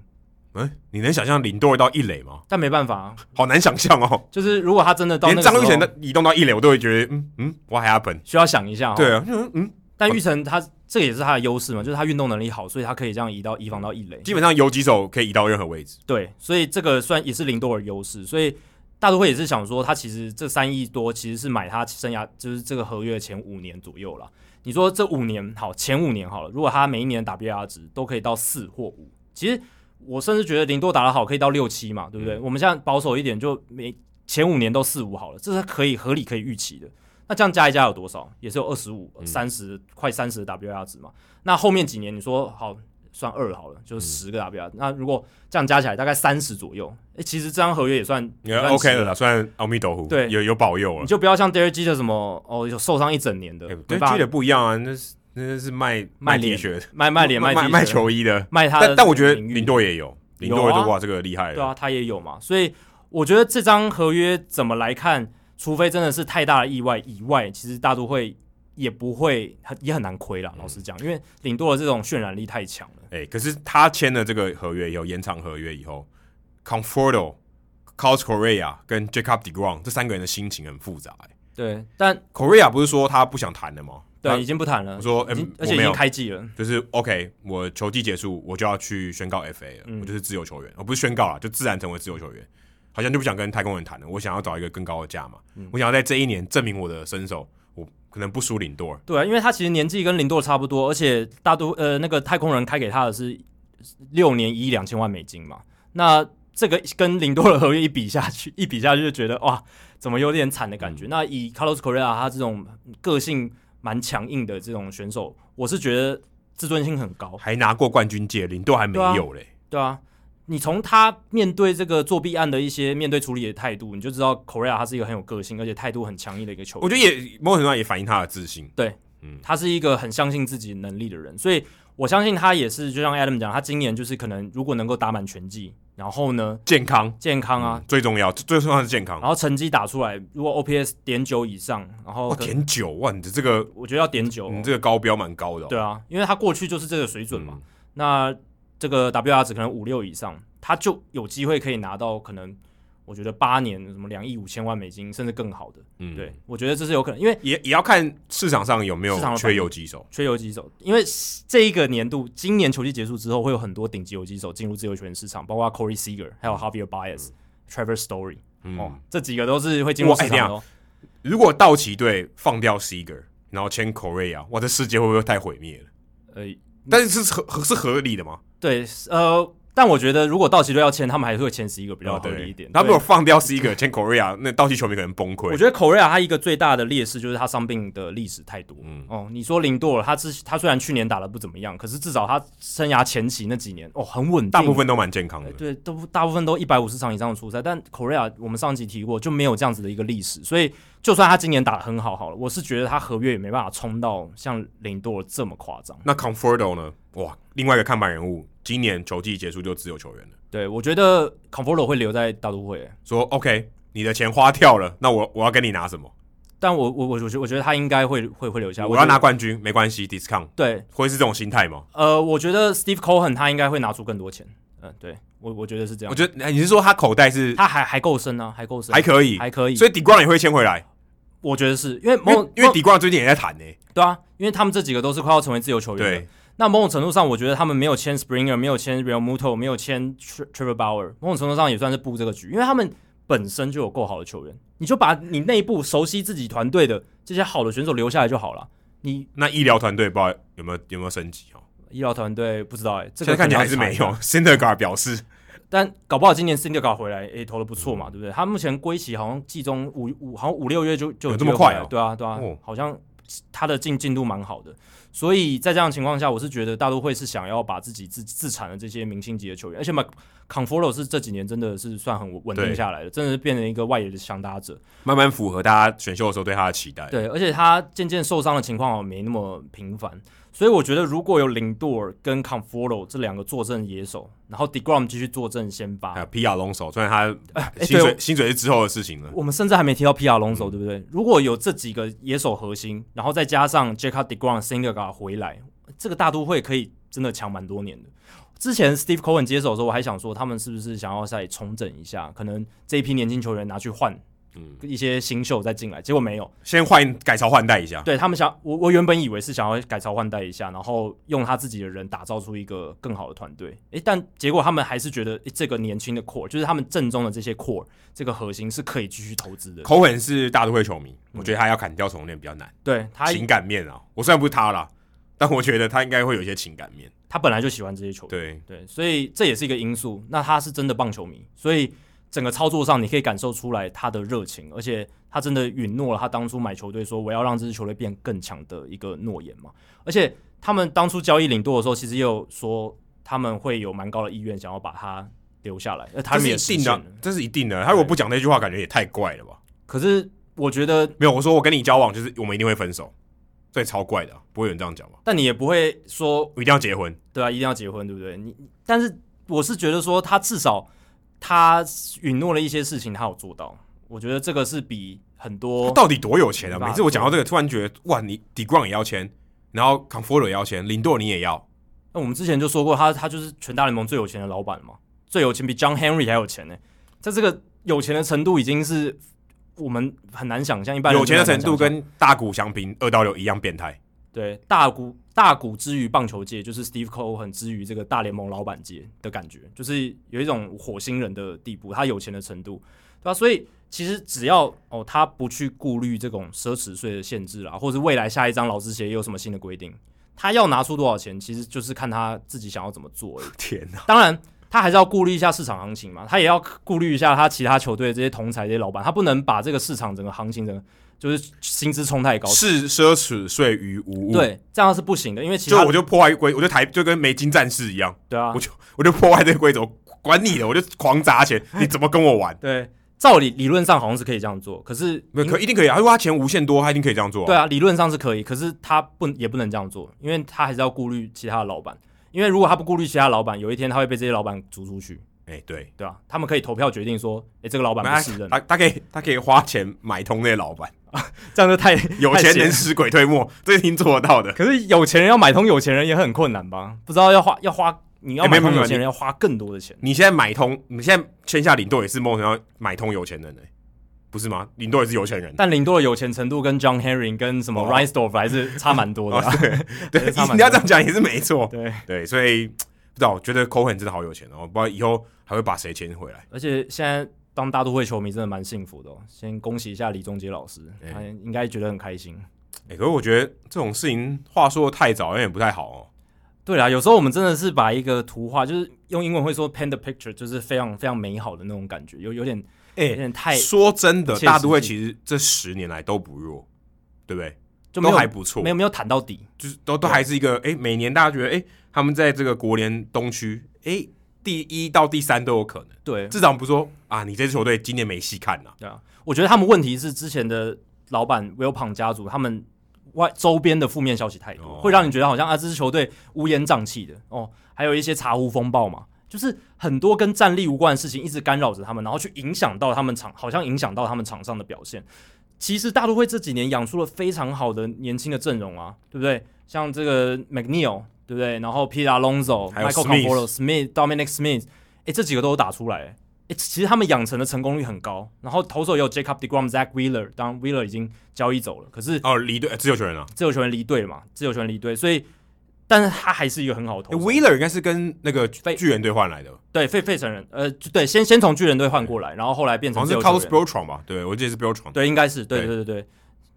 Speaker 1: 嗯、你能想象领队到一垒吗？
Speaker 2: 但没办法、啊，
Speaker 1: 好难想象哦，
Speaker 2: 就是如果他真的到那
Speaker 1: 连
Speaker 2: 个
Speaker 1: 张玉
Speaker 2: 时
Speaker 1: 贤
Speaker 2: 候
Speaker 1: 的移动到一垒，我都会觉得，嗯嗯，我还要本。
Speaker 2: 需要想一下、哦，
Speaker 1: 对啊，嗯嗯，
Speaker 2: 但玉成他这个也是他的优势嘛，就是他运动能力好，所以他可以这样移到移防到一垒，
Speaker 1: 基本上游击手可以移到任何位置。
Speaker 2: 对，所以这个算也是林多尔优势，所以大都会也是想说，他其实这三亿多其实是买他生涯就是这个合约的前五年左右了。你说这五年好，前五年好了，如果他每一年的 WR 值都可以到四或五，其实我甚至觉得林多打得好可以到六七嘛，对不对？
Speaker 1: 嗯
Speaker 2: 我们现在保守一点，就每前五年都四五好了，这是可以合理可以预期的。那这样加一加有多少？也是有二十五、
Speaker 1: 嗯
Speaker 2: 三十，快三十的 WR 值嘛。那后面几年你说好算二好了，
Speaker 1: 嗯
Speaker 2: 就是十个 WR、那如果这样加起来大概三十左右，诶、其实这张合约也算
Speaker 1: 也
Speaker 2: 也算
Speaker 1: OK
Speaker 2: 值
Speaker 1: 了啦，算阿弥陀佛，
Speaker 2: 对
Speaker 1: 有有保佑
Speaker 2: 你
Speaker 1: 了。
Speaker 2: 就不要像 Derek Jeter 什么哦，有受伤一整年的，
Speaker 1: 哎
Speaker 2: 没
Speaker 1: 跟
Speaker 2: 办
Speaker 1: G
Speaker 2: 法
Speaker 1: 的不一样啊，那是那是卖
Speaker 2: 卖
Speaker 1: T
Speaker 2: 脸
Speaker 1: 恤的，
Speaker 2: 卖卖脸
Speaker 1: 卖
Speaker 2: 卖
Speaker 1: 卖
Speaker 2: T-shirt，
Speaker 1: 球衣的。
Speaker 2: 卖他的
Speaker 1: 但但我觉得
Speaker 2: 名誉
Speaker 1: 林多也有，林多
Speaker 2: 有
Speaker 1: 也
Speaker 2: 啊
Speaker 1: 说哇，这个厉害了。
Speaker 2: 对啊，他也有嘛，所以我觉得这张合约怎么来看，除非真的是太大的意外以外，其实大都会也不会很也很难亏
Speaker 1: 嗯
Speaker 2: 啦。老实讲，因为领舵的这种渲染力太强了，
Speaker 1: 哎、可是他签了这个合约以后，延长合约以后，Conforto、c o s Correa 跟 Jacob Degrom 这三个人的心情很复杂、哎
Speaker 2: 对，但
Speaker 1: Correa 不是说他不想谈了吗？他
Speaker 2: 对已经不谈了，
Speaker 1: 我说
Speaker 2: 已经
Speaker 1: 嗯
Speaker 2: 而且
Speaker 1: 我
Speaker 2: 已
Speaker 1: 没有
Speaker 2: 经开季了，
Speaker 1: 就是 OK，我球季结束，我就要去宣告 FA 了，
Speaker 2: 嗯
Speaker 1: 我就是自由球员，哦我不是宣告了，就自然成为自由球员。好像就不想跟太空人谈了，我想要找一个更高的价嘛，
Speaker 2: 嗯
Speaker 1: 我想要在这一年证明我的身手，我可能不输领多尔，
Speaker 2: 对啊，因为他其实年纪跟林多差不多，而且大都呃那个太空人开给他的是六年一亿两千万美金嘛，那这个跟林多的合约一比下去，一比下去就觉得哇，怎么有点惨的感觉。那以 Carlos Correa 他这种个性蛮强硬的这种选手，我是觉得自尊心很高，
Speaker 1: 还拿过冠军戒，领多还没有嘞、
Speaker 2: 对啊。你从他面对这个作弊案的一些面对处理的态度，你就知道 Correa 他是一个很有个性，而且态度很强硬的一个球员。
Speaker 1: 我觉得也某种程度上也反映他的自信。
Speaker 2: 他是一个很相信自己能力的人，所以我相信他也是，就像 Adam 讲，他今年就是可能如果能够打满全季，然后呢
Speaker 1: 健康
Speaker 2: 健康啊，
Speaker 1: 嗯最重要，最最重要的是健康。
Speaker 2: 然后成绩打出来，如果 OPS 点九以上，然后
Speaker 1: 哇，
Speaker 2: 可
Speaker 1: 哦点九哇，你的这个
Speaker 2: 我觉得要点九、
Speaker 1: 你这个嗯高标蛮高的、哦，
Speaker 2: 哦对啊，因为他过去就是这个水准嘛。那这个 WR 值可能五六以上，他就有机会可以拿到可能我觉得八年什么两亿五千万美金，甚至更好的。
Speaker 1: 嗯，嗯
Speaker 2: 对，，我觉得这是有可能，因为
Speaker 1: 也也要看市场上有没
Speaker 2: 市场
Speaker 1: 有
Speaker 2: 的
Speaker 1: 缺游击手。
Speaker 2: 缺游击手，因为这一个年度，今年球季结束之后，会有很多顶级游击手进入自由球员市场，包括 Corey Seager，还有 Javier Baez、Trevor Story，、
Speaker 1: 嗯，
Speaker 2: 哦，这几个都是会进入市场的、哦
Speaker 1: 如果道奇队放掉 Seager，然后签 Korea，哇，这世界会不会太毁灭了？
Speaker 2: 呃，
Speaker 1: 但是是合是合理的吗？
Speaker 2: 对，呃，但我觉得如果道奇队要签，他们还是会签 Seager 比较
Speaker 1: 哦
Speaker 2: 合
Speaker 1: 对
Speaker 2: 理一点。
Speaker 1: 他如
Speaker 2: 对
Speaker 1: 果放掉 Seager 签 Korea，那道奇球迷可能崩
Speaker 2: 我
Speaker 1: 溃。
Speaker 2: 觉得 Correa 他一个最大的劣势就是他伤病的历史太多。
Speaker 1: 嗯
Speaker 2: 哦，你说林多尔，他之他虽然去年打的不怎么样，可是至少他生涯前期那几年哦很稳定，
Speaker 1: 大部分都蛮健康的
Speaker 2: 呃，对，都大部分都一百五十场以上的出赛，但 Korea 我们上集提过就没有这样子的一个历史，所以就算他今年打得很好好了，我是觉得他合约也没办法冲到像林多尔这么夸张。
Speaker 1: 那 Conforto 呢？哇，另外一个看板人物，今年球季结束就自由球员了。
Speaker 2: 对，我觉得 Conforto 会留在大都会，
Speaker 1: 说 OK，你的钱花掉了，那我我要跟你拿什么？
Speaker 2: 但我我我我觉我觉得他应该会会会留下。
Speaker 1: 我要
Speaker 2: 觉得
Speaker 1: 拿冠军，没关系，discount
Speaker 2: 对，
Speaker 1: 会是这种心态吗？
Speaker 2: 呃，我觉得 Steve Cohen 他应该会拿出更多钱。嗯、对我我觉得是这样。
Speaker 1: 我觉得哎你是说他口袋是
Speaker 2: 他还还够深啊，还够深，
Speaker 1: 还可以，
Speaker 2: 还可以。
Speaker 1: 所以底光也会签回来，
Speaker 2: 我觉得是因为
Speaker 1: 因
Speaker 2: 某
Speaker 1: 为因为
Speaker 2: 某
Speaker 1: 底光最近也在谈呢、
Speaker 2: 对啊，因为他们这几个都是快要成为自由球员
Speaker 1: 对
Speaker 2: 了。，那某种程度上，我觉得他们没有签 Springer，没有签 Real Muto，没有签 Tre- Trevor Bauer，某种程度上也算是布这个局，因为他们本身就有够好的球员，你就把你内部熟悉自己团队的这些好的选手留下来就好了。你
Speaker 1: 那医疗团队不知道有没有有没有升级哦？
Speaker 2: 医疗团队不知道哎、欸，这
Speaker 1: 现在
Speaker 2: 个
Speaker 1: 看起来还
Speaker 2: 可
Speaker 1: 是
Speaker 2: 能要
Speaker 1: 没
Speaker 2: 查一
Speaker 1: 有
Speaker 2: 下。。
Speaker 1: Cindergar 表示，
Speaker 2: 但搞不好今年 s i n d e r 回来，诶、投的不错
Speaker 1: 嗯
Speaker 2: 嘛，对不对？他目前归期好像季中五五，好像五六月就就
Speaker 1: 有这
Speaker 2: 机会
Speaker 1: 么快
Speaker 2: 回来
Speaker 1: 哦
Speaker 2: 对啊，对啊，
Speaker 1: 哦
Speaker 2: 好像他的进进度蛮好的。所以在这样的情况下，我是觉得大都会是想要把自己自自产的这些明星级的球员，而且嘛 c o n f o r o 是这几年真的是算很稳定
Speaker 1: 对
Speaker 2: 下来的，真的是变成一个外野的强打者。
Speaker 1: 慢慢符合大家选秀的时候对他的期待。
Speaker 2: 对，而且他渐渐受伤的情况好像没那么频繁，所以我觉得如果有领杜尔跟 c o n f o r o 这两个坐镇野手，然后 Degrom 继续坐镇先发
Speaker 1: 还，有皮亚龙手，虽然他
Speaker 2: 哎
Speaker 1: 薪
Speaker 2: 对
Speaker 1: 水、
Speaker 2: 我
Speaker 1: 薪水是之后的事情了。
Speaker 2: 我们甚至还没提到皮亚龙走，对不对？如果有这几个野手核心，然后再加上 Jacob Degrom、s i n g e r g a r 回来，这个大都会可以真的强蛮多年的。之前 Steve Cohen 接手的时候，我还想说他们是不是想要再重整一下，可能这一批年轻球员拿去换
Speaker 1: 嗯
Speaker 2: 一些新秀再进来，结果没有。
Speaker 1: 先换改朝换代一下，
Speaker 2: 对他们想，我我原本以为是想要改朝换代一下，然后用他自己的人打造出一个更好的团队。诶，但结果他们还是觉得诶这个年轻的 core，就是他们正宗的这些 core 这个核心是可以继续投资的。
Speaker 1: 口吻是大都会球迷，我觉得他要砍掉重练比较难，
Speaker 2: 对嗯他
Speaker 1: 情感面啊，我虽然不是他啦，但我觉得他应该会有一些情感面。
Speaker 2: 他本来就喜欢这些球员，
Speaker 1: 对，
Speaker 2: 对，所以这也是一个因素。那他是真的棒球迷，所以整个操作上你可以感受出来他的热情，而且他真的允诺了他当初买球队说我要让这支球队变更强的一个诺言嘛。而且他们当初交易领舵的时候，其实也有说他们会有蛮高的意愿想要把他留下来，而他
Speaker 1: 这
Speaker 2: 们
Speaker 1: 是
Speaker 2: 也
Speaker 1: 一
Speaker 2: 实
Speaker 1: 定
Speaker 2: 现了
Speaker 1: 的。，这是一定的。他如果不讲那句话，感觉也太怪了吧？
Speaker 2: 可是我觉得
Speaker 1: 没有，我说我跟你交往就是我们一定会分手，这也超怪的啊、不会有人这样讲吧？
Speaker 2: 但你也不会说
Speaker 1: 我一定要结婚，
Speaker 2: 对啊，一定要结婚，对不对？你你但是我是觉得说，他至少他允诺了一些事情，他有做到。我觉得这个是比很
Speaker 1: 他
Speaker 2: 多
Speaker 1: 到底多有钱啊？
Speaker 2: 没办法
Speaker 1: 每次我讲到这个，突然觉得哇，你 d e g r o n 也要签，然后 c o n f o r 也要签，林多你也要，
Speaker 2: 那我们之前就说过他，他就是全大联盟最有钱的老板嘛，最有钱比 John Henry 还有钱呢、在这个有钱的程度，已经是我们很难想象一般人
Speaker 1: 有钱的程度
Speaker 2: 真很难想象
Speaker 1: 跟大股相平，二到六一样变态。
Speaker 2: 对大股大股之于棒球界，就是 Steve Cohen 之于这个大联盟老板界的感觉，就是有一种火星人的地步，他有钱的程度，对吧、所以其实只要哦，他不去顾虑这种奢侈税的限制啦，或者是未来下一张劳资协议有什么新的规定，他要拿出多少钱，其实就是看他自己想要怎么做而已。
Speaker 1: 天哪、
Speaker 2: 当然，他还是要顾虑一下市场行情嘛，他也要顾虑一下他其他球队的这些同才、这些老板，他不能把这个市场整个行情整个就是薪资冲太高。
Speaker 1: 视奢侈税于无物。，
Speaker 2: 对，这样是不行的，因为其
Speaker 1: 就
Speaker 2: 他
Speaker 1: 我就破坏规，我就台就跟没金战士一样，
Speaker 2: 对啊
Speaker 1: 我，就我就破坏这个规则，管你的，我就狂砸钱，你怎么跟我玩？
Speaker 2: 对，照理理论上好像是可以这样做，可是
Speaker 1: 没有可一定可以啊！如果他钱无限多，他一定可以这样做、
Speaker 2: 对，啊，理论上是可以，可是他不也不能这样做，因为他还是要顾虑其他的老板，因为如果他不顾虑其他老板，有一天他会被这些老板逐出去，
Speaker 1: 哎、对，
Speaker 2: 对啊，他们可以投票决定说，诶，这个老板不适任，
Speaker 1: 他他可以他可以花钱买通那些老板，
Speaker 2: 这样就太
Speaker 1: 有
Speaker 2: 太
Speaker 1: 钱
Speaker 2: 邪
Speaker 1: 能使鬼推磨，这一定做得到的。
Speaker 2: 可是有钱人要买通有钱人也很困难吧？不知道要花要花，你要
Speaker 1: 哎没有
Speaker 2: 买通
Speaker 1: 没有
Speaker 2: 有钱人要花更多的钱。
Speaker 1: 你现在买通，你现在签下领队也是某种程度上买通有钱人呢、不是吗？领队也是有钱人，
Speaker 2: 但林多的有钱程度跟 John Henry 跟什么
Speaker 1: 哦
Speaker 2: r i s e d o r f 还是差蛮多的、啊。
Speaker 1: 对，
Speaker 2: 差蛮
Speaker 1: 你要这样讲也是没错。
Speaker 2: 对，
Speaker 1: 对，所以不知道，我觉得 Cohen 真的好有钱哦，不知道以后还会把谁签回来。
Speaker 2: 而且现在当大都会球迷真的蛮幸福的、哦。先恭喜一下李宗杰老师，
Speaker 1: 哎
Speaker 2: 他应该觉得很开心。
Speaker 1: 哎、可是我觉得这种事情话说的太早，有点不太好哦。
Speaker 2: 对啦，有时候我们真的是把一个图画，就是用英文会说 paint the picture，就是非常非常美好的那种感觉，有有点
Speaker 1: 哎、
Speaker 2: 有点太
Speaker 1: 说真的，
Speaker 2: 切实际
Speaker 1: 大都会其实这十年来都不弱，对不对？
Speaker 2: 就没
Speaker 1: 都
Speaker 2: 有
Speaker 1: 还不错，
Speaker 2: 没有没有谈到底。
Speaker 1: 就是都都还是一个哎、每年大家觉得哎、他们在这个国联东区哎、第一到第三都有可能。
Speaker 2: 对，
Speaker 1: 至少不是说啊，你这支球队今年没戏看呐、
Speaker 2: 对啊，我觉得他们问题是之前的老板 Will Pang 家族，他们外周边的负面消息太多，
Speaker 1: 哦
Speaker 2: 会让你觉得好像啊这支球队乌烟瘴气的哦，还有一些茶壶风暴嘛，就是很多跟战力无关的事情一直干扰着他们，然后去影响到他们场，好像影响到他们场上的表现。其实大都会这几年养出了非常好的年轻的阵容啊，对不对？像这个 McNeil，对不对？然后 Pete Alonso、
Speaker 1: 还有
Speaker 2: Michael
Speaker 1: Smith
Speaker 2: Conforto、Smith、Dominic Smith，哎，这几个都有打出来、诶其实他们养成的成功率很高。然后投手也有 Jacob Degrom、Zach Wheeler，当然 Wheeler 已经交易走了，可是
Speaker 1: 哦，离队呃自由球员啊。
Speaker 2: 自由球员离队了嘛，自由球员离队，所以，但是他还是一个很好的
Speaker 1: 欸
Speaker 2: 投手。
Speaker 1: Wheeler 应该是跟那个巨
Speaker 2: 被嗯
Speaker 1: 巨人队换来的，
Speaker 2: 对，费费城人，呃，就对，先先从巨人队换过来，然后后来变成
Speaker 1: 好像
Speaker 2: 自
Speaker 1: 是
Speaker 2: 由球
Speaker 1: Carlos
Speaker 2: 员。
Speaker 1: Beltran 吧？对，我记得是 Beltran。
Speaker 2: 对，应该是对
Speaker 1: 对
Speaker 2: 对对对，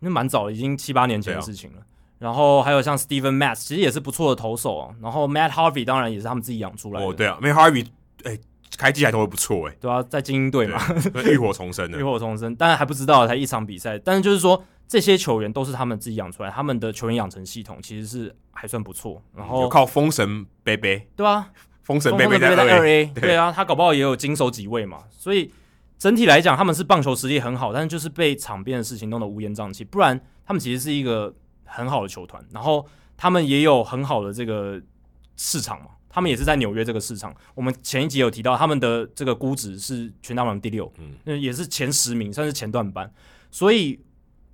Speaker 2: 那蛮早了，已经七八年前的
Speaker 1: 对啊
Speaker 2: 事情了。然后还有像 Steven Matz，其实也是不错的投手、啊。然后 Matt Harvey 当然也是他们自己养出来的，
Speaker 1: 哦，对啊，因为 Harvey 哎、开季还投的不错 哎、
Speaker 2: 对啊，在精英队嘛，
Speaker 1: 所以浴火重生的
Speaker 2: 浴。火重生，当然还不知道才一场比赛，但是就是说这些球员都是他们自己养出来，他们的球员养成系统其实是还算不错。然
Speaker 1: 就
Speaker 2: 后
Speaker 1: 靠封神贝贝，
Speaker 2: 对啊，
Speaker 1: 封神
Speaker 2: 中
Speaker 1: 贝
Speaker 2: 锋
Speaker 1: 贝在
Speaker 2: 的贝
Speaker 1: 二
Speaker 2: 在
Speaker 1: A，
Speaker 2: 二 A，对啊，他搞不好也有经手几位嘛。所以整体来讲，他们是棒球实力很好，但是就是被场边的事情弄得乌烟瘴气。不然，他们其实是一个很好的球团，然后他们也有很好的这个市场嘛。他们也是在纽约这个市场，我们前一集有提到他们的这个估值是全大联盟第六，
Speaker 1: 嗯
Speaker 2: 嗯，也是前十名，算是前段班。所以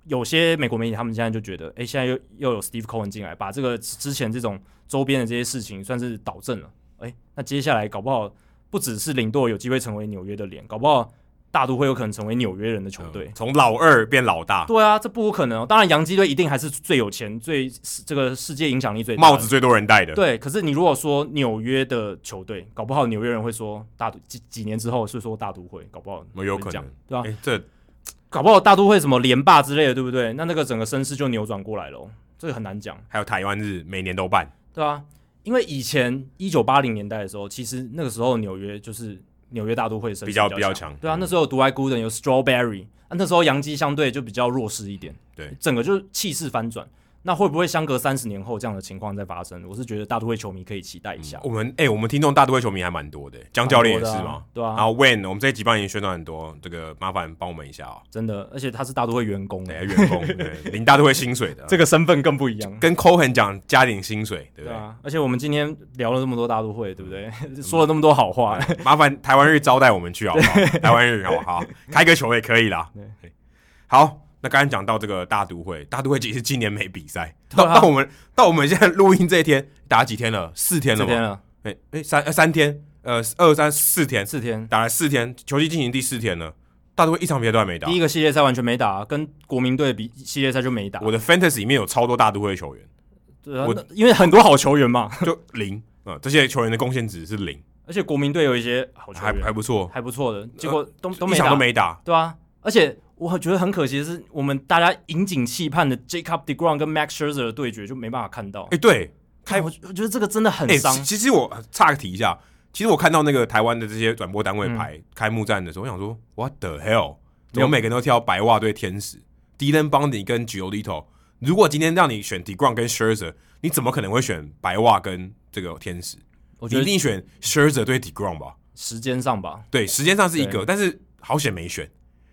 Speaker 2: 有些美国媒体他们现在就觉得，诶，现在又又有 Steve Cohen 进来，把这个之前这种周边的这些事情算是导正了。诶，那接下来搞不好不只是领舵有机会成为纽约的脸，搞不好大都会有可能成为纽约人的球队。
Speaker 1: 嗯从老二变老大，
Speaker 2: 对啊，这不无可能、哦。当然，洋基队一定还是最有钱、最这个世界影响力最大的
Speaker 1: 帽子最多人戴的。
Speaker 2: 对，可是你如果说纽约的球队，搞不好纽约人会说大都几几年之后是说大都会，搞不好
Speaker 1: 有可能
Speaker 2: 会这样，对啊吧、
Speaker 1: 哎、这
Speaker 2: 搞不好大都会什么连霸之类的，对不对？那那个整个声势就扭转过来了，哦这个很难讲，
Speaker 1: 还有台湾日每年都办，
Speaker 2: 对啊，因为以前一九八零年代的时候，其实那个时候纽约就是纽约大都会的声势
Speaker 1: 比较
Speaker 2: 比
Speaker 1: 比较强嗯
Speaker 2: 强，对啊，那时候有独爱孤人，有 Strawberry，啊，那时候洋基相对就比较弱势一点，
Speaker 1: 对，
Speaker 2: 整个就是气势翻转。那会不会相隔三十年后这样的情况再发生？我是觉得大都会球迷可以期待一下。
Speaker 1: 我们哎、我们听众大都会球迷还蛮多的、江教练也是
Speaker 2: 蛮多的
Speaker 1: 嘛
Speaker 2: 啊。对啊，
Speaker 1: 然后 When 我们这一集帮您宣传很多，这个麻烦帮我们一下哦。
Speaker 2: 真的，而且他是大都会员工，
Speaker 1: 对，啊员工对领大都会薪水的，
Speaker 2: 这个身份更不一样。
Speaker 1: 跟 Cohen 讲加点薪水，对不嗯
Speaker 2: 对啊，而且我们今天聊了这么多大都会，对不对？ 说了那么多好话，
Speaker 1: 对？麻烦台湾日招待我们去好不好？台湾日好不 好？开个球也可以啦。对，好。那刚才讲到这个大都会，大都会其实今年没比赛，到
Speaker 2: 对啊
Speaker 1: 到我们到我们现在录音这一天，打几天了？四天了
Speaker 2: 四
Speaker 1: 吗
Speaker 2: 天？了，
Speaker 1: 哎、哎、三呃三天，呃二三四天，
Speaker 2: 四天。
Speaker 1: 打了四天，球季进行第四天了，大都会一场比赛都还没打
Speaker 2: 第。一个系列赛完全没打，跟国民队比系列赛就没打。
Speaker 1: 我的 fantasy 里面有超多大都会的球员，
Speaker 2: 对啊
Speaker 1: 我
Speaker 2: 那因为很多好球员嘛，
Speaker 1: 就零啊、这些球员的贡献值是零，
Speaker 2: 而且国民队有一些好球
Speaker 1: 还
Speaker 2: 员
Speaker 1: 还不错，呃
Speaker 2: 还不错的，结果都都
Speaker 1: 一
Speaker 2: 没
Speaker 1: 场
Speaker 2: 打
Speaker 1: 都，没打。
Speaker 2: 对啊。而且我觉得很可惜的是，我们大家引颈期盼的 Jacob Degrom 跟 Max Scherzer 的对决就没办法看到
Speaker 1: 哎、。对，
Speaker 2: 哎，我我觉得这个真的很
Speaker 1: 哎、
Speaker 2: 伤
Speaker 1: 其。其实我岔个题一下，其实我看到那个台湾的这些转播单位
Speaker 2: 嗯
Speaker 1: 排、开幕战的时候，我想说 What the hell？怎么每个人都挑白袜对天使，Dylan Bundy 跟 Giolito？如果今天让你选 Degrom 跟 Scherzer，你怎么可能会选白袜跟这个天使？
Speaker 2: 我
Speaker 1: 你一
Speaker 2: 觉得
Speaker 1: 定选 Scherzer 对 Degrom 吧？
Speaker 2: 时间上吧，
Speaker 1: 对，时间上是一个，但是好险没选，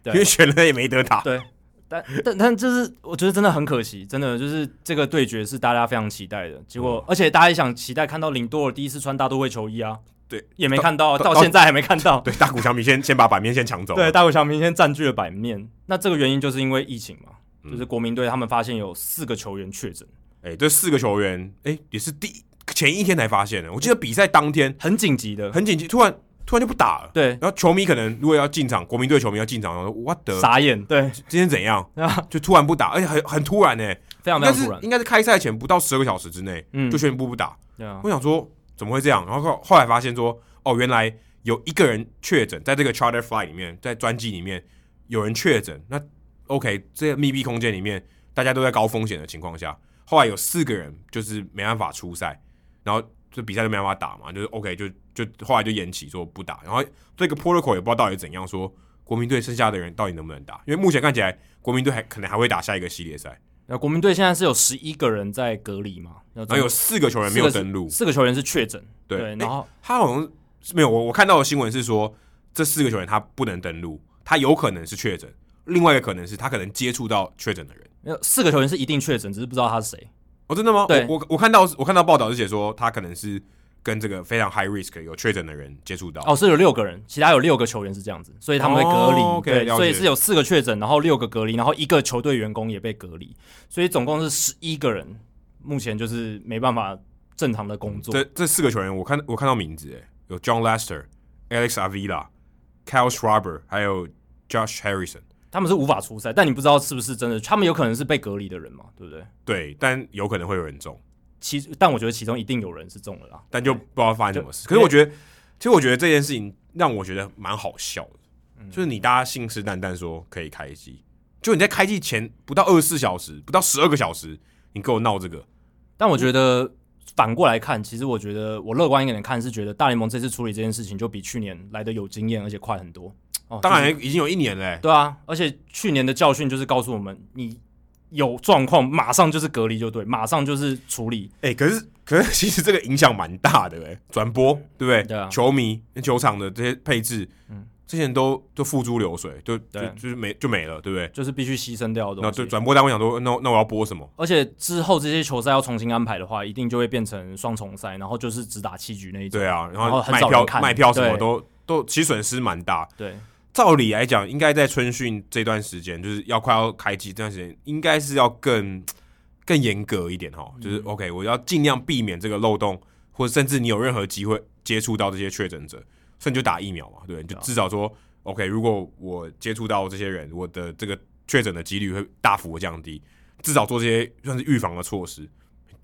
Speaker 1: 因
Speaker 2: 对
Speaker 1: 为选了也没得打。
Speaker 2: 对，但但但就是我觉得真的很可惜，真的就是这个对决是大家非常期待的结
Speaker 1: 嗯
Speaker 2: 果，而且大家也想期待看到林多尔第一次穿大都会球衣啊，
Speaker 1: 对，
Speaker 2: 也没看到，
Speaker 1: 到
Speaker 2: 到现在还没看 到。
Speaker 1: 对，大谷翔平先先把版面先抢走。
Speaker 2: 对，，大谷翔平先占据了版面，那这个原因就是因为疫情嘛，就是
Speaker 1: 嗯
Speaker 2: 国民队他们发现有四个球员确诊，
Speaker 1: 哎、这四个球员，哎、也是第一前一天才发现的。我记得比赛当天
Speaker 2: 很紧急的，
Speaker 1: 很紧急，突然突然就不打了。
Speaker 2: 对，
Speaker 1: 然后球迷可能如果要进场，国民队球迷要进场，然后说 What the？
Speaker 2: 傻眼，对，
Speaker 1: 今天怎 样？就突然不打，而且很很突然呢、
Speaker 2: 非常
Speaker 1: 应
Speaker 2: 非
Speaker 1: 该
Speaker 2: 常
Speaker 1: 是
Speaker 2: 突然，
Speaker 1: 应该是开赛前不到十二个小时之内、
Speaker 2: 嗯
Speaker 1: 就，宣布不打。
Speaker 2: 对啊，
Speaker 1: 我想说怎么会这样？然后后后来发现说，哦，原来有一个人确诊，在这个 charter flight 里面，在专机里面有人确诊。那 OK，这个密闭空间里面，大家都在高风险的情况下，后来有四个人就是没办法出赛，然后这比赛就没办法打嘛，就是 OK，就就后来就延期说不打。然后这个 protocol 也不知道到底怎样说。国民队剩下的人到底能不能打？因为目前看起来，国民队还可能还会打下一个系列赛，
Speaker 2: 那国民队现在是有十一个人在隔离嘛，然
Speaker 1: 然后有四个球员没有登录，
Speaker 2: 四个球员是确诊，
Speaker 1: 对
Speaker 2: 对，
Speaker 1: 诶
Speaker 2: 然后
Speaker 1: 他好像是没有我我看到的新闻是说，这四个球员他不能登录，他有可能是确诊，另外一个可能是他可能接触到确诊的人，
Speaker 2: 没有四个球员是一定确诊，只是不知道他是谁。
Speaker 1: 哦，真的吗？
Speaker 2: 对
Speaker 1: 我我我看到我看到报道是写说他可能是跟这个非常 high risk 有确诊的人接触到。
Speaker 2: 哦，是有六个人，其他有六个球员是这样子，所以他们会隔离。
Speaker 1: 哦，OK，
Speaker 2: 对，
Speaker 1: 了
Speaker 2: 所以
Speaker 1: 解
Speaker 2: 是有四个确诊，然后六个隔离，然后一个球队员工也被隔离，所以总共是十一个人，目前就是没办法正常的工作。
Speaker 1: 这这四个球员，我看我看到名字，哎，有 John Lester、Alex Avila、Kyle Schwarber，还有 Josh Harrison。
Speaker 2: 他们是无法出赛，但你不知道是不是真的，他们有可能是被隔离的人嘛，对不对？
Speaker 1: 对，但有可能会有人中，
Speaker 2: 其但我觉得其中一定有人是中了啦。
Speaker 1: 但就不知道发生什么事。可是我觉得，其实我觉得这件事情让我觉得蛮好笑的，
Speaker 2: 嗯
Speaker 1: 就是你大家信誓旦旦说可以开机，就你在开机前不到二十四小时，不到十二个小时，你跟我闹这个，
Speaker 2: 但我觉得反过来看，其实我觉得我乐观一点看是觉得大联盟这次处理这件事情就比去年来的有经验，而且快很多。哦，
Speaker 1: 当然
Speaker 2: 就是
Speaker 1: 已经有一年嘞、欸
Speaker 2: 对啊，而且去年的教训就是告诉我们，你有状况马上就是隔离就对，马上就是处理。
Speaker 1: 哎、可是可是其实这个影响蛮大的哎、转播对不对？
Speaker 2: 对啊
Speaker 1: 球迷、球场的这些配置，嗯，之前都就付诸流水，就就
Speaker 2: 对
Speaker 1: 就是没就没了，对不对？
Speaker 2: 就是必须牺牲掉的
Speaker 1: 那
Speaker 2: 东
Speaker 1: 对
Speaker 2: 西，
Speaker 1: 转播单位想说，那那我要播什么？
Speaker 2: 而且之后这些球赛要重新安排的话，一定就会变成双重赛，然后就是只打七局那一种。
Speaker 1: 对啊，然
Speaker 2: 然后
Speaker 1: 后
Speaker 2: 哦很
Speaker 1: 卖
Speaker 2: 少人
Speaker 1: 票
Speaker 2: 看
Speaker 1: 卖票什么
Speaker 2: 对
Speaker 1: 都都其实损失蛮大。
Speaker 2: 对
Speaker 1: 照理来讲，应该在春训这段时间，就是要快要开机这段时间，应该是要更更严格一点哈。就是、OK，我要尽量避免这个漏洞，或者甚至你有任何机会接触到这些确诊者，甚至就打疫苗嘛，对不对，你就
Speaker 2: 对啊
Speaker 1: 至少说 OK，如果我接触到这些人，我的这个确诊的几率会大幅地降低，至少做这些算是预防的措施。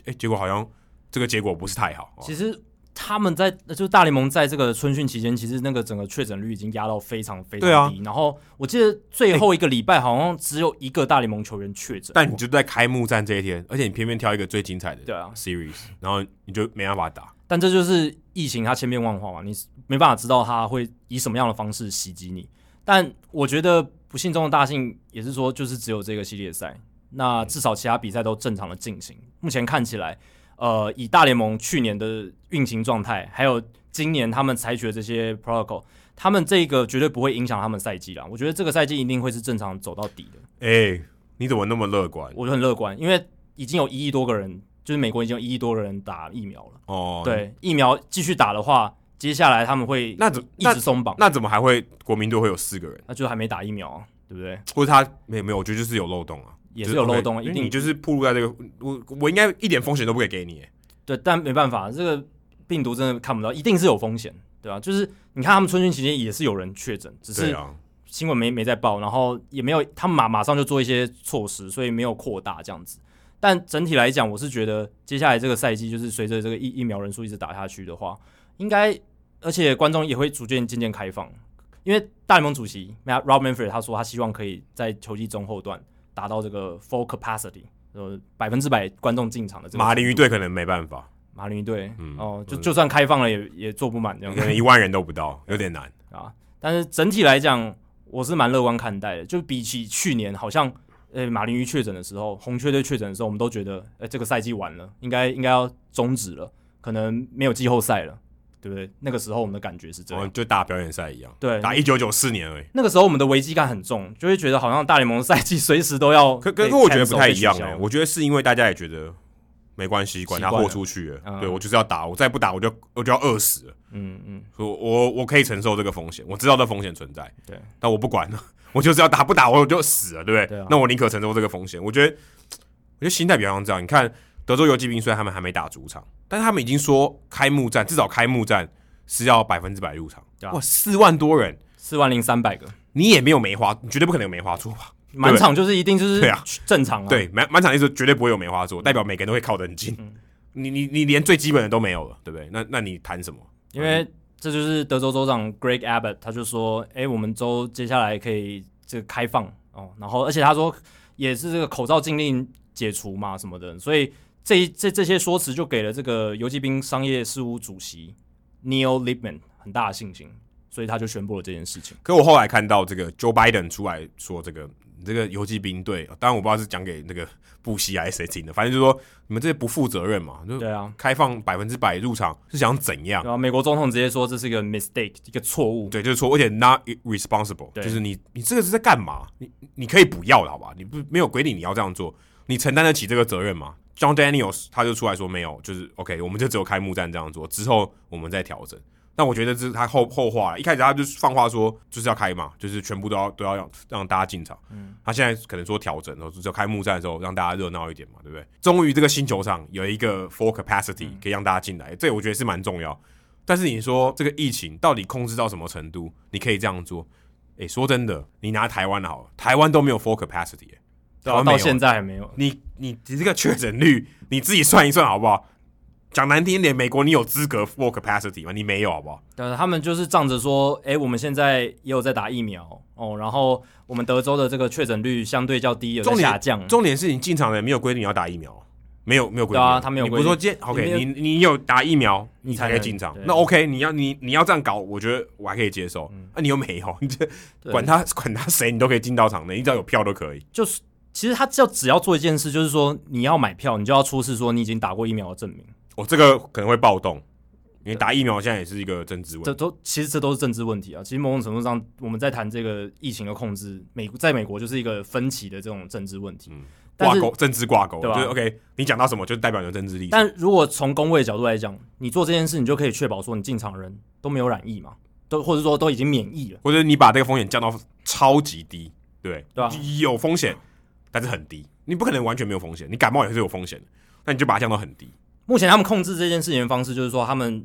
Speaker 1: 哎、结果好像这个结果不是太好。哦
Speaker 2: 其实他们在就是大联盟在这个春训期间，其实那个整个确诊率已经压到非常非常
Speaker 1: 对啊
Speaker 2: 低。然后我记得最后一个礼拜好像只有一个大联盟球员确诊，
Speaker 1: 但你就在开幕战这一天，而且你偏偏挑一个最精彩的
Speaker 2: 对啊
Speaker 1: series，然后你就没办法打。
Speaker 2: 但这就是疫情它千变万化嘛，你没办法知道它会以什么样的方式袭击你。但我觉得不幸中的大幸也是说，就是只有这个系列赛，那至少其他比赛都正常的进行。目前看起来，呃，以大联盟去年的运行状态，还有今年他们采取的这些 protocol，他们这个绝对不会影响他们赛季啦。我觉得这个赛季一定会是正常走到底的，
Speaker 1: 哎、你怎么那么乐观？
Speaker 2: 我就很乐观，因为已经有一亿多个人，就是美国已经有一亿多个人打疫苗了。
Speaker 1: 哦，，
Speaker 2: 对疫苗继续打的话，接下来他们会
Speaker 1: 那怎
Speaker 2: 一
Speaker 1: 那
Speaker 2: 直松绑，
Speaker 1: 那怎么还会国民队会有四个人？
Speaker 2: 那就还没打疫苗、啊，对不对？
Speaker 1: 或者他没有没有？我觉得就是有漏洞啊，
Speaker 2: 也
Speaker 1: 就是
Speaker 2: 有漏洞啊
Speaker 1: OK，
Speaker 2: 一
Speaker 1: 因为你
Speaker 2: 定
Speaker 1: 就是暴露在这个，我我应该一点风险都不会给你。
Speaker 2: 对，但没办法，这个病毒真的看不到，一定是有风险，对吧、就是你看他们春训期间也是有人确诊，只
Speaker 1: 对
Speaker 2: 是
Speaker 1: 啊，
Speaker 2: 新闻没没在报，然后也没有他们马马上就做一些措施，所以没有扩大这样子。但整体来讲，我是觉得接下来这个赛季，就是随着这个疫疫苗人数一直打下去的话，应该而且观众也会逐渐渐渐开放，因为大联盟主席 Matt- Rob Manfred 他说他希望可以在球季中后段达到这个 full capacity，呃百分之百观众进场的这个
Speaker 1: 马林鱼
Speaker 2: 程度
Speaker 1: 队可能没办 法，
Speaker 2: 马林鱼队，
Speaker 1: 嗯
Speaker 2: 哦，就
Speaker 1: 嗯
Speaker 2: 就算开放了也也做不满这样
Speaker 1: 可
Speaker 2: 子。
Speaker 1: 能一万人都不到，有点难。
Speaker 2: 啊。但是整体来讲，我是蛮乐观看待的。就比起去年，好像呃马林鱼确诊的时候，红雀队确诊的时候，我们都觉得，呃这个赛季完了，应该应该要终止了，可能没有季后赛了，对不对？那个时候我们的感觉是这
Speaker 1: 然后
Speaker 2: 样。
Speaker 1: 就打表演赛一样，
Speaker 2: 对，
Speaker 1: 哦打一九九四年而已。
Speaker 2: 那个时候我们的危机感很重，就会觉得好像大联盟的赛季 随时都要
Speaker 1: 可可
Speaker 2: 被
Speaker 1: 是我觉得
Speaker 2: cancel，
Speaker 1: 不太一样
Speaker 2: 被取
Speaker 1: 哎、
Speaker 2: 消
Speaker 1: 我觉得是因为大家也觉得没关系，管他
Speaker 2: 习惯
Speaker 1: 豁
Speaker 2: 了
Speaker 1: 出去了，
Speaker 2: 嗯
Speaker 1: 对我就是要打，我再不打我就我就要饿死了。
Speaker 2: 嗯嗯，
Speaker 1: 说我我可以承受这个风险，我知道这风险存在，
Speaker 2: 对，
Speaker 1: 但我不管了， 我就是要打不打我就死了，对不对？
Speaker 2: 对啊
Speaker 1: 那我宁可承受这个风险。我觉得，我觉得心态比较像这样。你看德州游骑兵虽然他们还没打主场，但是他们已经说开幕战至少开幕战是要百分之百入场，
Speaker 2: 对啊
Speaker 1: 哇，四万多人，
Speaker 2: 四万零三百个。
Speaker 1: 你也没有梅花，你绝对不可能有梅花座吧？
Speaker 2: 满场就是一定就是
Speaker 1: 对啊
Speaker 2: 正常啊，
Speaker 1: 对，满满场意思绝对不会有梅花
Speaker 2: 嗯
Speaker 1: 座，代表每个人都会靠得很近。 你你你连最基本的都没有了，对不对？那那你谈什么？
Speaker 2: 因为这就是德州州长 Greg Abbott，他就说，哎、我们州接下来可以这个开放哦，然后而且他说也是这个口罩禁令解除嘛什么的，所以这一这这些说辞就给了这个游击兵商业事务主席 Neil Lipman 很大的信心，所以他就宣布了这件事情。
Speaker 1: 可我后来看到这个 Joe Biden 出来说这个你这个游击兵队，当然我不知道是讲给那个布希还是谁听的，反正就是说你们这些不负责任嘛，就
Speaker 2: 对啊，
Speaker 1: 开放百分之百入场是想怎样？
Speaker 2: 然后美国总统直接说这是一个 mistake，一个错误。
Speaker 1: 对，就是错，而且 not responsible，
Speaker 2: 对
Speaker 1: 就是你你这个是在干嘛？你你可以不要了，好吧？你不没有规定你要这样做，你承担得起这个责任吗？John Daniels 他就出来说没有，就是 OK，我们就只有开幕战这样做，之后我们再调整。但我觉得这是他后后话了，一开始他就是放话说就是要开嘛，就是全部都要都要让让大家进场。嗯，他现在可能说调整，然后就开幕战的时候让大家热闹一点嘛，对不对？终于这个新球场有一个 full capacity
Speaker 2: 嗯
Speaker 1: 可以让大家进来，这我觉得是蛮重要。但是你说这个疫情到底控制到什么程度，你可以这样做？诶，说真的，你拿台湾好了，台湾都没有 full capacity，、欸、台
Speaker 2: 然后
Speaker 1: 湾没
Speaker 2: 啊到
Speaker 1: 有
Speaker 2: 现在还没有，
Speaker 1: 你你你这个确诊率，你自己算一算好不好？讲难听一点，美国你有资格 full capacity 吗？你没有好不好？
Speaker 2: 但是他们就是仗着说，哎、我们现在也有在打疫苗哦，然后我们德州的这个确诊率相对较低，有在
Speaker 1: 重点
Speaker 2: 下降。
Speaker 1: 重点是你进场的人没有规定你要打疫苗，啊没有没有规定，
Speaker 2: 嗯对啊他没有
Speaker 1: 你
Speaker 2: 规
Speaker 1: 不
Speaker 2: 定
Speaker 1: 是说今天 OK，
Speaker 2: 你
Speaker 1: 你你有打疫苗，
Speaker 2: 你
Speaker 1: 你
Speaker 2: 才
Speaker 1: 才可
Speaker 2: 能
Speaker 1: 以进场
Speaker 2: 对。
Speaker 1: 那 OK，你要你你要这样搞，我觉得我还可以接受。啊，你又没有，你这
Speaker 2: 嗯对
Speaker 1: 管他管他谁，你都可以进到场的，你只要有票都可以。
Speaker 2: 就是其实他只要只要做一件事，就是说你要买票，你就要出示说你已经打过疫苗的证明。
Speaker 1: 我这个可能会暴动，因为打疫苗现在也是一个政治问
Speaker 2: 这
Speaker 1: 题。
Speaker 2: 都其实这都是政治问题啊。其实某种程度上，我们在谈这个疫情的控制，美在美国就是一个分歧的这种政治问题。
Speaker 1: 嗯
Speaker 2: 但
Speaker 1: 挂
Speaker 2: 是
Speaker 1: 钩政治挂钩，
Speaker 2: 对吧啊
Speaker 1: 就是 OK，你讲到什么就代表你的政治立场。
Speaker 2: 但如果从工位的角度来讲，你做这件事，你就可以确保说你进场的人都没有染疫嘛，都或者说都已经免疫了。
Speaker 1: 或者你把这个风险降到超级低，对
Speaker 2: 对啊
Speaker 1: 有风险，但是很低，你不可能完全没有风险，你感冒也是有风险的，那你就把它降到很低。
Speaker 2: 目前他们控制这件事情的方式就是说，他们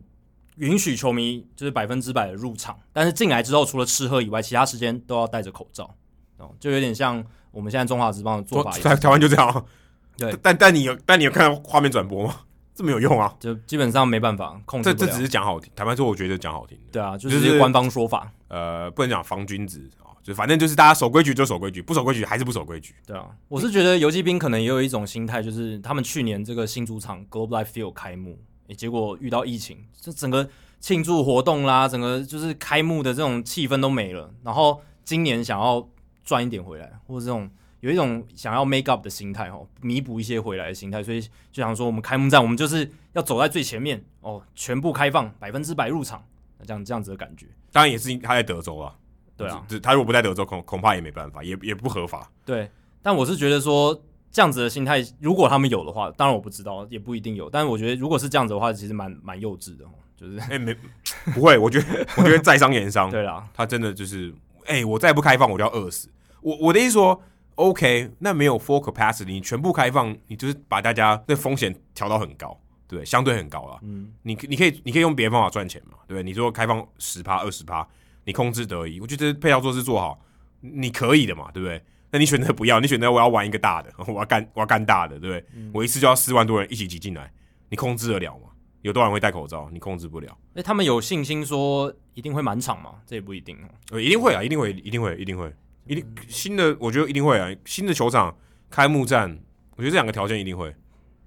Speaker 2: 允许球迷就是百分之百的入场，但是进来之后，除了吃喝以外，其他时间都要戴着口罩，哦，就有点像我们现在中华职棒的做法一
Speaker 1: 台
Speaker 2: 样，
Speaker 1: 台湾就这样啊，
Speaker 2: 对
Speaker 1: 但但你有但你有看到画面转播吗？这没有用啊，
Speaker 2: 就基本上没办法控制
Speaker 1: 这
Speaker 2: 不
Speaker 1: 这
Speaker 2: 了
Speaker 1: 只。是讲好听，坦白说，我觉得讲好听的，
Speaker 2: 对啊，就
Speaker 1: 就是是
Speaker 2: 官方说法，
Speaker 1: 呃，不能讲防君子啊，就反正就是大家守规矩就守规矩，不守规矩还是不守规矩。
Speaker 2: 对啊，我是觉得游击兵可能也有一种心态，就是他们去年这个新主场 Globe Life Field 开幕，诶结果遇到疫情，这整个庆祝活动啦，整个就是开幕的这种气氛都没了。然后今年想要赚一点回来，或者这种有一种想要 make up 的心态哦，弥补一些回来的心态，所以就想说我们开幕战，我们就是要走在最前面哦，全部开放，百分之百入场，那这样这样子的感觉，
Speaker 1: 当然也是他在德州啊，
Speaker 2: 对啊，
Speaker 1: 这，这他如果不在德州，恐恐怕也没办法，也也不合法。
Speaker 2: 对，但我是觉得说这样子的心态，如果他们有的话，当然我不知道，也不一定有。但我觉得如果是这样子的话，其实蛮蛮幼稚的哦，就是
Speaker 1: 哎、没 不会，我觉得我觉得在商言商，
Speaker 2: 对啦，
Speaker 1: 他真的就是，哎、我再不开放我就要饿死。我我的意思说，OK，那没有 full capacity，你全部开放，你就是把大家的风险调到很高，对，相对很高了。
Speaker 2: 嗯，
Speaker 1: 你可你可以你可以用别的方法赚钱嘛，对不对？你说开放十趴二十趴，你控制得宜，我觉得配套措施做好，你可以的嘛，对不对？那你选择不要，你选择我要玩一个大的， 我要干我要干大的，对不对？我一次就要四万多人一起挤进来，你控制得了吗？有多少人会戴口罩？你控制不了。
Speaker 2: 哎，他们有信心说一定会满场吗？这也不一定哦。
Speaker 1: 呃，一定会啊，一定会，一定会，一定会，一定
Speaker 2: 嗯
Speaker 1: 新的，我觉得一定会啊，新的球场开幕战，我觉得这两个条件一定会。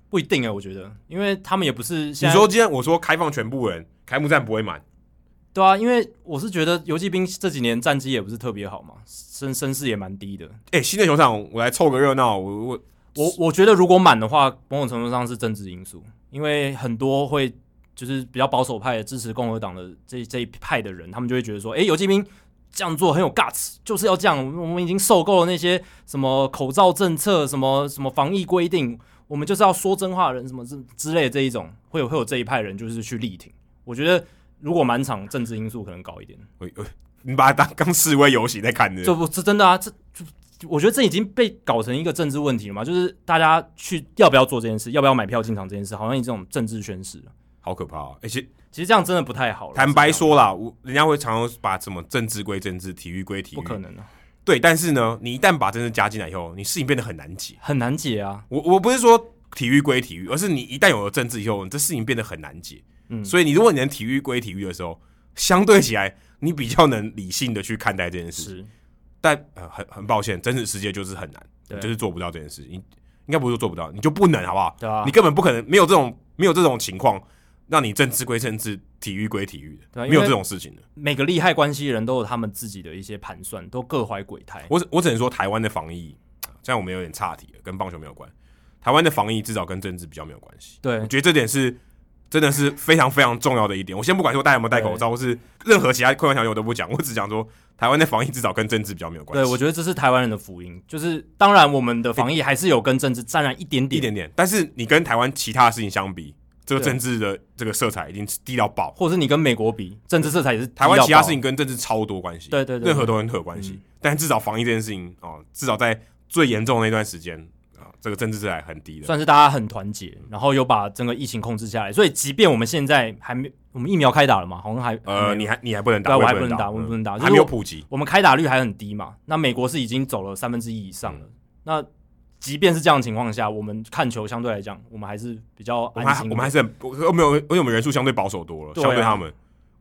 Speaker 2: 不一定哎，我觉得，因为他们也不是
Speaker 1: 你
Speaker 2: 现在
Speaker 1: 说今天我说开放全部人，开幕战不会满，
Speaker 2: 对啊，因为我是觉得游击兵这几年战绩也不是特别好嘛，声声势也蛮低的。
Speaker 1: 哎、新的球场我来凑个热闹，我我
Speaker 2: 我我觉得如果满的话，某种程度上是政治因素，因为很多会就是比较保守派的支持共和党的这这一派的人，他们就会觉得说，诶，游击兵这样做很有 guts，就是要这样。我们已经受够了那些什么口罩政策、什么什么防疫规定，我们就是要说真话的人什么之之类的这一种，会有会有这一派人就是去力挺。我觉得如果满场政治因素可能高一点，
Speaker 1: 我我你把它当当示威游行在看的，
Speaker 2: 这不这真的啊，这就我觉得这已经被搞成一个政治问题了嘛，就是大家去要不要做这件事，要不要买票进场这件事，好像你这种政治宣示了
Speaker 1: 好可怕、啊！而、且
Speaker 2: 其实这样真的不太好了。
Speaker 1: 坦白
Speaker 2: 是这样，
Speaker 1: 说啦，我人家会常常把什么政治归政治，体育归体育，
Speaker 2: 不可能啊，
Speaker 1: 对。但是呢，你一旦把政治加进来以后，你事情变得很难解。
Speaker 2: 很难解啊。
Speaker 1: 我我不是说体育归体育，而是你一旦有了政治以后，你这事情变得很难解。
Speaker 2: 嗯
Speaker 1: 所以你如果你能体育归体育的时候，相对起来你比较能理性的去看待这件事。
Speaker 2: 是，
Speaker 1: 但呃，很很抱歉，真实世界就是很难，
Speaker 2: 对
Speaker 1: 你就是做不到这件事。你应该不是说做不到，你就不能，好不好？
Speaker 2: 对啊
Speaker 1: 你，根本不可能没有这种没有这种情况，让你政治归政治，体育归体育的，
Speaker 2: 对啊因
Speaker 1: 没
Speaker 2: 为
Speaker 1: 有这种事情的。
Speaker 2: 每个利害关系人都有他们自己的一些盘算，都各怀鬼胎。
Speaker 1: 我只我只能说，台湾的防疫，这样我们有点岔题了，跟棒球没有关。台湾的防疫至少跟政治比较没有关系。
Speaker 2: 对
Speaker 1: 我，觉得这点是真的是非常非常重要的一点。我先不管说大家有没有戴口罩，或是任何其他客观条件我都不讲，我只讲说台湾的防疫至少跟政治比较没有关
Speaker 2: 对
Speaker 1: 系。
Speaker 2: 我觉得这是台湾人的福音。就是当然，我们的防疫还是有跟政治沾染一点点，
Speaker 1: 一点点，但是你跟台湾其他的事情相比，这个
Speaker 2: 对
Speaker 1: 政治的这个色彩已经低到爆。
Speaker 2: 或者是你跟美国比，政治色彩也是低
Speaker 1: 台湾
Speaker 2: 到
Speaker 1: 其他
Speaker 2: 爆
Speaker 1: 事情跟政治超多关系，
Speaker 2: 对对对
Speaker 1: 任何都很有关系。
Speaker 2: 嗯
Speaker 1: 但至少防疫这件事情哦，至少在最严重的那段时间啊、这个政治色彩很低的。
Speaker 2: 算是大家很团结，然后又把整个疫情控制下来。所以，即便我们现在还没，我们疫苗开打了嘛，好像还
Speaker 1: 呃，
Speaker 2: 还没
Speaker 1: 你
Speaker 2: 有
Speaker 1: 还你还不能
Speaker 2: 对
Speaker 1: 打，
Speaker 2: 啊
Speaker 1: 也
Speaker 2: 我还不能打
Speaker 1: 嗯
Speaker 2: 我不能打就是
Speaker 1: 还没有
Speaker 2: 我
Speaker 1: 普及。
Speaker 2: 我们开打率还很低嘛。那美国是已经走了三分之一以上
Speaker 1: 嗯
Speaker 2: 了。那即便是这样的情况下，我们看球相对来讲，我们还是比较
Speaker 1: 我
Speaker 2: 安
Speaker 1: 们还
Speaker 2: 心的。
Speaker 1: 我们还是很，我我们有，而且我们人数相对保守多了，
Speaker 2: 对啊
Speaker 1: 相对他们，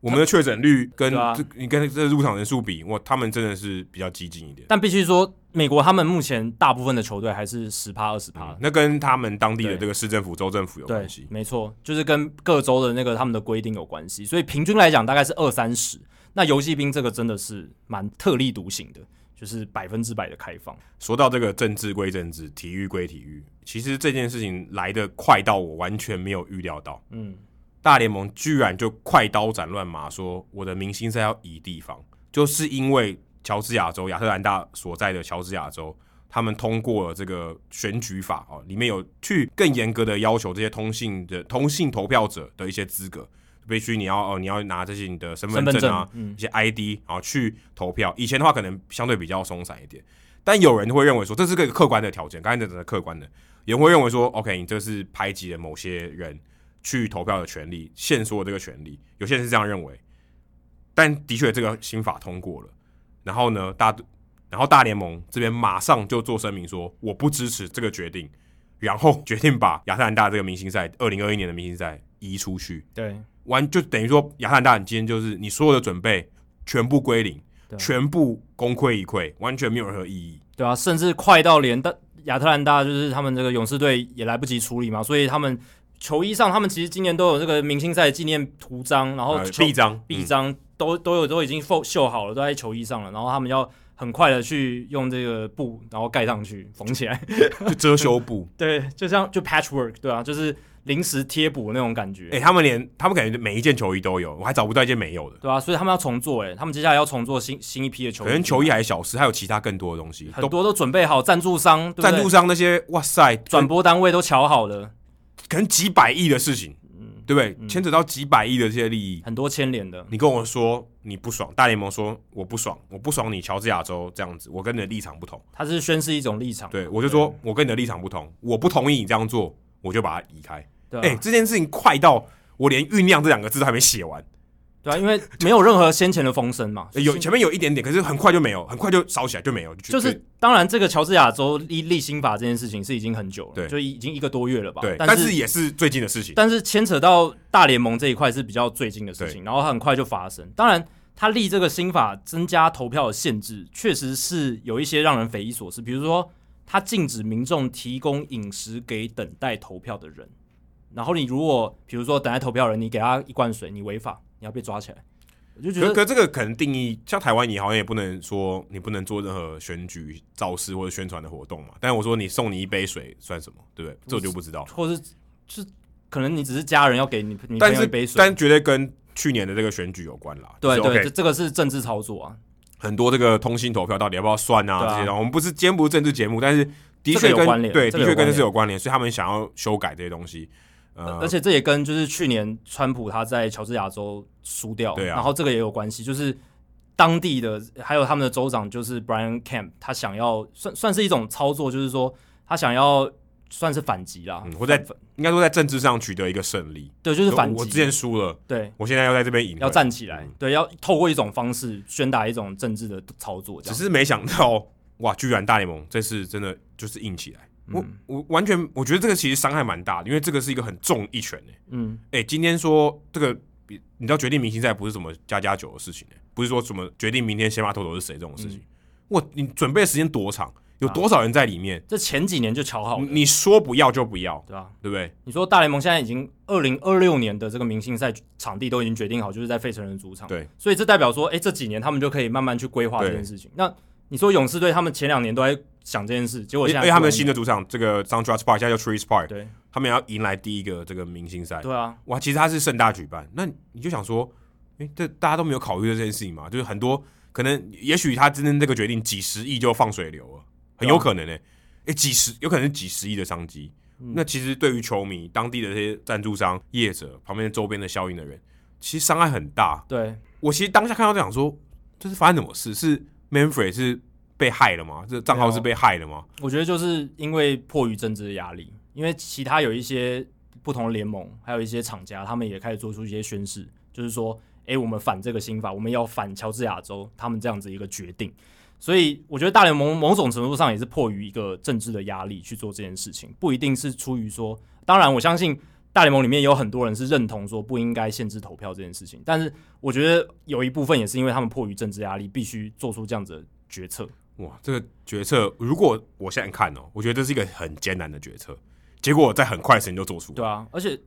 Speaker 1: 我们的确诊率跟
Speaker 2: 对啊
Speaker 1: 这你跟这入场人数比，哇，他们真的是比较激进一点。
Speaker 2: 但必须说，美国他们目前大部分的球队还是十趴二十趴
Speaker 1: 嗯，那跟他们当地的
Speaker 2: 对
Speaker 1: 这个市政府、州政府有
Speaker 2: 对
Speaker 1: 关系，。
Speaker 2: 没错，就是跟各州的那个他们的规定有关系，所以平均来讲大概是二三十。那游戏兵这个真的是蛮特立独行的，就是百分之百的开放。
Speaker 1: 说到这个政治归政治，体育归体育，其实这件事情来的快到我完全没有预料到。
Speaker 2: 嗯，
Speaker 1: 大联盟居然就快刀斩乱麻，说我的明星赛要移地方，就是因为乔治亚州亚特兰大所在的乔治亚州，他们通过了这个选举法哦，里面有去更严格的要求这些通信的通信投票者的一些资格，必须你要哦你要拿这些你的身份
Speaker 2: 身份
Speaker 1: 证啊
Speaker 2: 证，嗯
Speaker 1: 一些 ID 然后去投票。以前的话可能相对比较松散一点，但有人会认为说这是个客观的条件，刚才讲的客观的，有人会认为说 OK 你这是排挤了某些人。去投票的权利，限缩这个权利。有些人是这样认为，但的确这个新法通过了，然后呢，大然后大联盟这边马上就做声明说我不支持这个决定，然后决定把亚特兰大这个明星赛，二零二一年的明星赛移出去，
Speaker 2: 对，
Speaker 1: 完就等于说亚特兰大你今天就是你所有的准备全部归零，
Speaker 2: 对
Speaker 1: 全部功亏一篑，完全没有任何意义。
Speaker 2: 对啊，甚至快到连大亚特兰大就是他们这个勇士队也来不及处理嘛，所以他们球衣上他们其实今年都有这个明星赛纪念图章，然后
Speaker 1: 呃
Speaker 2: 球
Speaker 1: 臂章，
Speaker 2: 臂章都都有都已经绣绣好了，都在球衣上了，然后他们要很快的去用这个布然后盖上去缝起来。
Speaker 1: 嗯就遮羞布，
Speaker 2: 对，就像就 patchwork，对啊，就是临时贴补那种感觉，
Speaker 1: 哎、他们连他们感觉每一件球衣都有，我还找不到一件没有的。
Speaker 2: 对啊，所以他们要重做、欸，他们接下来要重做新新一批的球衣，
Speaker 1: 可能球衣还小事，还有其他更多的东西，
Speaker 2: 很
Speaker 1: 都
Speaker 2: 多都准备好，赞助商、对不对
Speaker 1: 赞助商那些，哇塞，
Speaker 2: 转
Speaker 1: 转
Speaker 2: 播单位都瞧好了，
Speaker 1: 可能几百亿的事情，
Speaker 2: 嗯，
Speaker 1: 对不对？牵扯到几百亿的这些利益，
Speaker 2: 很多牵连的，
Speaker 1: 你跟我说你不爽，大联盟说我不爽，我不爽你乔治亚州这样子，我跟你的立场不同，
Speaker 2: 他是宣示一种立场，
Speaker 1: 对我就说我跟你的立场不同，我不同意你这样做，我就把它移开。
Speaker 2: 对啊，
Speaker 1: 哎，这件事情快到我连酝酿这两个字都还没写完，
Speaker 2: 对啊，因为没有任何先前的风声嘛，
Speaker 1: 哎有
Speaker 2: 是
Speaker 1: 前面有一点点，可是很快就没有，很快就烧起来就没有，
Speaker 2: 就是当然这个乔治亚州立立新法这件事情是已经很久了，
Speaker 1: 对
Speaker 2: 就已经一个多月了吧，
Speaker 1: 对，
Speaker 2: 但
Speaker 1: 但是也是最近的事情，
Speaker 2: 但是牵扯到大联盟这一块是比较最近的事情，然后它很快就发生。当然，他立这个新法增加投票的限制，确实是有一些让人匪夷所思，比如说他禁止民众提供饮食给等待投票的人。然后你如果比如说等待投票的人，你给他一罐水，你违法，你要被抓起来。我就觉
Speaker 1: 可
Speaker 2: 得
Speaker 1: 可这个可能定义，像台湾你好像也不能说你不能做任何选举造势或者宣传的活动嘛。但我说你送你一杯水算什么，对不对？这我就不知道。
Speaker 2: 或是是可能你只是家人要给你你朋
Speaker 1: 但
Speaker 2: 友
Speaker 1: 是
Speaker 2: 一杯水，
Speaker 1: 但绝对跟去年的这个选举有关啦。
Speaker 2: 对
Speaker 1: 就是
Speaker 2: 对，这
Speaker 1: OK,
Speaker 2: 这个是政治操作啊，
Speaker 1: 很多这个通信投票到底要不要算啊
Speaker 2: 对啊
Speaker 1: 这些东西，我们不是今天不是政治节目，但是的
Speaker 2: 这个
Speaker 1: 确
Speaker 2: 有
Speaker 1: 跟
Speaker 2: 关联
Speaker 1: 对
Speaker 2: 这
Speaker 1: 的
Speaker 2: 个有
Speaker 1: 确跟
Speaker 2: 关
Speaker 1: 这
Speaker 2: 联
Speaker 1: 是有关联，所以他们想要修改这些东西。呃
Speaker 2: 而，且这也跟就是去年川普他在乔治亚州输掉，
Speaker 1: 对啊
Speaker 2: 然后这个也有关系，就是当地的还有他们的州长就是 Brian Kemp，他想要算算是一种操作，就是说他想要算是反击啦，
Speaker 1: 嗯或在
Speaker 2: 反
Speaker 1: 应该说在政治上取得一个胜利，
Speaker 2: 对，就是反
Speaker 1: 我之
Speaker 2: 击，
Speaker 1: 前嗯输了，
Speaker 2: 对，
Speaker 1: 我现在要在这边赢回来，
Speaker 2: 要站起来，对，要透过一种方式宣达一种政治的操作，这
Speaker 1: 只
Speaker 2: 样
Speaker 1: 是没想到，哇，居然大联盟这次真的就是硬起来。我
Speaker 2: 嗯
Speaker 1: 我完全我觉得这个其实伤害蛮大的，因为这个是一个很重一拳诶、
Speaker 2: 嗯，
Speaker 1: 欸欸今天说这个，比你知道决定明星赛不是什么加加
Speaker 2: 嗯
Speaker 1: 酒的事情、欸、不是说什么决定明天先发投手是谁这种事情。哇，你准备的时间多长？有
Speaker 2: 啊
Speaker 1: 多少人在里面？
Speaker 2: 这前几年就瞧好了，
Speaker 1: 你说不要就不要，
Speaker 2: 对吧、
Speaker 1: 对不对？
Speaker 2: 你说大联盟现在已经二零二六年的这个明星赛场地都已经决定好，就是在费城人主场。
Speaker 1: 对，
Speaker 2: 所以这代表说，哎，这几年他们就可以慢慢去规划
Speaker 1: 对
Speaker 2: 这件事情。那你说勇士队他们前两年都在想这件事，结果现
Speaker 1: 因
Speaker 2: 在
Speaker 1: 为他们新
Speaker 2: 的
Speaker 1: 的主场这个 Sunrise Park 现在叫 Trees Park，
Speaker 2: 对
Speaker 1: 他们要迎来第一个这个明星赛。
Speaker 2: 对啊，
Speaker 1: 哇，其实它是盛大举办，那你就想说，诶，这大家都没有考虑到这件事情嘛？就是很多可能，也许他真正这个决定几十亿就放水流了，很有可能诶、诶，几十有可能是几十亿的商机。那其实对于球迷、当地的这些赞助商、业者、旁边周边的效应的人，其实伤害很大。
Speaker 2: 对
Speaker 1: 我其实当下看到就想说，这是发生什么事？是 Manfred 是被害了吗？这账号是被害了吗？
Speaker 2: 我觉得就是因为迫于政治的压力，因为其他有一些不同的联盟，还有一些厂家，他们也开始做出一些宣示，就是说，诶，我们反这个新法，我们要反乔治亚州他们这样子一个决定。所以我觉得大联盟某种程度上也是迫于一个政治的压力去做这件事情，不一定是出于说，当然我相信大联盟里面有很多人是认同说不应该限制投票这件事情，但是我觉得有一部分也是因为他们迫于政治压力，必须做出这样子的决策。
Speaker 1: 哇，这个决策，如果我现在看哦，我觉得这是一个很艰难的决策，结果在很快的时间就做出了。
Speaker 2: 对啊，而且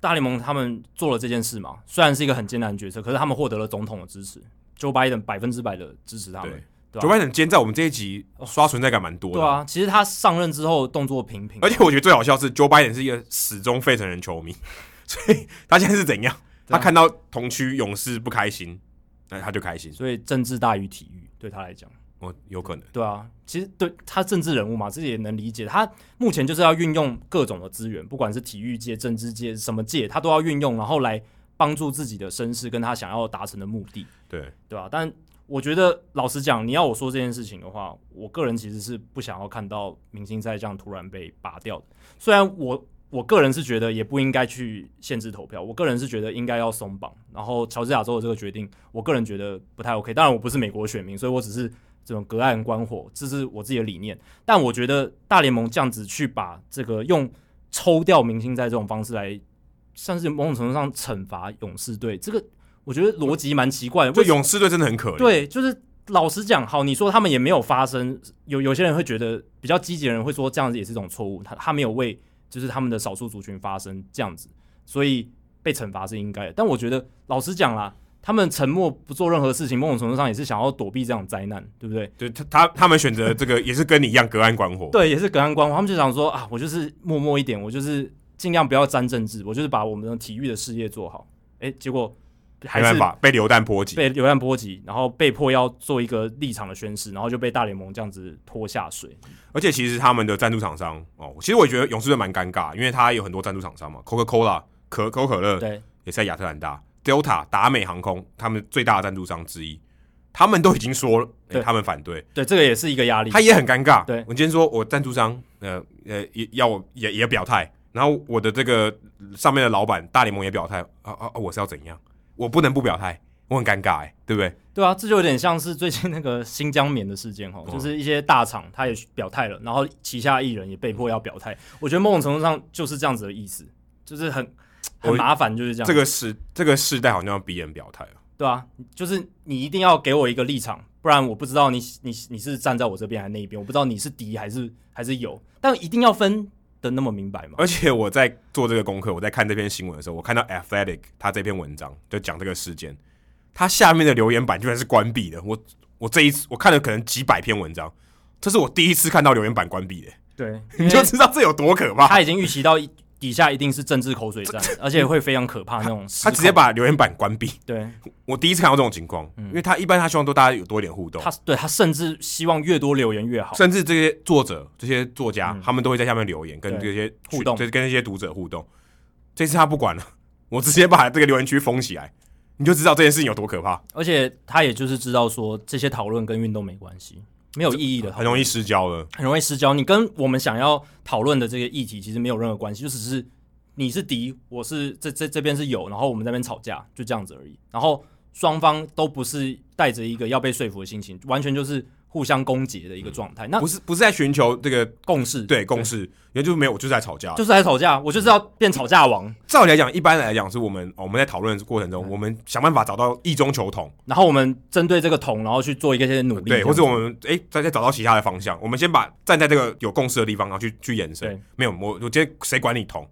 Speaker 2: 大联盟他们做了这件事嘛，虽然是一个很艰难的决策，可是他们获得了总统的支持，Joe Biden 百分之百的支持他们
Speaker 1: 对。
Speaker 2: 对
Speaker 1: 九
Speaker 2: 啊哦
Speaker 1: 百点今天在我们这一集刷存在感蛮多的，
Speaker 2: 对啊，其实他上任之后动作频频，
Speaker 1: 而且我觉得最好笑是 Joe Biden 是一个始终费城人球迷， 所以他现在是怎样？
Speaker 2: 对
Speaker 1: 他
Speaker 2: 啊
Speaker 1: 看到同区勇士不开心，那他就开心。
Speaker 2: 所以政治大于体育对他来讲，
Speaker 1: 哦，有可能，
Speaker 2: 对啊，其实对他政治人物嘛，自己也能理解，他目前就是要运用各种的资源，不管是体育界、政治界什么界，他都要运用，然后来帮助自己的身世跟他想要达成的目的。
Speaker 1: 对，
Speaker 2: 对吧、但我觉得，老实讲，你要我说这件事情的话，我个人其实是不想要看到明星赛这样突然被拔掉的。虽然我我个人是觉得也不应该去限制投票，我个人是觉得应该要松绑。然后乔治亚州的这个决定，我个人觉得不太 OK。当然，我不是美国选民，所以我只是这种隔岸观火，这是我自己的理念。但我觉得大联盟这样子去把这个用抽掉明星赛这种方式来，算是某种程度上惩罚勇士队，这个我觉得逻辑蛮奇怪的。
Speaker 1: 就
Speaker 2: 为什么
Speaker 1: 勇士队真的很可怜。
Speaker 2: 对，就是老实讲，好，你说他们也没有发生，有有些人会觉得比较积极的人会说这样子也是一种错误，他他没有为就是他们的少数族群发声这样子，所以被惩罚是应该的。但我觉得老实讲啦，他们沉默不做任何事情，某种程度上也是想要躲避这种灾难，对不对？
Speaker 1: 就他他他们选择这个也是跟你一样隔岸观火。
Speaker 2: 对，也是隔岸观火，他们就想说啊，我就是默默一点，我就是尽量不要沾政治，我就是把我们的体育的事业做好。哎，结果还
Speaker 1: 没
Speaker 2: 是
Speaker 1: 办法，被流弹波及。
Speaker 2: 被流量波及，然后被迫要做一个立场的宣示，然后就被大联盟这样子拖下水。
Speaker 1: 而且其实他们的赞助厂商哦，其实我觉得勇士队蛮尴尬，因为他有很多赞助厂商嘛，Coca Cola 可可口可乐
Speaker 2: 对，
Speaker 1: 也是在亚特兰大，Delta 达美航空他们最大的赞助商之一，他们都已经说了、哎
Speaker 2: 对
Speaker 1: 他们反对，
Speaker 2: 对，这个也是一个压力。
Speaker 1: 他也很尴尬。
Speaker 2: 对
Speaker 1: 我今天说我赞助商，呃呃，也要我也也表态，然后我的这个上面的老板大联盟也表态，啊啊，啊我是要怎样？我不能不表态，我很尴尬、哎，对不对？
Speaker 2: 对啊，这就有点像是最近那个新疆棉的事件哦，就是一些大厂他也表态了，然后旗下艺人也被迫要表态。我觉得某种程度上就是这样子的意思，就是很很
Speaker 1: 我
Speaker 2: 麻烦，就是这样。
Speaker 1: 这个时这个世代好像要逼人表态了。
Speaker 2: 对啊，就是你一定要给我一个立场，不然我不知道你你你是站在我这边还是那一边，我不知道你是敌还是还是友，但一定要分的那么明白嘛。
Speaker 1: 而且我在做这个功课，我在看这篇新闻的时候，我看到 Athletic 他这篇文章就讲这个事件，他下面的留言板居然是关闭的。我我这一次我看了可能几百篇文章，这是我第一次看到留言板关闭的，
Speaker 2: 对，
Speaker 1: 你就知道这有多可怕。
Speaker 2: 他已经预期到一底下一定是政治口水战，而且会非常可怕那种失控。
Speaker 1: 他直接把留言板关闭，
Speaker 2: 对
Speaker 1: 我第一次看到这种情况，
Speaker 2: 嗯
Speaker 1: 因为他一般他希望多大家有多一点互动，
Speaker 2: 他对他甚至希望越多留言越好。嗯
Speaker 1: 甚至这些作者、这些作家，他们都会在下面留言，跟这
Speaker 2: 对
Speaker 1: 些
Speaker 2: 互动
Speaker 1: 对，跟这些读者互动。这次他不管了，我直接把这个留言区封起来，你就知道这件事情有多可怕，
Speaker 2: 而且他也就是知道说这些讨论跟运动没关系，没有意义的讨
Speaker 1: 很
Speaker 2: 论，
Speaker 1: 容易失焦了。
Speaker 2: 很容易失焦。你跟我们想要讨论的这个议题其实没有任何关系，就只是你是敌，我是这这这边是友，然后我们在那边吵架，就这样子而已。然后双方都不是带着一个要被说服的心情，完全就是。互相攻讦的一个状态。那
Speaker 1: 不是不是在寻求这个
Speaker 2: 共识
Speaker 1: 对共识，也就是没有，我就是在吵架。
Speaker 2: 就是来吵架，我就是要变吵架王。
Speaker 1: 照理来讲，一般来讲是我们哦我们在讨论的过程
Speaker 2: 嗯
Speaker 1: 中，我们想办法找到意中求同，
Speaker 2: 然后我们针对这个桶，然后去做一个些努力，
Speaker 1: 对，
Speaker 2: 这样
Speaker 1: 或
Speaker 2: 子
Speaker 1: 者我们哎再再找到其他的方向，我们先把站在这个有共识的地方，然后去去延伸
Speaker 2: 对。
Speaker 1: 没有，我我今天谁管你同？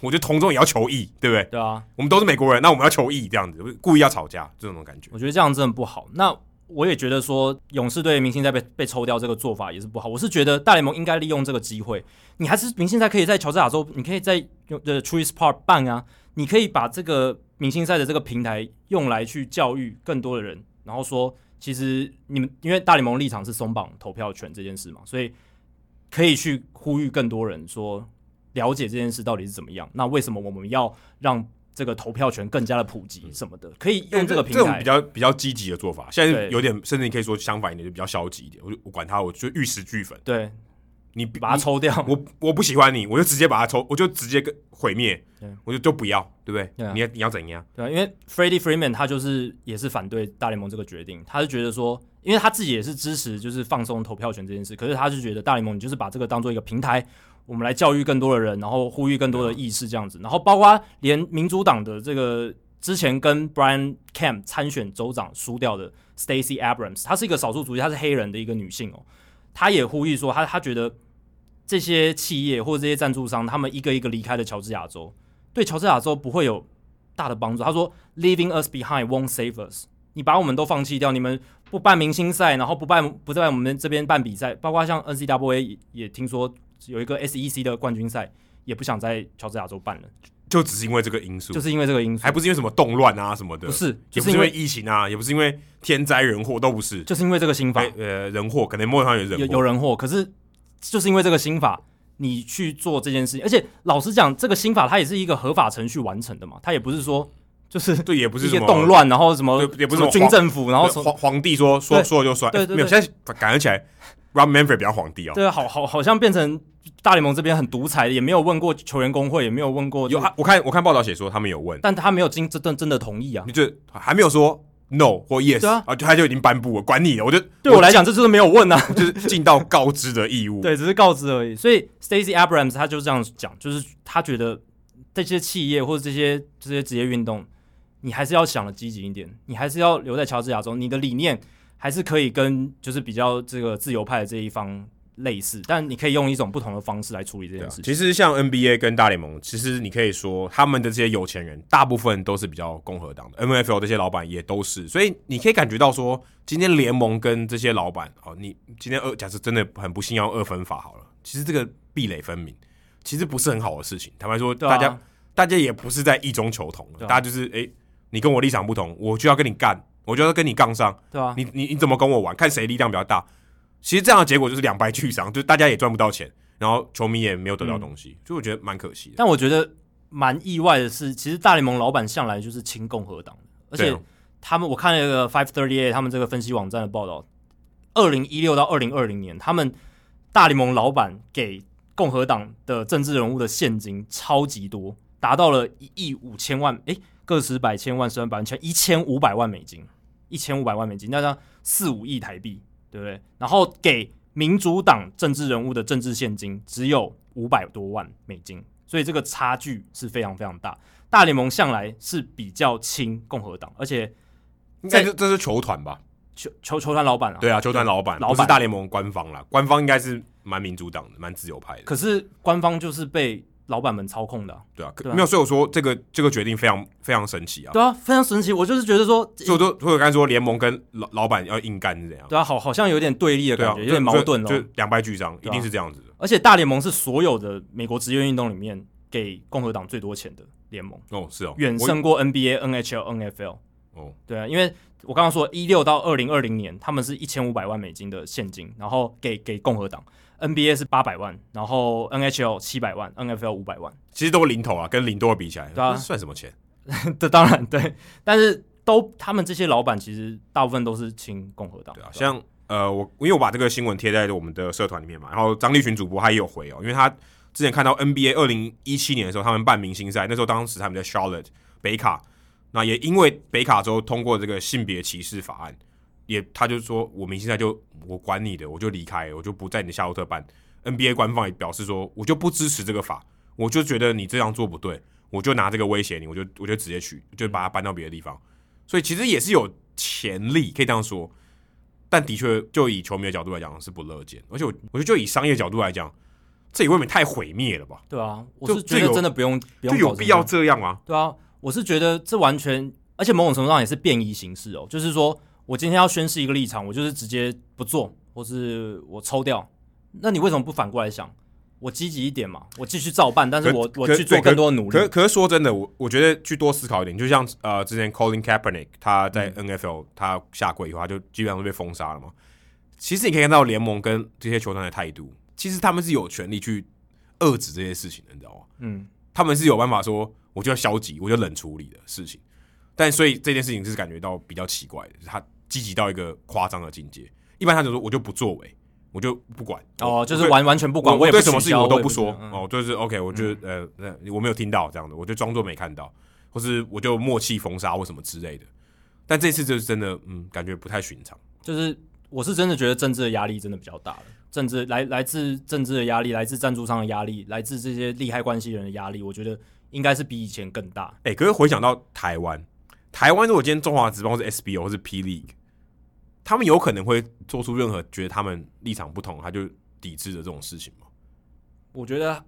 Speaker 1: 我觉得同中也要求异，对不对？
Speaker 2: 对啊，
Speaker 1: 我们都是美国人，那我们要求异这样子，故意要吵架这种感觉。
Speaker 2: 我觉得这样真的不好。那我也觉得说，勇士队明星赛被被抽掉这个做法也是不好。我是觉得大联盟应该利用这个机会，你还是明星赛可以在乔治亚州，你可以在用呃 Trees Park 办啊，你可以把这个明星赛的这个平台用来去教育更多的人，然后说，其实你们因为大联盟立场是松绑投票权这件事嘛，所以可以去呼吁更多人说。了解这件事到底是怎么样？那为什么我们要让这个投票权更加的普及什么的？可以用这个平
Speaker 1: 嗯哎这种
Speaker 2: 台
Speaker 1: 比，较比较积极的做法，现在
Speaker 2: 对
Speaker 1: 有点甚至你可以说相反一点，就比较消极一点。我就我管他，我就玉石俱焚。
Speaker 2: 对，
Speaker 1: 你
Speaker 2: 把它
Speaker 1: 你
Speaker 2: 抽掉。
Speaker 1: 我我不喜欢你，我就直接把它抽，我就直接跟毁灭
Speaker 2: 对，
Speaker 1: 我就就不要，对不对？
Speaker 2: 对啊
Speaker 1: 你要你要怎样？
Speaker 2: 对啊，因为 Freddie Freeman 他就是也是反对大联盟这个决定，他是觉得说，因为他自己也是支持就是放松投票权这件事，可是他是觉得大联盟你就是把这个当做一个平台，我们来教育更多的人，然后呼吁更多的意识这样子，然后包括连民主党的这个之前跟 Brian Kemp 参选州长输掉的 Stacey Abrams，她是一个少数族裔，她是黑人的一个女性哦，她也呼吁说她她觉得这些企业或者这些赞助商，他们一个一个离开了乔治亚州，对乔治亚州不会有大的帮助。他说，leaving us behind won't save us。你把我们都放弃掉，你们不办明星赛，然后不办不在我们这边办比赛，包括像 NCAA 也也听说有一个 SEC 的冠军赛，也不想在乔治亚州办了，
Speaker 1: 就只是因为这个因素，
Speaker 2: 就是因为这个因素，
Speaker 1: 还不是因为什么动乱啊什么的，
Speaker 2: 不是，
Speaker 1: 也
Speaker 2: 就
Speaker 1: 不是
Speaker 2: 是因
Speaker 1: 因为
Speaker 2: 为
Speaker 1: 疫情啊，也不是因为天灾人祸，都不是。
Speaker 2: 就是因为这个新法
Speaker 1: 哎呃，人祸可能莫上有
Speaker 2: 有
Speaker 1: 人
Speaker 2: 有
Speaker 1: 祸，
Speaker 2: 人祸，可是就是因为这个新法，你去做这件事情，而且老实讲，这个新法它也是一个合法程序完成的嘛，它也不是说就是
Speaker 1: 对，也不是
Speaker 2: 一
Speaker 1: 什
Speaker 2: 些
Speaker 1: 么
Speaker 2: 动，乱，然后什么
Speaker 1: 对也不是
Speaker 2: 什么
Speaker 1: 什
Speaker 2: 军
Speaker 1: 么
Speaker 2: 政府，然后什
Speaker 1: 对
Speaker 2: 么
Speaker 1: 皇皇帝说说
Speaker 2: 对
Speaker 1: 说了就算，
Speaker 2: 对
Speaker 1: 哎
Speaker 2: 对
Speaker 1: 没有。
Speaker 2: 对
Speaker 1: 现在感觉起来，Rob Manfred 比较皇帝哦，
Speaker 2: 对，啊好好好像变成大联盟这边很独裁，也没有问过球员工会，也没有问过
Speaker 1: 有啊，我看我看报道写说他们有问，
Speaker 2: 但他没有经真真真的同意啊。
Speaker 1: 你就还没有说 no 或 yes
Speaker 2: 对啊
Speaker 1: 就他就已经颁布了，管你的，我就
Speaker 2: 对我来讲，这就是没有问啊，
Speaker 1: 我就是尽到告知的义务。
Speaker 2: 对，只是告知而已。所以 Stacy Abrams 他就这样讲，就是他觉得这些企业或者这些这些职业运动，你还是要想的积极一点，你还是要留在乔治亚州，你的理念还是可以跟就是比较这个自由派的这一方类似，但你可以用一种不同的方式来处理这
Speaker 1: 对
Speaker 2: 件
Speaker 1: 啊
Speaker 2: 事情。
Speaker 1: 其实像 NBA 跟大联盟，其实你可以说他们的这些有钱人，大部分都是比较共和党的，NFL 这些老板也都是，所以你可以感觉到说，今天联盟跟这些老板哦，你今天二假设真的很不幸要二分法好了，其实这个壁垒分明，其实不是很好的事情。坦白说，
Speaker 2: 对啊
Speaker 1: 大家大家也不是在意中求同，
Speaker 2: 对啊
Speaker 1: 大家就是诶、你跟我立场不同，我就要跟你干，我就要跟你杠上。
Speaker 2: 对啊，
Speaker 1: 你你你怎么跟我玩？看谁力量比较大。其实这样的结果就是两败俱伤，就是大家也赚不到钱，然后球迷也没有得到东西，所以我觉得蛮可惜的。
Speaker 2: 嗯但我觉得蛮意外的是，其实大联盟老板向来就是亲共和党的，而
Speaker 1: 对
Speaker 2: 且
Speaker 1: 啊
Speaker 2: 他们我看了一个 Five Thirty Eight 他们这个分析网站的报道，二零一六到二零二零年，他们大联盟老板给共和党的政治人物的现金超级多，达到了一亿五千万，诶，个十百千万十万百万千一千五百万美金，一千五百万美金，那像四五亿台币，对不对？然后给民主党政治人物的政治现金只有五百多万美金，所以这个差距是非常非常大。大联盟向来是比较亲共和党，而且
Speaker 1: 应该这这是球团吧？
Speaker 2: 球球球团老板啊，
Speaker 1: 对啊，球团老板
Speaker 2: 老板
Speaker 1: 不是大联盟官方啦，官方应该是蛮民主党的，蛮自由派的，
Speaker 2: 可是官方就是被老板们操控的啊、
Speaker 1: 对啊。可
Speaker 2: 对啊
Speaker 1: 没有，所以我说这个这个决定非常非常神奇啊。
Speaker 2: 对啊，非常神奇。我就是觉得说，
Speaker 1: 所以我就所以我刚才说联盟跟老老板要硬干是怎样？
Speaker 2: 对啊，好好像有点对立的
Speaker 1: 对啊，
Speaker 2: 感觉，有点矛盾
Speaker 1: 就
Speaker 2: 哦
Speaker 1: 就。两败俱伤，一
Speaker 2: 对啊
Speaker 1: 定是这样子的。
Speaker 2: 而且大联盟是所有的美国职业运动里面给共和党最多钱的联盟，
Speaker 1: 哦，是哦，
Speaker 2: 远
Speaker 1: 我
Speaker 2: 胜过 NBA、NHL、NFL。
Speaker 1: 哦，
Speaker 2: 对啊，因为我刚刚说一六到二零二零年，他们是一千五百万美金的现金，然后给给共和党，NBA 是八百万，然后 NHL 七百万，NFL 五百万。
Speaker 1: 其实都零头啊，跟零多比起来，
Speaker 2: 对啊
Speaker 1: 那算什么钱？
Speaker 2: 这当然对，但是都他们这些老板其实大部分都是亲共和党。
Speaker 1: 对啊，
Speaker 2: 吧
Speaker 1: 像呃，我因为我把这个新闻贴在我们的社团里面嘛，然后张立群主播他也有回哦，因为他之前看到 NBA 二零一七年的时候，他们办明星赛，那时候当时他们在 Charlotte 北卡，那也因为北卡州通过这个性别歧视法案，也他就说我明星赛就我管你的，我就离开，我就不在你的夏洛特办。NBA 官方也表示说，我就不支持这个法，我就觉得你这样做不对，我就拿这个威胁你，我就我就直接去，就把它搬到别的地方。所以其实也是有潜力，可以这样说。但的确，就以球迷的角度来讲是不乐见，而且我我觉得就以商业角度来讲，这也未免太毁灭了吧？
Speaker 2: 对啊，我
Speaker 1: 就是
Speaker 2: 觉
Speaker 1: 就
Speaker 2: 得
Speaker 1: 有
Speaker 2: 真的不用不
Speaker 1: 就
Speaker 2: 用
Speaker 1: 有
Speaker 2: 搞
Speaker 1: 必
Speaker 2: 成这
Speaker 1: 要
Speaker 2: 样
Speaker 1: 这样吗？
Speaker 2: 对啊，我是觉得这完全，而且某种程度上也是便宜行事哦。就是说我今天要宣示一个立场，我就是直接不做，或是我抽掉。那你为什么不反过来想？我积极一点嘛，我继续照办，但是
Speaker 1: 可
Speaker 2: 我我
Speaker 1: 可
Speaker 2: 去做
Speaker 1: 对
Speaker 2: 更多的努
Speaker 1: 可
Speaker 2: 力。
Speaker 1: 可是说真的，我我觉得去多思考一点，就像呃，之前 Colin Kaepernick 他
Speaker 2: 嗯
Speaker 1: 在 NFL、他下跪以后，他就基本上都被封杀了嘛。其实你可以看到联盟跟这些球团的态度，其实他们是有权利去遏制这些事情的，你知道吗？
Speaker 2: 嗯，
Speaker 1: 他们是有办法说，我就要消极，我就冷处理的事情。但所以这件事情是感觉到比较奇怪的，他积极到一个夸张的境界。一般他就说我就不作为，我就不管。
Speaker 2: 哦，
Speaker 1: 我
Speaker 2: 就是
Speaker 1: 对
Speaker 2: 完完全不管，
Speaker 1: 我
Speaker 2: 也
Speaker 1: 对
Speaker 2: 不
Speaker 1: 什么
Speaker 2: 取
Speaker 1: 事情
Speaker 2: 消
Speaker 1: 我都
Speaker 2: 也
Speaker 1: 不
Speaker 2: 不
Speaker 1: 说
Speaker 2: 怎样嗯嗯
Speaker 1: 哦，就是 OK，我就、呃那我没有听到这样的，我就装作没看到，或是我就默契封杀或什么之类的。但这次就是真的，嗯，感觉不太寻常。
Speaker 2: 就是我是真的觉得政治的压力真的比较大了，政治来来自政治的压力，来自赞助商的压力，来自这些利害关系人的压力，我觉得应该是比以前更大。
Speaker 1: 哎、可是回想到台湾，台湾如果今天中华职棒或是 SBO 或是 P League，他们有可能会做出任何觉得他们立场不同，他就抵制的这种事情吗？
Speaker 2: 我觉得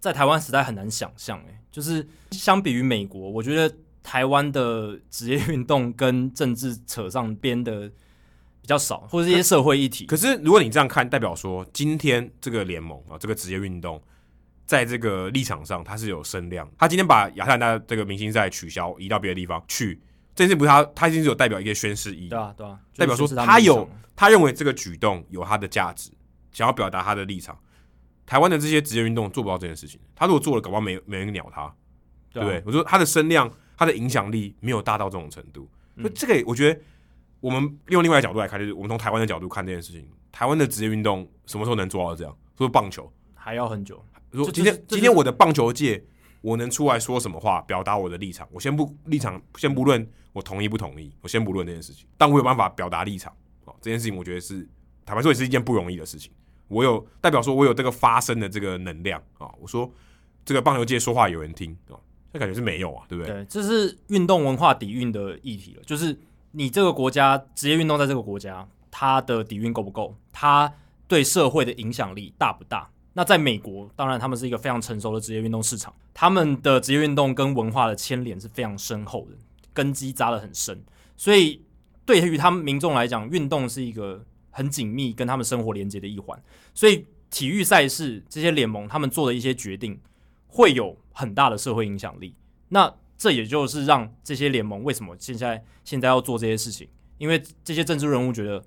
Speaker 2: 在台湾时代很难想象，哎，就是相比于美国，我觉得台湾的职业运动跟政治扯上边的比较少，或者一些社会议题。
Speaker 1: 可是如果你这样看，代表说今天这个联盟啊，这个职业运动，在这个立场上它是有声量。他今天把亚特兰大这个明星赛取消，移到别的地方去，这件事不是他，他一定是有代表一个宣示意义
Speaker 2: 对。啊，对啊，
Speaker 1: 代表说
Speaker 2: 就是他
Speaker 1: 他
Speaker 2: 们立
Speaker 1: 有
Speaker 2: 场
Speaker 1: 他认为这个举动有他的价值，想要表达他的立场。台湾的这些职业运动做不到这件事情，他如果做了，搞不好没没人鸟他，对
Speaker 2: 对
Speaker 1: 不
Speaker 2: 啊
Speaker 1: 对？我说他的声量、他的影响力没有大到这种程度，
Speaker 2: 嗯
Speaker 1: 所以这个我觉得我们用另外一个角度来看，就是我们从台湾的角度看这件事情，台湾的职业运动什么时候能做到这样？说棒球，
Speaker 2: 还要很久，
Speaker 1: 如果
Speaker 2: 这
Speaker 1: 今天、
Speaker 2: 这这
Speaker 1: 今天我的棒球界，我能出来说什么话，表达我的立场，我先不立场，先不论我同意不同意，我先不论这件事情，但我有办法表达立场哦，这件事情我觉得是坦白说也是一件不容易的事情。我有代表说，我有这个发声的这个能量啊、哦我说这个棒球界说话有人听啊、哦这感觉是没有啊，对不对？
Speaker 2: 对，这是运动文化底蕴的议题了，就是你这个国家职业运动在这个国家，它的底蕴够不够，它对社会的影响力大不大？那在美国，当然他们是一个非常成熟的职业运动市场，他们的职业运动跟文化的牵连是非常深厚的，根基扎得很深，所以对于他们民众来讲，运动是一个很紧密跟他们生活连接的一环，所以体育赛事这些联盟他们做的一些决定，会有很大的社会影响力。那这也就是让这些联盟为什么现在现在要做这些事情，因为这些政治人物觉得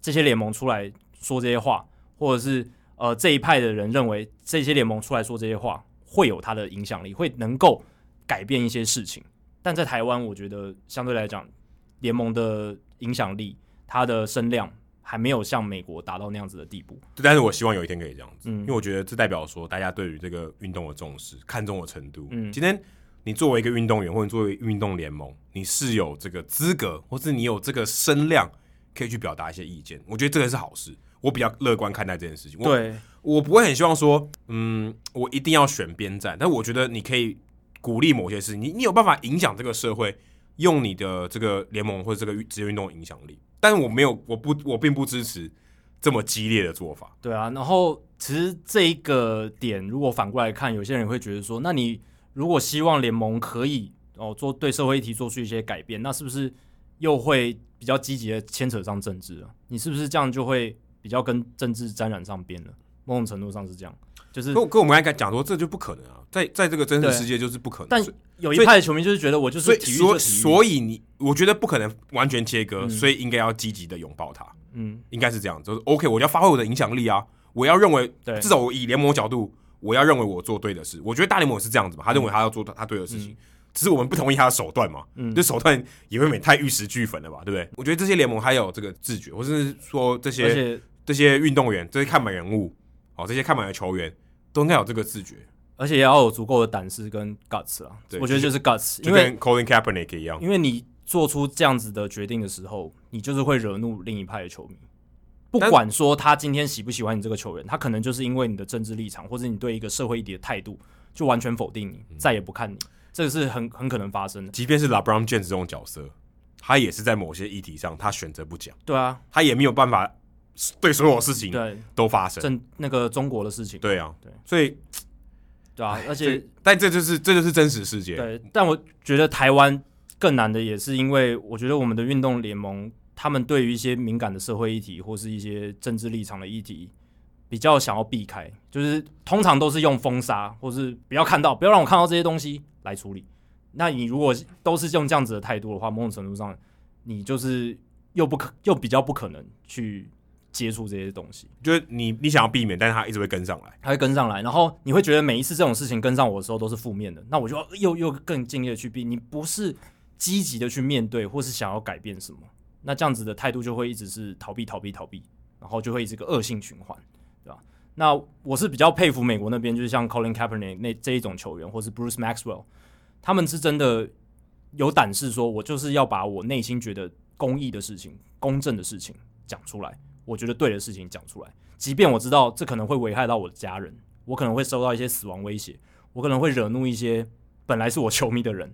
Speaker 2: 这些联盟出来说这些话，或者是呃这一派的人认为这些联盟出来说这些话会有它的影响力，会能够改变一些事情。但在台湾，我觉得相对来讲，联盟的影响力、它的声量还没有像美国达到那样子的地步。
Speaker 1: 但是我希望有一天可以这样子，
Speaker 2: 嗯
Speaker 1: 因为我觉得这代表说大家对于这个运动的重视、看重的程度。
Speaker 2: 嗯
Speaker 1: 今天你作为一个运动员，或者作为运动联盟，你是有这个资格，或是你有这个声量，可以去表达一些意见。我觉得这个是好事，我比较乐观看待这件事情。我，
Speaker 2: 对，
Speaker 1: 我不会很希望说，嗯，我一定要选边站，但我觉得你可以鼓励某些事情，你你有办法影响这个社会，用你的这个联盟或者这个职业运动的影响力。但是我没有，我不，我并不支持这么激烈的做法。
Speaker 2: 对啊，然后其实这一个点，如果反过来看，有些人会觉得说，那你如果希望联盟可以哦做对社会议题做出一些改变，那是不是又会比较积极的牵扯上政治了？啊你是不是这样就会比较跟政治沾染上边了？某种程度上是这样，就是
Speaker 1: 可可我们刚才讲说，这就不可能啊，在在这个真实世界就是不可能。
Speaker 2: 但
Speaker 1: 所以
Speaker 2: 有一
Speaker 1: 所以
Speaker 2: 派的球迷就是觉得我就
Speaker 1: 所
Speaker 2: 是
Speaker 1: 以
Speaker 2: 体育
Speaker 1: 所
Speaker 2: 就
Speaker 1: 以
Speaker 2: 体育，
Speaker 1: 所以你，我觉得不可能完全切割，
Speaker 2: 嗯
Speaker 1: 所以应该要积极的拥抱它，
Speaker 2: 嗯，
Speaker 1: 应该是这样，就是 OK，我要发挥我的影响力啊，我要认为，
Speaker 2: 对
Speaker 1: 至少我以联盟角度，我要认为我做对的事。我觉得大联盟也是这样子嘛，他认为他要做他对的事情。只是我们不同意他的手段嘛，
Speaker 2: 嗯
Speaker 1: 这手段也未免太玉石俱焚了吧，对不对？我觉得这些联盟还有这个自觉，或者是说这
Speaker 2: 而
Speaker 1: 些
Speaker 2: 且
Speaker 1: 这些运动员、这些看板人物，哦，这些看板的球员都应该有这个自觉，
Speaker 2: 而且也要有足够的胆识跟 guts 啊
Speaker 1: 对，
Speaker 2: 我觉得就是 guts，
Speaker 1: 就
Speaker 2: 因为
Speaker 1: 跟 Colin Kaepernick 一样。
Speaker 2: 因为你做出这样子的决定的时候，你就是会惹怒另一派的球迷。不管说他今天喜不喜欢你这个球员，他可能就是因为你的政治立场，或者你对一个社会议题的态度，就完全否定你，
Speaker 1: 嗯
Speaker 2: 再也不看你，这个是很很可能发生的。
Speaker 1: 即便是 LeBron James 这种角色，他也是在某些议题上他选择不讲，
Speaker 2: 对啊，
Speaker 1: 他也没有办法对所有事情
Speaker 2: 对
Speaker 1: 都发声。
Speaker 2: 正那个中国的事情，
Speaker 1: 对啊，
Speaker 2: 对
Speaker 1: 所以
Speaker 2: 对啊，而
Speaker 1: 这
Speaker 2: 且
Speaker 1: 但这就是这就是真实世界。
Speaker 2: 对，但我觉得台湾更难的也是因为，我觉得我们的运动联盟，他们对于一些敏感的社会议题或是一些政治立场的议题，比较想要避开，就是通常都是用封杀或是不要看到，不要让我看到这些东西来处理。那你如果都是用这样子的态度的话，某种程度上，你就是又不可又比较不可能去接触这些东西。
Speaker 1: 就是你你想要避免，但是他一直会跟上来。
Speaker 2: 它会跟上来，然后你会觉得每一次这种事情跟上我的时候都是负面的，那我就要又又更尽力的去避，你不是积极的去面对或是想要改变什么，那这样子的态度就会一直是逃避、逃避、逃避，然后就会一直个恶性循环，对吧？那我是比较佩服美国那边，就是像 Colin Kaepernick 那这一种球员，或是 Bruce Maxwell，他们是真的有胆识，说我就是要把我内心觉得公益的事情、公正的事情讲出来，我觉得对的事情讲出来。即便我知道这可能会危害到我的家人，我可能会受到一些死亡威胁，我可能会惹怒一些本来是我球迷的人，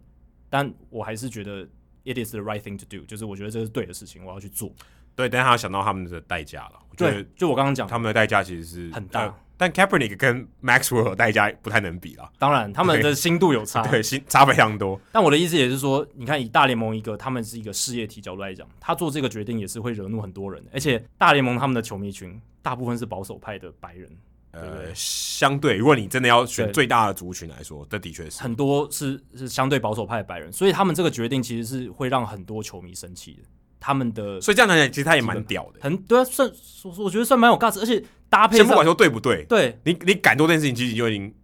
Speaker 2: 但我还是觉得 it is the right thing to do，就是我觉得这是对的事情，我要去做。
Speaker 1: 对，但是他要想到他们的代价了。我觉
Speaker 2: 对
Speaker 1: 得，
Speaker 2: 就我刚刚讲，
Speaker 1: 他们的代价其实是
Speaker 2: 很大
Speaker 1: 呃但 Kaepernick 跟 Maxwell 的代价不太能比啦，
Speaker 2: 当然他们的心度有差，
Speaker 1: 对，心差非常多。
Speaker 2: 但我的意思也是说，你看以大联盟一个他们是一个事业体角度来讲，他做这个决定也是会惹怒很多人的，而且大联盟他们的球迷群大部分是保守派的白人，对
Speaker 1: 呃，相对，如果你真的要选
Speaker 2: 对
Speaker 1: 最大的族群来说，这的确是
Speaker 2: 很多是是相对保守派的白人，所以他们这个决定其实是会让很多球迷生气的，他们的
Speaker 1: 所以这样讲起来，其实他也蛮屌的。
Speaker 2: 很对啊，算我我觉得算蛮有 guts，而且搭配
Speaker 1: 先
Speaker 2: 上
Speaker 1: 不管说对不对，
Speaker 2: 对
Speaker 1: 你你敢做这件事情，其实就已经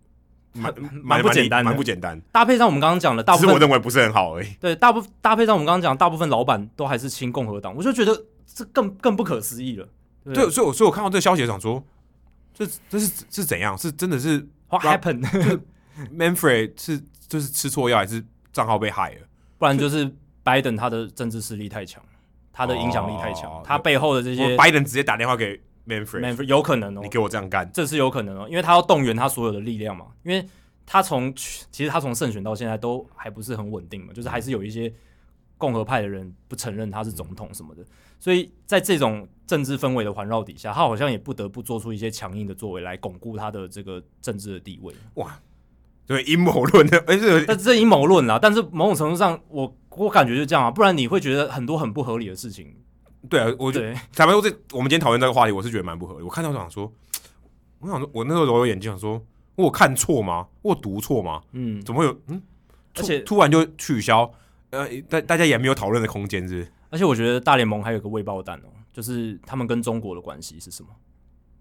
Speaker 1: 蛮
Speaker 2: 蛮不简单的
Speaker 1: 蛮不简单。
Speaker 2: 搭配上我们刚刚讲的大
Speaker 1: 只
Speaker 2: 部
Speaker 1: 是我
Speaker 2: 分
Speaker 1: 认为不是很好而已。
Speaker 2: 对大部搭配上我们刚刚讲的大部分老板都还是亲共和党，我就觉得这更更不可思议了。对
Speaker 1: 对，所以我所以我看到这个消息，想说，这这是是怎样？是真的是
Speaker 2: What happened？
Speaker 1: Manfred 是就是吃错药，还是账号被害了？
Speaker 2: 不然就是拜登他的政治势力太强，他的影响力太强，
Speaker 1: 哦
Speaker 2: 他背后的这些
Speaker 1: 我拜登直接打电话给 Manfred，
Speaker 2: Manfred- 有可能哦
Speaker 1: 你，给我这样干，
Speaker 2: 这是有可能哦，因为他要动员他所有的力量嘛，因为他从去其实他从胜选到现在都还不是很稳定嘛，就是还是有一些共和派的人不承认他是总统什么的，所以在这种政治氛围的环绕底下，他好像也不得不做出一些强硬的作为来巩固他的这个政治的地位。
Speaker 1: 对阴谋论 哎的，而且
Speaker 2: 但这阴谋论啦，但是某种程度上，我我感觉就这样啊，不然你会觉得很多很不合理的事情。
Speaker 1: 对啊，我就
Speaker 2: 对，
Speaker 1: 坦白说这，我们今天讨论这个话题，我是觉得蛮不合理。我看到我想说，我想说，我那时候揉揉眼睛想说，我有看错吗？我有读错吗？
Speaker 2: 嗯，
Speaker 1: 怎么会有？嗯，
Speaker 2: 而且
Speaker 1: 突突然就取消，呃，大大家也没有讨论的空间，是不是？
Speaker 2: 而且我觉得大联盟还有个未爆弹哦，就是他们跟中国的关系是什么？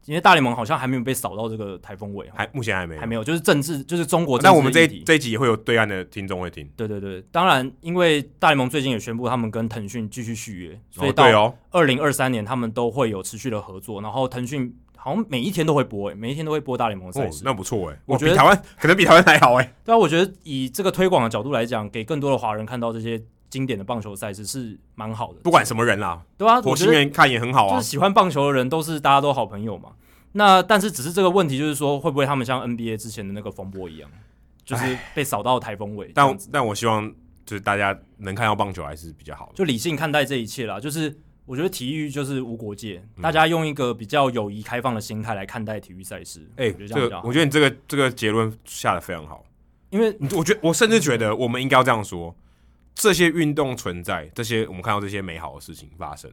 Speaker 2: 因为大联盟好像还没有被扫到这个台风尾哦，
Speaker 1: 还目前还没有哦
Speaker 2: 还。没有，就是政治，就是中国政
Speaker 1: 那
Speaker 2: 治
Speaker 1: 我们这
Speaker 2: 议
Speaker 1: 一
Speaker 2: 题
Speaker 1: 这一集也会有对岸的听众会听，
Speaker 2: 对对对，当然，因为大联盟最近也宣布他们跟腾讯继续续约，所以
Speaker 1: 哦对
Speaker 2: 到
Speaker 1: 哦，
Speaker 2: 二零二三年他们都会有持续的合作。然后腾讯好像每一天都会播、诶，欸每一天都会播大联盟的赛
Speaker 1: 哦
Speaker 2: 事。，
Speaker 1: 那不错哎，
Speaker 2: 我
Speaker 1: 哇
Speaker 2: 觉得
Speaker 1: 比台湾可能比台湾还好哎，
Speaker 2: 对啊，我觉得以这个推广的角度来讲，给更多的华人看到这些经典的棒球赛事是蛮好的。
Speaker 1: 不管什么人啦，
Speaker 2: 对啊，
Speaker 1: 火
Speaker 2: 我觉
Speaker 1: 星
Speaker 2: 得
Speaker 1: 人看也很好
Speaker 2: 就
Speaker 1: 啊
Speaker 2: 是，喜欢棒球的人都是大家都好朋友嘛。那但是只是这个问题就是说，会不会他们像 NBA 之前的那个风波一样，就是被扫到台风尾？
Speaker 1: 哎但但我希望就是大家能看到棒球还是比较好的，
Speaker 2: 就理性看待这一切啦。就是我觉得体育就是无国界，
Speaker 1: 嗯
Speaker 2: 大家用一个比较友谊开放的心态来看待体育赛事。
Speaker 1: 哎、
Speaker 2: 我觉得这
Speaker 1: 这
Speaker 2: 样比
Speaker 1: 个
Speaker 2: 较好
Speaker 1: 我。觉得你这个这个结论下的非常好，
Speaker 2: 因为
Speaker 1: 我觉得我甚至觉得我们应该要这样说：这些运动存在，这些我们看到这些美好的事情发生，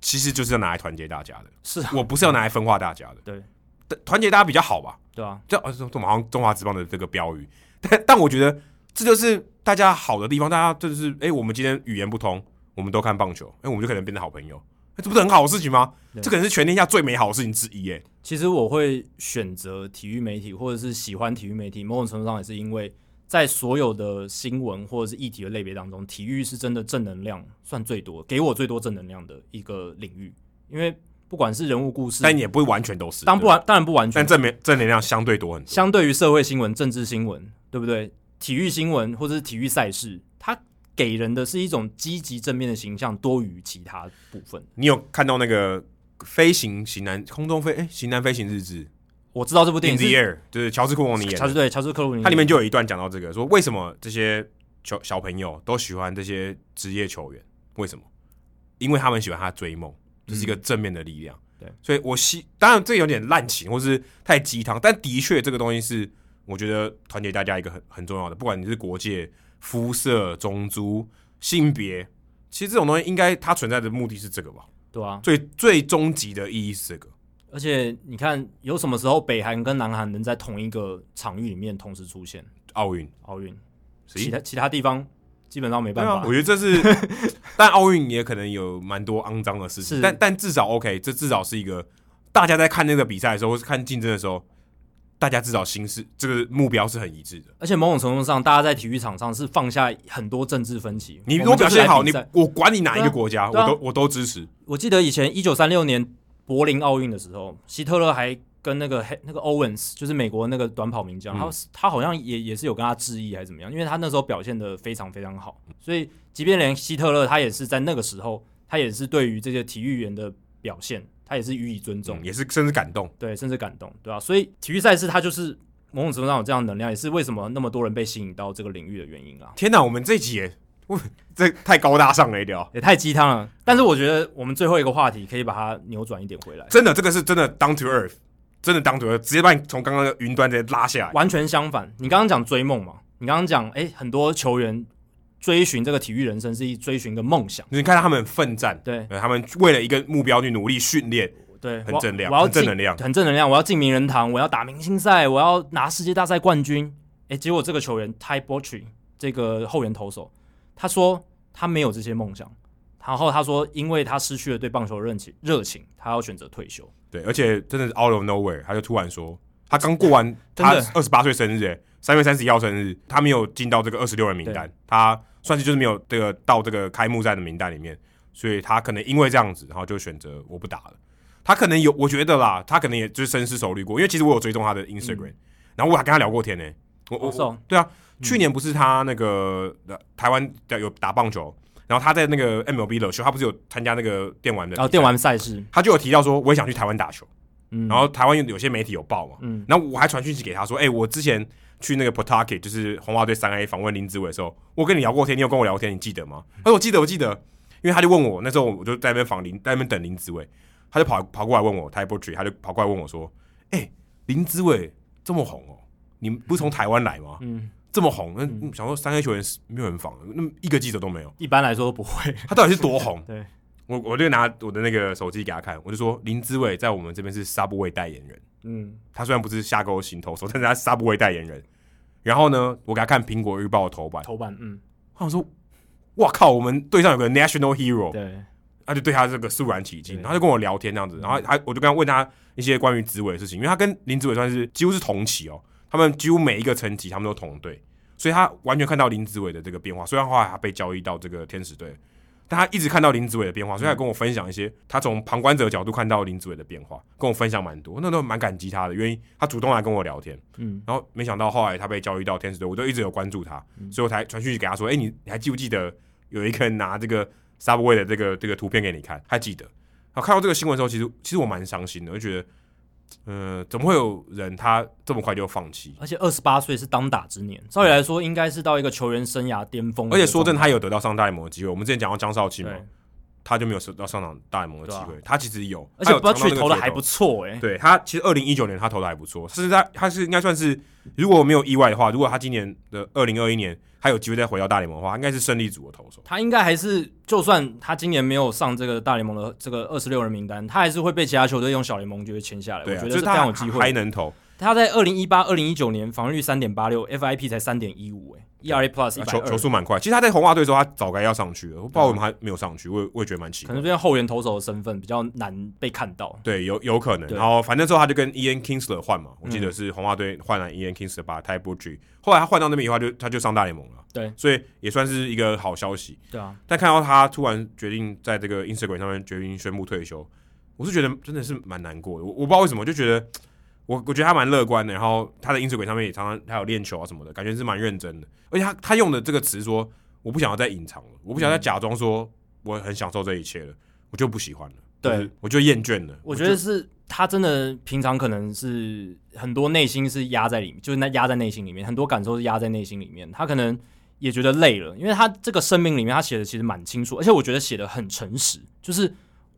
Speaker 1: 其实就是要拿来团结大家的。
Speaker 2: 是啊，
Speaker 1: 我不是要拿来分化大家的，
Speaker 2: 对
Speaker 1: 但团结大家比较好吧？
Speaker 2: 对啊，
Speaker 1: 这哦，这这好像中华职棒的这个标语， 但但我觉得这就是大家好的地方，大家就是哎、诶我们今天语言不通，我们都看棒球，哎、我们就可能变成好朋友，诶这不是很好的事情吗？
Speaker 2: 对
Speaker 1: 这可能是全天下最美好的事情之一、诶
Speaker 2: 其实我会选择体育媒体，或者是喜欢体育媒体，某种程度上也是因为在所有的新闻或者是议题的类别当中，体育是真的正能量算最多，给我最多正能量的一个领域。因为不管是人物故事，
Speaker 1: 但也不完全都是，
Speaker 2: 当不
Speaker 1: 对吧，
Speaker 2: 完当然不完全
Speaker 1: 但，正面正能量相对多很多。
Speaker 2: 相对于社会新闻、政治新闻，对不对？体育新闻或者是体育赛事，它给人的是一种积极正面的形象，多于其他部分。
Speaker 1: 你有看到那个飞行型男空中飞哎、型男飞行日志
Speaker 2: 我知道这部电
Speaker 1: 《In
Speaker 2: 影
Speaker 1: the
Speaker 2: 是
Speaker 1: Air》，就是乔治·库隆尼演
Speaker 2: 乔
Speaker 1: 的，
Speaker 2: 治对乔治克鲁尼，
Speaker 1: 它里面就有一段讲到这个，说为什么这些球小朋友都喜欢这些职业球员？为什么？因为他们喜欢他追梦，这、是一个正面的力量。
Speaker 2: 嗯对，
Speaker 1: 所以我希当然这有点滥情或是太鸡汤，但的确这个东西是我觉得团结大家一个很很重要的，不管你是国界、肤色、种族、性别，其实这种东西应该它存在的目的是这个吧？
Speaker 2: 对啊，
Speaker 1: 最最终极的意义是这个。
Speaker 2: 而且你看有什么时候北韩跟南韩能在同一个场域里面同时出现？
Speaker 1: 奥运，
Speaker 2: 奥运，
Speaker 1: 谁
Speaker 2: 其他其他地方基本上没办
Speaker 1: 对啊，
Speaker 2: 法
Speaker 1: 我。觉得这 是，但奥运也可能有蛮多肮脏的事情，
Speaker 2: 是
Speaker 1: 但但至少 OK，这至少是一个大家在看那个比赛的时候，或是看竞争的时候，大家至少心是这个目标是很一致的。
Speaker 2: 而且某种程度上，大家在体育场上是放下很多政治分歧。
Speaker 1: 你
Speaker 2: 我
Speaker 1: 如果
Speaker 2: 们就
Speaker 1: 表
Speaker 2: 是
Speaker 1: 现
Speaker 2: 来
Speaker 1: 好，
Speaker 2: 比
Speaker 1: 你
Speaker 2: 赛
Speaker 1: 我管你哪一个国家，
Speaker 2: 对啊
Speaker 1: 我都我都支持。
Speaker 2: 我记得以前一九三六年柏林奥运的时候，希特勒还跟那个黑那个 Owens，就是美国那个短跑名将，
Speaker 1: 嗯
Speaker 2: 他他好像也也是有跟他致意还是怎么样，因为他那时候表现的非常非常好，所以即便连希特勒他也是在那个时候，他也是对于这些体育员的表现，他也是予以尊重，
Speaker 1: 嗯也是甚至感动，
Speaker 2: 对，甚至感动，对吧、所以体育赛事它就是某种程度上有这样的能量，也是为什么那么多人被吸引到这个领域的原因啊。
Speaker 1: 天哪！我们这一集也，我这太高大上了一点哦。
Speaker 2: 也太鸡汤了，但是我觉得我们最后一个话题可以把它扭转一点回来。
Speaker 1: 真的，这个是真的 down to earth，真的 down to earth，直接把你从刚刚的云端直接拉下来。
Speaker 2: 完全相反。你刚刚讲追梦嘛，你刚刚讲，哎、很多球员追寻这个体育人生是一追寻一个梦想，
Speaker 1: 你看他们奋战，
Speaker 2: 对
Speaker 1: 呃他们为了一个目标去努力训练，
Speaker 2: 对，
Speaker 1: 很
Speaker 2: 我
Speaker 1: 正量
Speaker 2: 我要
Speaker 1: 很正
Speaker 2: 进
Speaker 1: 能量
Speaker 2: 很正能量，我要进名人堂，我要打明星赛，我要拿世界大赛冠军。哎、结果这个球员 Ty b o c h y 这个后援投手，他说他没有这些梦想，然后他说因为他失去了对棒球的热情，热情，他要选择退休。
Speaker 1: 对，而且真的是 out of nowhere，他就突然说，他刚过完
Speaker 2: 真
Speaker 1: 他
Speaker 2: 的
Speaker 1: 二十八岁生日、欸，三月三十一号生日，他没有进到这个二十六人名单，他算是就是没有这个到这个开幕战的名单里面，所以他可能因为这样子，然后就选择我不打了。他可能有，我觉得啦，他可能也就是深思熟虑过，因为其实我有追踪他的 Instagram，、然后我还跟他聊过天呢、我我
Speaker 2: 嗯哦是哦
Speaker 1: 我对啊，去年不是他那个、呃台湾的有打棒球，然后他在那个 MLB 的秀，他不是有参加那个电玩的
Speaker 2: 然后
Speaker 1: 比赛
Speaker 2: 哦电玩赛事，
Speaker 1: 他就有提到说，我也想去台湾打球。
Speaker 2: 嗯
Speaker 1: 然后台湾有有些媒体有报嘛，
Speaker 2: 嗯
Speaker 1: 然后我还传讯息给他说，哎、我之前去那个 Potaki，就是红袜队三 A 访问林子伟的时候，我跟你聊过天，你有跟我聊过天，你记得吗？
Speaker 2: 嗯
Speaker 1: 他说我记得，我记得，因为他就问我，那时候我就在那边访林，在那边等林子伟，他就跑跑过来问我 t y p e r Tree，他就跑过来问我说，哎、林子伟这么红哦，你不是从台湾来吗？
Speaker 2: 嗯，
Speaker 1: 这么红，那嗯想说三 A 球员是没有人访，那么一个记者都没有，
Speaker 2: 一般来说都不会。
Speaker 1: 他到底是多红？
Speaker 2: 对，
Speaker 1: 我我就拿我的那个手机给他看，我就说林志伟在我们这边是 Subway 代言人，
Speaker 2: 嗯，
Speaker 1: 他虽然不是下钩型投手， 但是他是 Subway 代言人。然后呢，我给他看苹果日报的头版，
Speaker 2: 头版，嗯，
Speaker 1: 他想说，哇靠，我们队上有个 National Hero，
Speaker 2: 对，
Speaker 1: 他就对他这个肃然起敬，
Speaker 2: 对
Speaker 1: 然后他就跟我聊天这样子，然后还我就跟他问他一些关于紫伟的事情，因为他跟林志伟算是几乎是同期哦，他们几乎每一个层级他们都同队，所以他完全看到林志伟的这个变化。虽然后来他被交易到这个天使队，但他一直看到林志伟的变化，所以他跟我分享一些他从旁观者的角度看到林志伟的变化，跟我分享蛮多，那都蛮感激他的，因为他主动来跟我聊天。
Speaker 2: 嗯，
Speaker 1: 然后没想到后来他被交易到天使队，我都一直有关注他，所以我才传讯息给他说：“哎、你你还记不记得有一个人拿这个 Subway 的这个这个图片给你看？还记得？”然后看到这个新闻的时候，其实其实我蛮伤心的，我就觉得，呃，怎么会有人他这么快就放弃？
Speaker 2: 而且二十八岁是当打之年，照理来说应该是到一个球员生涯巅峰
Speaker 1: 嗯
Speaker 2: 的
Speaker 1: 而
Speaker 2: 一
Speaker 1: 且
Speaker 2: 个
Speaker 1: 说
Speaker 2: 状态。
Speaker 1: 真的，他有得到上大联盟的机会。我们之前讲到张少庆嘛，
Speaker 2: 对，
Speaker 1: 他就没有得到上场大联盟的机会。
Speaker 2: 对
Speaker 1: 他其实有，
Speaker 2: 而
Speaker 1: 他
Speaker 2: 且
Speaker 1: 哦有尝
Speaker 2: b
Speaker 1: 到
Speaker 2: u
Speaker 1: 那个
Speaker 2: 投的
Speaker 1: 甜
Speaker 2: 还
Speaker 1: 头
Speaker 2: 不错哎、
Speaker 1: 对他，其实二零一九年他投的还不错，是在他是应该算是，如果没有意外的话，如果他今年的二零二一年还有机会再回到大联盟的话，应该是胜利组的投手。
Speaker 2: 他应该还是，就算他今年没有上这个大联盟的这个二十六人名单，他还是会被其他球队用小联盟就会签下来。
Speaker 1: 对
Speaker 2: 我
Speaker 1: 啊，
Speaker 2: 觉
Speaker 1: 就
Speaker 2: 得是
Speaker 1: 是
Speaker 2: 非
Speaker 1: 他
Speaker 2: 常有机
Speaker 1: 还
Speaker 2: 会。
Speaker 1: 能投，
Speaker 2: 他在二零一八、二零一九年防御率三点八六，FIP 才三点一五，哎，ERA Plus 一
Speaker 1: 啊
Speaker 2: 百
Speaker 1: 球球
Speaker 2: 二。
Speaker 1: 速蛮快。其实他在红袜队的时候，他早该要上去了，我不知道为什么他没有上去，我也我也觉得蛮奇
Speaker 2: 可
Speaker 1: 怪
Speaker 2: 能。这边后援投手的身份比较难被看到。
Speaker 1: 对，有有可能。
Speaker 2: 对嗯
Speaker 1: 然后反正之后他就跟 Ian Kingsler 换嘛，我记得是红袜队换了 Ian Kingsler 把 Ty b u g 后来他换到那边以后，他就他就上大联盟了。
Speaker 2: 对
Speaker 1: 所以也算是一个好消息。
Speaker 2: 对啊，
Speaker 1: 但看到他突然决定在这个 Instagram 上面决定宣布退休，我是觉得真的是蛮难过的。我我不知道为什么，就觉得我我觉得他蛮乐观的，然后他的 Instagram 上面也常常他有练球啊什么的，感觉是蛮认真的。而且他他用的这个词说，我不想要再隐藏了，我不想
Speaker 2: 嗯
Speaker 1: 再假装说我很享受这一切了，我就不喜欢了，
Speaker 2: 对
Speaker 1: 就是，我就厌倦了。
Speaker 2: 我觉得是他真的平常可能是很多内心是压在里面，就是那压在内心里面，很多感受是压在内心里面。他可能也觉得累了，因为他这个声明里面他写的其实蛮清楚，而且我觉得写的很诚实，就是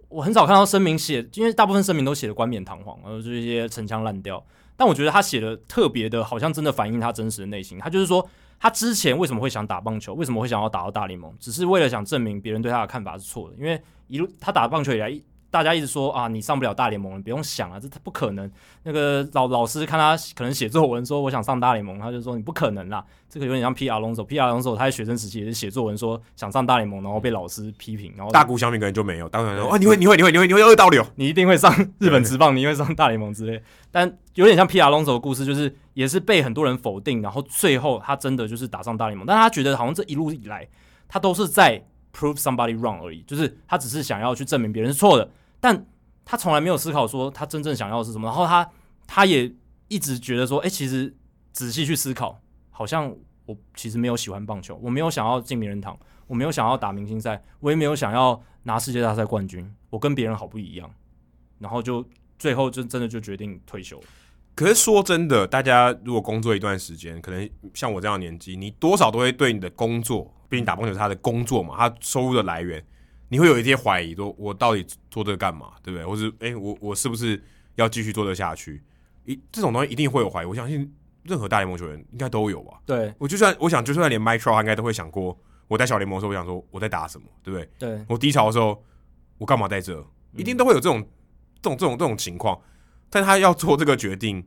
Speaker 2: 我很少看到声明写，因为大部分声明都写的冠冕堂皇，然后就是一些陈腔滥调。但我觉得他写的特别的，好像真的反映他真实的内心。他就是说，他之前为什么会想打棒球，为什么会想要打到大联盟，只是为了想证明别人对他的看法是错的。因为一路他打棒球以来，一大家一直说啊，你上不了大联盟，你不用想啊，这他不可能。那个老老师看他可能写作文说我想上大联盟，他就说你不可能啦，这个有点像 P R 龙手，P R 龙手他在学生时期也是写作文说想上大联盟，然后被老师批评，然后
Speaker 1: 大谷翔平可能就没有，大谷翔平说啊，你会你会你会你会你会二到六，
Speaker 2: 你一定会上日本职棒，你一定会上大联盟之类。但有点像皮亚龙走的故事，就是也是被很多人否定，然后最后他真的就是打上大联盟。但他觉得好像这一路以来，他都是在 prove somebody wrong 而已，就是他只是想要去证明别人是错的，但他从来没有思考说他真正想要的是什么。然后他他也一直觉得说，哎、其实仔细去思考，好像我其实没有喜欢棒球，我没有想要进名人堂，我没有想要打明星赛，我也没有想要拿世界大赛冠军，我跟别人好不一样。然后就最后就真的就决定退休了。
Speaker 1: 可是说真的，大家如果工作一段时间，可能像我这样的年纪，你多少都会对你的工作，毕竟打棒球是他的工作嘛，他收入的来源，你会有一些怀疑，说我到底做这个干嘛，对不对？或是诶，我我是不是要继续做这下去？一这种东西一定会有怀疑，我相信任何大联盟球员应该都有吧。
Speaker 2: 对
Speaker 1: 我就算我想，就算连 Mike Trout 应该都会想过，我在小联盟的时候，我想说我在打什么，对不对？
Speaker 2: 对，
Speaker 1: 我低潮的时候，我干嘛在这？一定都会有这种、这种、这种、这种情况。但他要做这个决定，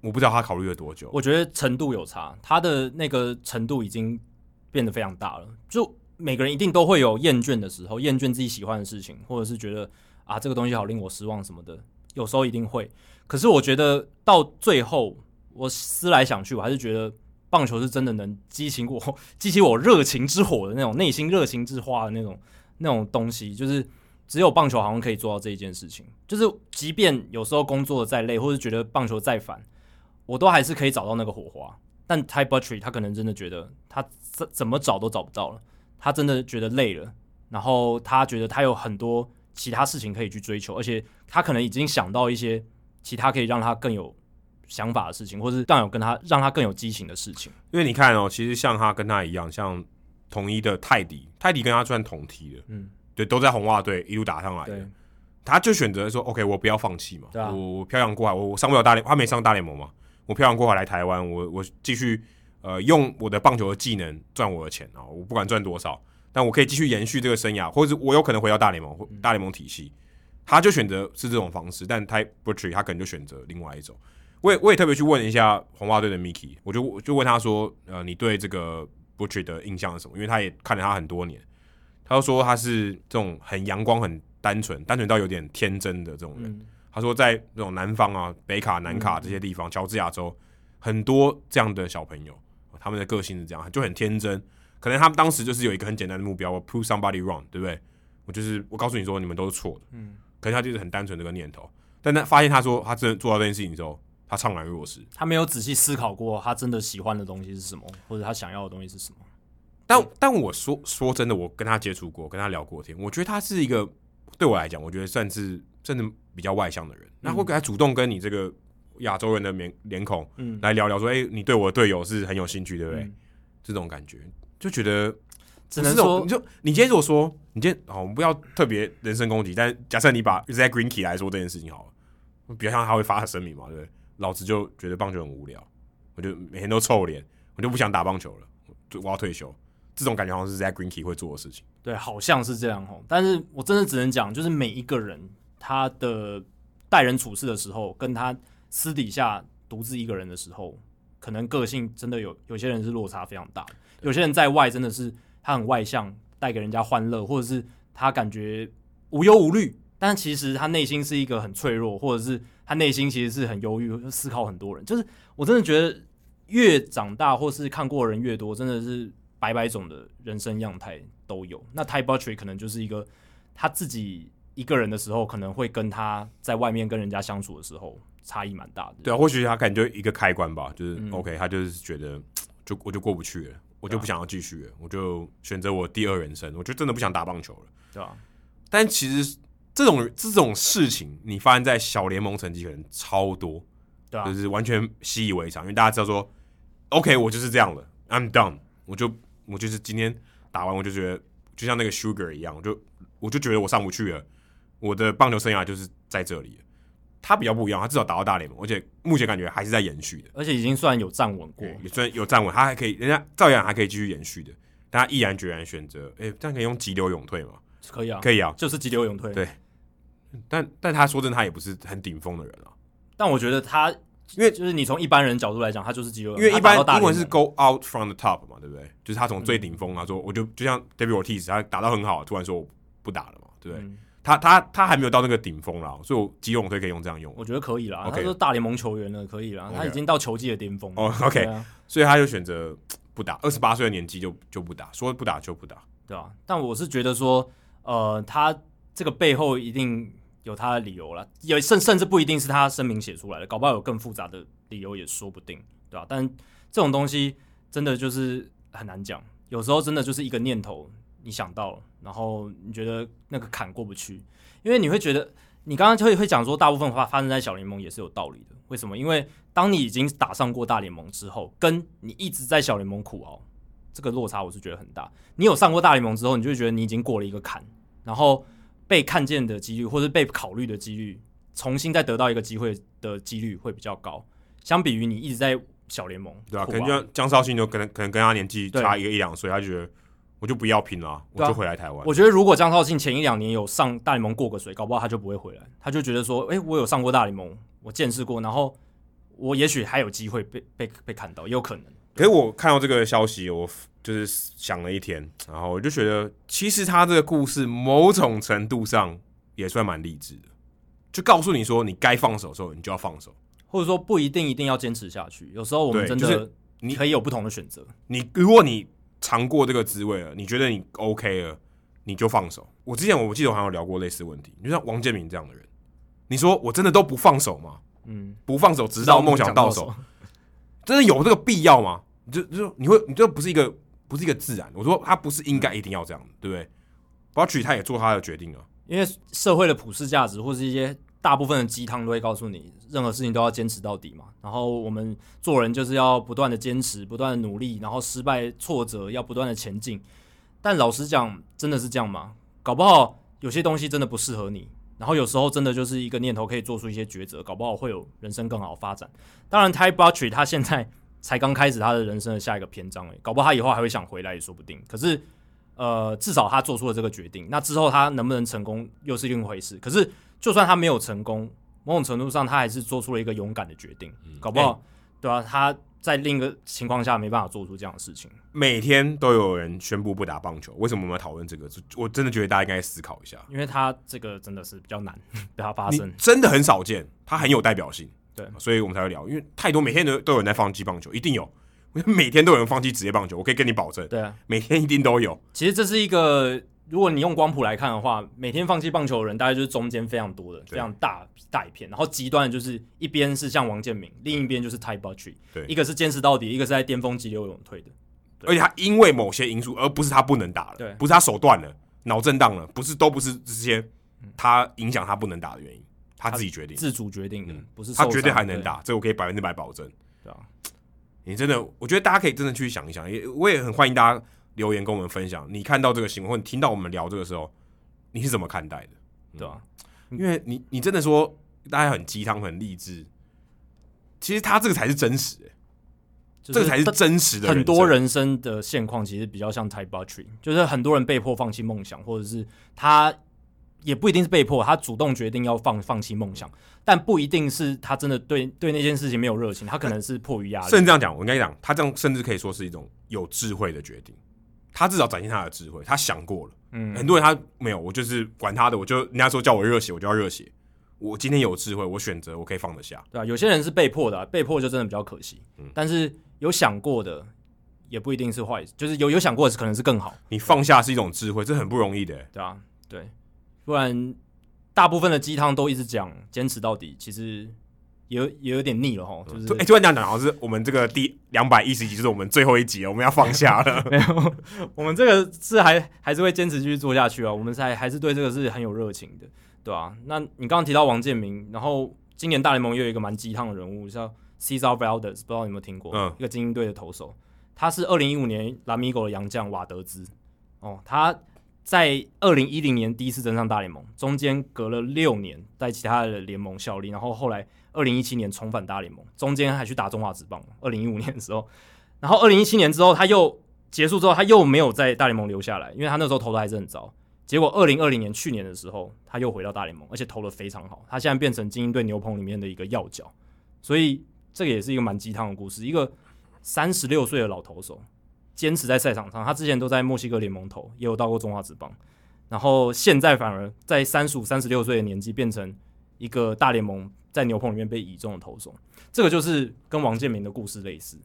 Speaker 1: 我不知道他考虑了多久。
Speaker 2: 我觉得程度有差，他的那个程度已经变得非常大了。就每个人一定都会有厌倦的时候，厌倦自己喜欢的事情，或者是觉得啊这个东西好令我失望什么的，有时候一定会。可是我觉得到最后，我思来想去，我还是觉得棒球是真的能激起我 激起我热情之火的那种内心热情之花的那种那种东西，就是只有棒球好像可以做到这一件事情。就是即便有时候工作再累，或是觉得棒球再烦，我都还是可以找到那个火花。但 Ty Buttrey 他可能真的觉得他怎怎么找都找不到了，他真的觉得累了，然后他觉得他有很多其他事情可以去追求，而且他可能已经想到一些其他可以让他更有想法的事情，或是更有跟他让他更有激情的事情。
Speaker 1: 因为你看哦，其实像他跟他一样，像同一的泰迪，泰迪跟他算同梯的，
Speaker 2: 嗯，
Speaker 1: 对，都在红袜队一路打上来
Speaker 2: 对
Speaker 1: 的。他就选择说，OK，我不要放弃嘛，
Speaker 2: 对啊
Speaker 1: 我我漂洋过海，我我上不了大联，他没上大联盟嘛，我漂洋过海来台湾，我我继续呃用我的棒球的技能赚我的钱啊，我不管赚多少，但我可以继续延续这个生涯，或者是我有可能回到大联盟，或
Speaker 2: 嗯
Speaker 1: 大联盟体系，他就选择是这种方式，但 Ty Butcher 他可能就选择另外一种。我也我也特别去问一下红袜队的 Miki，我就我就问他说，呃，你对这个 Butcher 的印象是什么？因为他也看了他很多年，他就说他是这种很阳光、很单纯、单纯到有点天真的这种人。
Speaker 2: 嗯，
Speaker 1: 他说在这种南方啊、北卡、南卡这些地方，乔治亚州很多这样的小朋友，他们的个性是这样，就很天真。可能他们当时就是有一个很简单的目标，我 prove somebody wrong，对不对？我就是我告诉你说你们都是错的，
Speaker 2: 嗯，
Speaker 1: 可是他就是很单纯这个念头。但他发现他说他真的做到这件事情之后，他怅然若失。
Speaker 2: 他没有仔细思考过他真的喜欢的东西是什么，或者他想要的东西是什么。
Speaker 1: 嗯
Speaker 2: 嗯
Speaker 1: 但但我说说真的，我跟他接触过，跟他聊过天，我觉得他是一个对我来讲，我觉得算是甚至比较外向的人。那会给他主动跟你这个亚洲人的脸脸孔，
Speaker 2: 嗯
Speaker 1: 来聊聊说，哎、你对我的队友是很有兴趣，对不对？
Speaker 2: 嗯
Speaker 1: 这种感觉就觉得
Speaker 2: 只
Speaker 1: 不
Speaker 2: 能
Speaker 1: 是这种
Speaker 2: 说
Speaker 1: 你，就你今天如果说，你今天好，我们不要特别人身攻击，但假设你把 Zach Greinke 来说这件事情好了，比较像他会发声明嘛，对不对？老子就觉得棒球很无聊，我就每天都臭脸，我就不想打棒球了，我我要退休。这种感觉好像是 Zach Greinke 会做的事情。
Speaker 2: 对，好像是这样哦。但是我真的只能讲，就是每一个人他的待人处事的时候，跟他私底下独自一个人的时候，可能个性真的有有些人是落差非常大的。有些人在外真的是他很外向，带给人家欢乐，或者是他感觉无忧无虑，但其实他内心是一个很脆弱，或者是他内心其实是很忧郁，思考很多人。就是我真的觉得越长大或是看过的人越多，真的是百百种的人生样态都有。那 Ty Buttrey 可能就是一个他自己一个人的时候，可能会跟他在外面跟人家相处的时候差异蛮大的。
Speaker 1: 啊对啊，或许他可能就一个开关吧，就是、
Speaker 2: 嗯啊
Speaker 1: OK，他就是觉得就我就过不去了，我就不想要继续了，我就选择我第二人生，我就真的不想打棒球了。
Speaker 2: 对吧？
Speaker 1: 但其实这种这种事情，你发生在小联盟成绩可能超多，
Speaker 2: 对啊吧
Speaker 1: 就？是完全习以为常，因为大家知道说，OK，我就是这样了，I'm done，我就我就是今天打完，我就觉得就像那个 Sugar 一样，我就我就觉得我上不去了，我的棒球生涯就是在这里了。他比较不一样，他至少打到大联盟，而且目前感觉还是在延续的，
Speaker 2: 而且已经算有站稳过
Speaker 1: 对，也算有站稳，他还可以，人家照样还可以继续延续的。但他毅然决然选择，哎、这样可以用急流勇退吗？
Speaker 2: 可以啊，
Speaker 1: 可以啊，
Speaker 2: 就是急流勇退。
Speaker 1: 对但但他说真的，他也不是很顶峰的人啊，
Speaker 2: 但我觉得他，
Speaker 1: 因为
Speaker 2: 就是你从一般人角度来讲，他就是肌肉，
Speaker 1: 因为一
Speaker 2: 呃他打
Speaker 1: 般
Speaker 2: 到大嗯
Speaker 1: 英文
Speaker 2: 联
Speaker 1: 是
Speaker 2: 盟
Speaker 1: go out from the top 嘛，对不对？就是他从最顶峰啊，说我就就像 David Ortiz，他打到很好，突然说我不打了嘛，对不对？
Speaker 2: 嗯
Speaker 1: 他他他还没有到那个顶峰啦，所以我急勇推可以用这样用
Speaker 2: 我觉得可以啦。
Speaker 1: OK
Speaker 2: 他说大联盟球员了，可以啦
Speaker 1: OK
Speaker 2: 他已经到球技的巅峰了。
Speaker 1: 哦。
Speaker 2: 对
Speaker 1: OK，
Speaker 2: 啊，
Speaker 1: 所以他就选择不打，二十八岁的年纪就就不打，说不打就不打。
Speaker 2: 对啊。但我是觉得说，呃，他这个背后一定有他的理由啦，也甚甚至不一定是他声明写出来的，搞不好有更复杂的理由也说不定，对吧、但这种东西真的就是很难讲，有时候真的就是一个念头，你想到了，然后你觉得那个坎过不去，因为你会觉得你刚刚就会会讲说，大部分发发生在小联盟也是有道理的。为什么？因为当你已经打上过大联盟之后，跟你一直在小联盟苦熬，这个落差我是觉得很大。你有上过大联盟之后，你就会觉得你已经过了一个坎，然后被看见的几率或者被考虑的几率，重新再得到一个机会的几率会比较高，相比于你一直在小联盟
Speaker 1: 对啊，
Speaker 2: 苦
Speaker 1: 可
Speaker 2: 熬
Speaker 1: 能就像江绍信就可能可能跟他年纪
Speaker 2: 对
Speaker 1: 差一个一两岁，他就觉得我就不要拼了啊，我
Speaker 2: 对啊
Speaker 1: 就回来台湾。
Speaker 2: 我觉得如果江少庆前一两年有上大联盟过个水，搞不好他就不会回来，他就觉得说，诶，我有上过大联盟，我见识过，然后我也许还有机会被被被看到，也有可能。
Speaker 1: 可是我看到这个消息，我 f- 就是想了一天，然后我就觉得，其实他这个故事某种程度上也算蛮励志的，就告诉你说，你该放手的时候，你就要放手。
Speaker 2: 或者说不一定一定要坚持下去，有时候我们
Speaker 1: 对
Speaker 2: 真
Speaker 1: 就是
Speaker 2: 的
Speaker 1: 你
Speaker 2: 可以有不同的选择。
Speaker 1: 你如果你尝过这个滋味了，你觉得你 OK 了，你就放手。我之前我记得我好像有聊过类似问题，就像王建民这样的人，你说我真的都不放手吗？
Speaker 2: 嗯，
Speaker 1: 不放手直到梦想到手，真的有这个必要吗？你就就你会你这不是一个不是一个自然，我说他不是应该一定要这样的，对不对？包取他也做他的决定了，
Speaker 2: 因为社会的普世价值或是一些大部分的鸡汤都会告诉你，任何事情都要坚持到底嘛。然后我们做人就是要不断的坚持，不断的努力，然后失败挫折要不断的前进。但老实讲，真的是这样吗？搞不好有些东西真的不适合你。然后有时候真的就是一个念头可以做出一些抉择，搞不好会有人生更好的发展。当然 t y b u t c h 他现在才刚开始他的人生的下一个篇章而已，搞不好他以后还会想回来也说不定。可是呃，至少他做出了这个决定。那之后他能不能成功又是另一回事。可是，就算他没有成功，某种程度上他还是做出了一个勇敢的决定，
Speaker 1: 嗯
Speaker 2: 搞不
Speaker 1: 哎
Speaker 2: 好，对啊，他在另一个情况下没办法做出这样的事情。
Speaker 1: 每天都有人宣布不打棒球，为什么我们要讨论这个？就我真的觉得大家应该思考一下，
Speaker 2: 因为他这个真的是比较难 对他发
Speaker 1: 你
Speaker 2: 生，
Speaker 1: 真的很少见，他很有代表性，
Speaker 2: 对
Speaker 1: 所以我们才会聊，因为太多每天都都有人在放弃棒球，一定有，每天都有人放弃职业棒球，我可以跟你保证，
Speaker 2: 对啊。
Speaker 1: 每天一定都有。
Speaker 2: 其实这是一个，如果你用光谱来看的话，每天放弃棒球的人大概就是中间非常多的、非常大大一片，然后极端的就是一边是像王建民，另一边就是 Ty b u t c h
Speaker 1: 对
Speaker 2: 一个是坚持到底，一个是在巅峰急流勇退的。
Speaker 1: 而且他因为某些因素，而不是他不能打了，
Speaker 2: 对
Speaker 1: 不是他手断了、脑震荡了，不是都不是这些他影响他不能打的原因，他自己决定，
Speaker 2: 自主决定的，
Speaker 1: 嗯
Speaker 2: 不是
Speaker 1: 他
Speaker 2: 受
Speaker 1: 绝对
Speaker 2: 伤
Speaker 1: 还能，打，这我可以百分之百保证。
Speaker 2: 对啊
Speaker 1: 你真的，我觉得大家可以真的去想一想，也我也很欢迎大家留言跟我们分享，你看到这个新闻，或你听到我们聊这个时候，你是怎么看待的？
Speaker 2: 对
Speaker 1: 嗯
Speaker 2: 啊，
Speaker 1: 因为你你真的说大家很鸡汤、很励志，其实他这个才是真实、欸
Speaker 2: 就
Speaker 1: 这个才是真实的。
Speaker 2: 很多人生的现况其实比较像 Type b u t r y 就是很多人被迫放弃梦想，或者是他也不一定是被迫，他主动决定要放放弃梦想，但不一定是他真的对对那件事情没有热情，他可能是迫于压
Speaker 1: 甚
Speaker 2: 力。
Speaker 1: 至这样讲，我应该讲，他这样甚至可以说是一种有智慧的决定。他至少展现他的智慧，他想过了。很
Speaker 2: 嗯，
Speaker 1: 多人他没有，我就是管他的，我就人家说叫我热血，我就要热血。我今天有智慧，我选择我可以放得下。
Speaker 2: 对啊，有些人是被迫的啊、被迫就真的比较可惜。
Speaker 1: 嗯
Speaker 2: 但是有想过的也不一定是坏，就是有有想过的可能是更好。
Speaker 1: 你放下是一种智慧，这很不容易的、欸
Speaker 2: 对啊，对，不然大部分的鸡汤都一直讲坚持到底，其实也有也有点腻了哈，就是
Speaker 1: 哎、突然讲讲，好像是我们这个第两百一十集，就是我们最后一集了，我们要放下了。
Speaker 2: 没有，我们这个是还还是会坚持继续做下去啊，我们才还是对这个是很有热情的，对啊。那你刚刚提到王建民，然后今年大联盟又有一个蛮鸡汤的人物叫 Cesar Valdez，不知道你有没有听过？
Speaker 1: 嗯
Speaker 2: 一个精英队的投手，他是二零一五年拉米狗的洋将瓦德兹哦，他在二零一零年第一次登上大联盟，中间隔了六年在其他的联盟效力，然后后来二零一七年重返大联盟，中间还去打中华职棒。二零一五年的时候，然后二零一七年之后他又结束之后他又没有在大联盟留下来，因为他那时候投的还是很糟。结果二零二零年去年的时候他又回到大联盟，而且投的非常好，他现在变成精英队牛棚里面的一个要角，所以这个也是一个蛮鸡汤的故事，一个三十六岁的老投手。坚持在赛场上，他之前都在墨西哥联盟投，也有到过中华职棒，然后现在反而在三十五、三十六岁的年纪，变成一个大联盟在牛棚里面被倚重的投手。这个就是跟王建民的故事类似，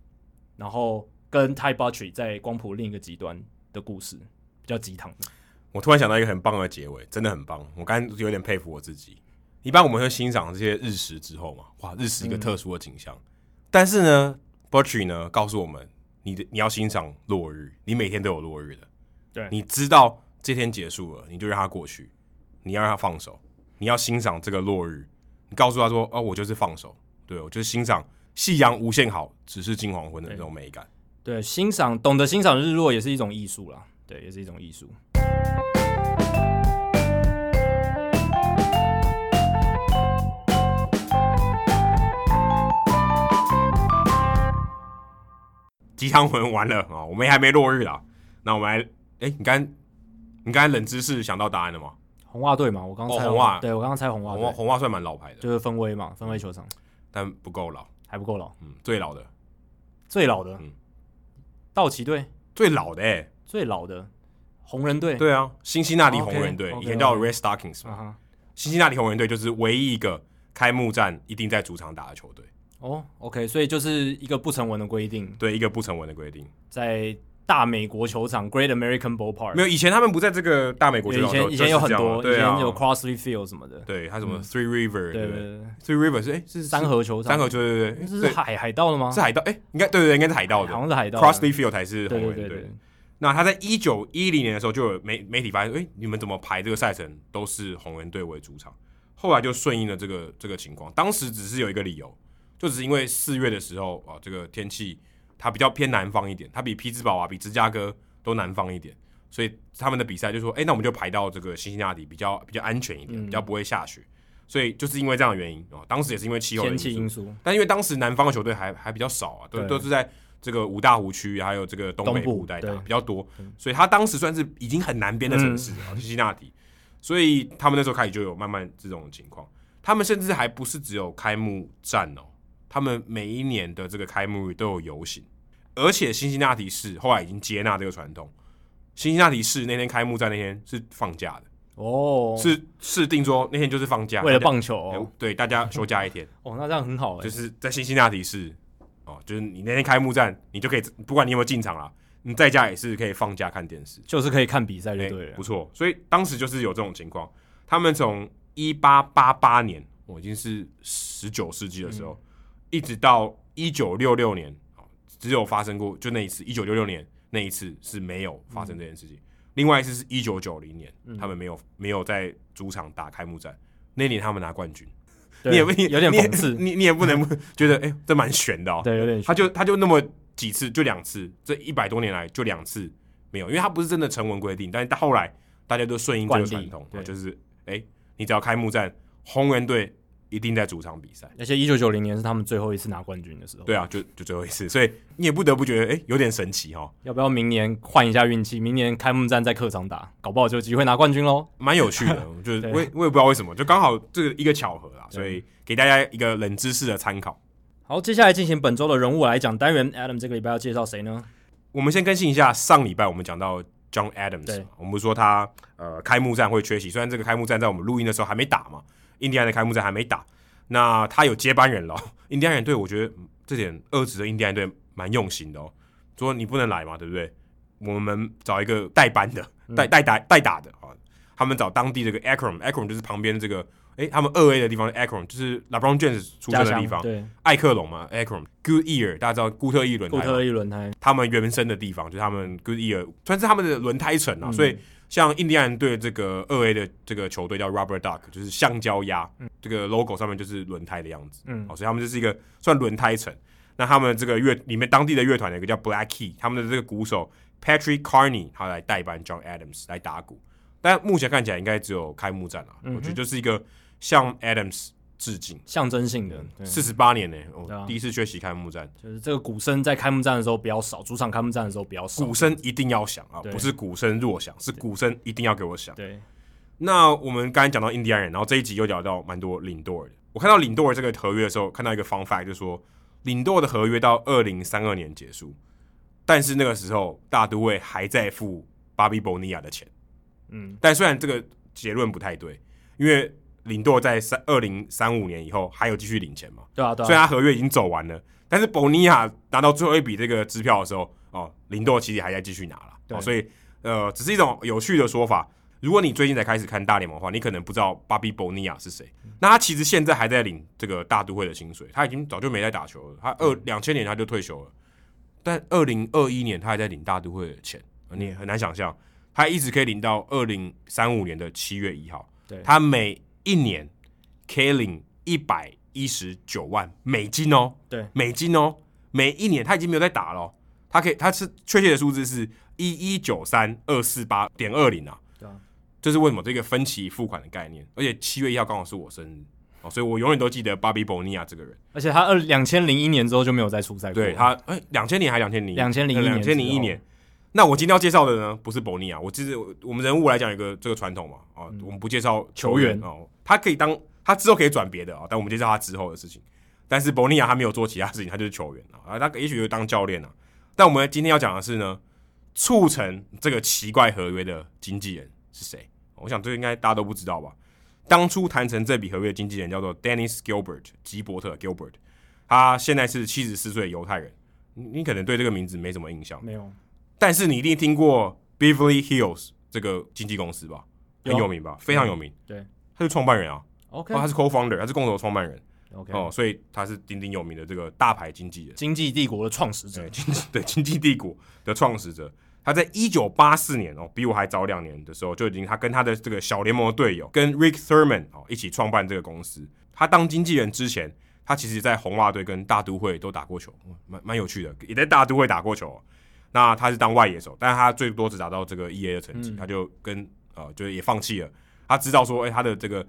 Speaker 2: 然后跟 Ty b u t c h 在光谱另一个极端的故事，比较鸡汤的。
Speaker 1: 我突然想到一个很棒的结尾，真的很棒。我刚刚有点佩服我自己。一般我们会欣赏这些日食之后嘛，哇，日食一个特殊的景象。但是呢 b u r c h y 呢告诉我们，你的你要欣赏落日，你每天都有落日的。
Speaker 2: 对
Speaker 1: 你知道这天结束了，你就让它过去，你要让它放手，你要欣赏这个落日。你告诉他说：“哦，我就是放手，对我就是欣赏夕阳无限好，只是近黄昏的那种美感。”
Speaker 2: 对，欣赏懂得欣赏日落也是一种艺术啦，对，也是一种艺术。
Speaker 1: 鸡汤文完了啊、哦我们也还没落日啦。那我们来，哎、你刚你刚才冷知识想到答案了吗？
Speaker 2: 红袜队嘛，我刚刚
Speaker 1: 哦
Speaker 2: 猜
Speaker 1: 红袜
Speaker 2: 对我刚刚猜红袜
Speaker 1: 红袜
Speaker 2: 队，
Speaker 1: 红袜嗯算蛮老牌的，
Speaker 2: 就是分威嘛，分威球场
Speaker 1: 但不够老，
Speaker 2: 还不够老，
Speaker 1: 嗯，最老的，
Speaker 2: 最老的
Speaker 1: 嗯
Speaker 2: 道奇队。
Speaker 1: 最老的哎、诶
Speaker 2: 最老的红人队，
Speaker 1: 对啊，辛辛那提
Speaker 2: 哦
Speaker 1: 红
Speaker 2: ，OK，
Speaker 1: 人队
Speaker 2: OK，
Speaker 1: 以前叫
Speaker 2: OK
Speaker 1: Red Stockings
Speaker 2: 啊
Speaker 1: 嘛，
Speaker 2: 哈，
Speaker 1: 辛辛那提红人队就是唯一一个开幕战一定在主场打的球队，
Speaker 2: 哦，OK，所以就是一个不成文的规定，
Speaker 1: 对一个不成文的规定。
Speaker 2: 在大美国球场 Great American Ballpark，
Speaker 1: 没有，以前他们不在这个大美国球
Speaker 2: 以
Speaker 1: 场的时候
Speaker 2: 前以
Speaker 1: 就
Speaker 2: 前
Speaker 1: 是
Speaker 2: 有很
Speaker 1: 这样
Speaker 2: 多，
Speaker 1: 啊对
Speaker 2: 以前有
Speaker 1: 啊，
Speaker 2: Crossley Field 什么的，
Speaker 1: 对，还有什么
Speaker 2: 嗯
Speaker 1: Three River，
Speaker 2: 对
Speaker 1: 对不
Speaker 2: 对
Speaker 1: 对
Speaker 2: 对，
Speaker 1: ？Three River 是哎是
Speaker 2: 三河球场，
Speaker 1: 三河，对对对对
Speaker 2: 这是
Speaker 1: 对，
Speaker 2: 海海盗的吗？
Speaker 1: 是海盗哎，应该对对对，应该是海盗的
Speaker 2: 好，像是海盗的
Speaker 1: Crossley Field 才是
Speaker 2: 对
Speaker 1: 红
Speaker 2: 对
Speaker 1: 人
Speaker 2: 对
Speaker 1: 队。
Speaker 2: 对，
Speaker 1: 那他在一九一零年的时候就有媒媒体发现，哎、你们怎么排这个赛程都是红人队为主场？后来就顺应了这个这个情况，当时只是有一个理由，就只是因为四月的时候啊，这个天气它比较偏南方一点，它比匹兹堡啊、比芝加哥都南方一点，所以他们的比赛就说，哎、那我们就排到这个辛辛那提比较比较安全一点，
Speaker 2: 嗯
Speaker 1: 比较不会下雪。所以就是因为这样的原因啊，当时也是因为气候的因
Speaker 2: 天气
Speaker 1: 素，
Speaker 2: 因素，
Speaker 1: 但因为当时南方的球队还还比较少啊，都
Speaker 2: 对
Speaker 1: 都是在这个五大湖区，还有这个东北
Speaker 2: 东部
Speaker 1: 部带打
Speaker 2: 对嗯
Speaker 1: 比较多，所以他当时算是已经很南边的城市啊，辛辛那提，所以他们那时候开始就有慢慢这种情况。他们甚至还不是只有开幕战哦，他们每一年的这个开幕日都有游行，而且辛辛那提市后来已经接纳这个传统。辛辛那提市那天开幕战那天是放假的，
Speaker 2: 哦，
Speaker 1: 是是定说那天就是放假，
Speaker 2: 为了
Speaker 1: 大家
Speaker 2: 棒球哦，
Speaker 1: 哎对大家休假一天。
Speaker 2: 哦，那这样很好哎
Speaker 1: 就，是在辛辛那提市哦，就是你那天开幕战，你就可以不管你有没有进场啦，你在家也是可以放假看电视，
Speaker 2: 就是可以看比赛就
Speaker 1: 哎
Speaker 2: 对啊了
Speaker 1: 不，错。所以当时就是有这种情况，他们从一八八八年，我、已经是十九世纪的时候，
Speaker 2: 嗯
Speaker 1: 一直到一九六六年、哦，只有发生过就那一次，一九六六年那一次是没有发生这件事
Speaker 2: 嗯
Speaker 1: 情。另外一次是一九九零年，他们没有没有在主场打开幕战，那年他们拿冠军。
Speaker 2: 对
Speaker 1: 你也不你
Speaker 2: 有点
Speaker 1: 你也
Speaker 2: 讽刺，
Speaker 1: 你你也不能不觉得哎、这蛮悬的哦。
Speaker 2: 对，有点
Speaker 1: 他就他就那么几次，就两次，这一百多年来就两次没有，因为他不是真的成文规定，但是到后来大家都顺应这
Speaker 2: 惯
Speaker 1: 个
Speaker 2: 例
Speaker 1: 传统，
Speaker 2: 对
Speaker 1: 就是哎、你只要开幕战，红人队一定在主场比赛。
Speaker 2: 而且一九九零年是他们最后一次拿冠军的时候。
Speaker 1: 对啊，就就最后一次，所以你也不得不觉得哎、有点神奇哦，
Speaker 2: 要不要明年换一下运气？明年开幕战在客场打，搞不好就有机会拿冠军喽。
Speaker 1: 蛮有趣 的。就是
Speaker 2: 对
Speaker 1: 我也我也不知道为什么，就刚好这个一个巧合啦，所以给大家一个冷知识的参考。
Speaker 2: 好，接下来进行本周的人物来讲单元。Adam 这个礼拜要介绍谁呢？
Speaker 1: 我们先更新一下，上礼拜我们讲到 John
Speaker 2: 对
Speaker 1: Adams，我们不是说他呃开幕战会缺席，虽然这个开幕战在我们录音的时候还没打嘛，印第安的开幕战还没打，那他有接班人了。 印第安人队，我觉得嗯这点二职的印第安队蛮用心的哦，
Speaker 2: 嗯
Speaker 1: 说你不能来嘛，对不对？我们找一个代班的、代代打代打的啊。他们找当地这个 Akron，Akron 就是旁边这个，诶、他们二 A 的地方 Akron 就是 LeBron James 出
Speaker 2: 家
Speaker 1: 生的
Speaker 2: 乡
Speaker 1: 地方，
Speaker 2: 对，
Speaker 1: 艾克隆嘛，Akron，Good Ear，大家知道固特异轮胎
Speaker 2: 固
Speaker 1: 嘛，
Speaker 2: 特异轮胎，
Speaker 1: 他们原生的地方，就是他们 Good Ear，算是他们的轮胎城啊。
Speaker 2: 嗯
Speaker 1: 所以像印第安人队这个二 A 的这个球队叫 Rubber Duck，就是橡胶鸭，这个 logo 上面就是轮胎的样子。
Speaker 2: 嗯
Speaker 1: 哦，所以他们就是一个算轮胎城。那他们这个乐里面当地的乐团有一个叫 Black Key，他们的这个鼓手 Patrick Carney 他来代班 John Adams 来打鼓，但目前看起来应该只有开幕战啊，
Speaker 2: 嗯哼
Speaker 1: 我觉得就是一个向 Adams 致敬。
Speaker 2: 象征性的，对，
Speaker 1: 四十八年呢、我、
Speaker 2: 嗯对啊
Speaker 1: 第一次缺席开幕战，
Speaker 2: 就是这个鼓声在开幕战的时候比较少，主场开幕战的时候比较少，
Speaker 1: 鼓声一定要响啊，
Speaker 2: 对
Speaker 1: 不是鼓声弱响，是鼓声一定要给我响。
Speaker 2: 对，
Speaker 1: 那我们刚才讲到印第安人，然后这一集又聊到蛮多领舵的。我看到领舵这个合约的时候，看到一个 fun fact，就是说领舵的合约到二零三二年结束，但是那个时候大都会还在付巴比博尼亚的钱。
Speaker 2: 嗯，
Speaker 1: 但虽然这个结论不太对，因为领舵在三二零三五年以后还有继续领钱嘛，
Speaker 2: 对啊，对
Speaker 1: 虽
Speaker 2: 啊，
Speaker 1: 然他合约已经走完了，但是博尼亚拿到最后一笔这个支票的时候，哦，林豆其实还在继续拿了，
Speaker 2: 对
Speaker 1: 哦，所以呃，只是一种有趣的说法。如果你最近才开始看大联盟的话，你可能不知道巴比博尼亚是谁。
Speaker 2: 嗯
Speaker 1: 那他其实现在还在领这个大都会的薪水，他已经早就没在打球了。他二
Speaker 2: 嗯
Speaker 1: 两千年他就退休了，但二零二一年他还在领大都会的钱，
Speaker 2: 嗯
Speaker 1: 你很难想象，他一直可以领到二零三五年的七月一号。
Speaker 2: 对
Speaker 1: 他每一年可以领一百一十九万美金哦，
Speaker 2: 对，
Speaker 1: 美金哦，每一年他已经没有在打了哦、他可以，他是确切的数字是一一九三二四八点二零啊，
Speaker 2: 对啊，
Speaker 1: 这是为什么这个分期付款的概念，而且七月一号刚好是我生日哦，所以我永远都记得巴比博尼亚这个人，
Speaker 2: 而且他二两千零一年之后就没有再出赛过，
Speaker 1: 对他，哎，两千年还两千零
Speaker 2: 2001年
Speaker 1: 两千零一
Speaker 2: 之后
Speaker 1: 年。那我今天要介绍的呢，不是博尼亚，我其实我们人物来讲有一个这个传统嘛，啊，我们不介绍球员
Speaker 2: 球员
Speaker 1: 哦，他可以当他之后可以转别的啊、但我们介绍他之后的事情。但是博尼亚他没有做其他事情，他就是球员啊，啊他也许就当教练啊。但我们今天要讲的是呢，促成这个奇怪合约的经纪人是谁？我想这个应该大家都不知道吧？当初谈成这笔合约的经纪人叫做 Dennis Gilbert 吉伯特 Gilbert，他现在是七十四岁的犹太人，你你可能对这个名字没什么印象。
Speaker 2: 没有，
Speaker 1: 但是你一定听过 Beverly Hills 这个经纪公司吧？
Speaker 2: 有
Speaker 1: 很有名吧？非常有名。
Speaker 2: 对
Speaker 1: 他是创办人啊，
Speaker 2: ，OK
Speaker 1: 哦，他是 co-founder，他是共同创办人
Speaker 2: OK，
Speaker 1: 哦，所以他是鼎鼎有名的这个大牌经纪人，
Speaker 2: 经济帝国的创始者
Speaker 1: 对，经济 对经济帝国的创始者。他在一九八四年哦，比我还早两年的时候就已经，他跟他的这个小联盟的队友跟 Rick Thurman 哦一起创办这个公司。他当经纪人之前，他其实在红袜队跟大都会都打过球，哇蛮蛮有趣的，也在大都会打过球哦、那他是当外野手，但是他最多只打到这个 E A 的成绩，他就跟呃，就是也放弃了。他知道说，哎、他的这个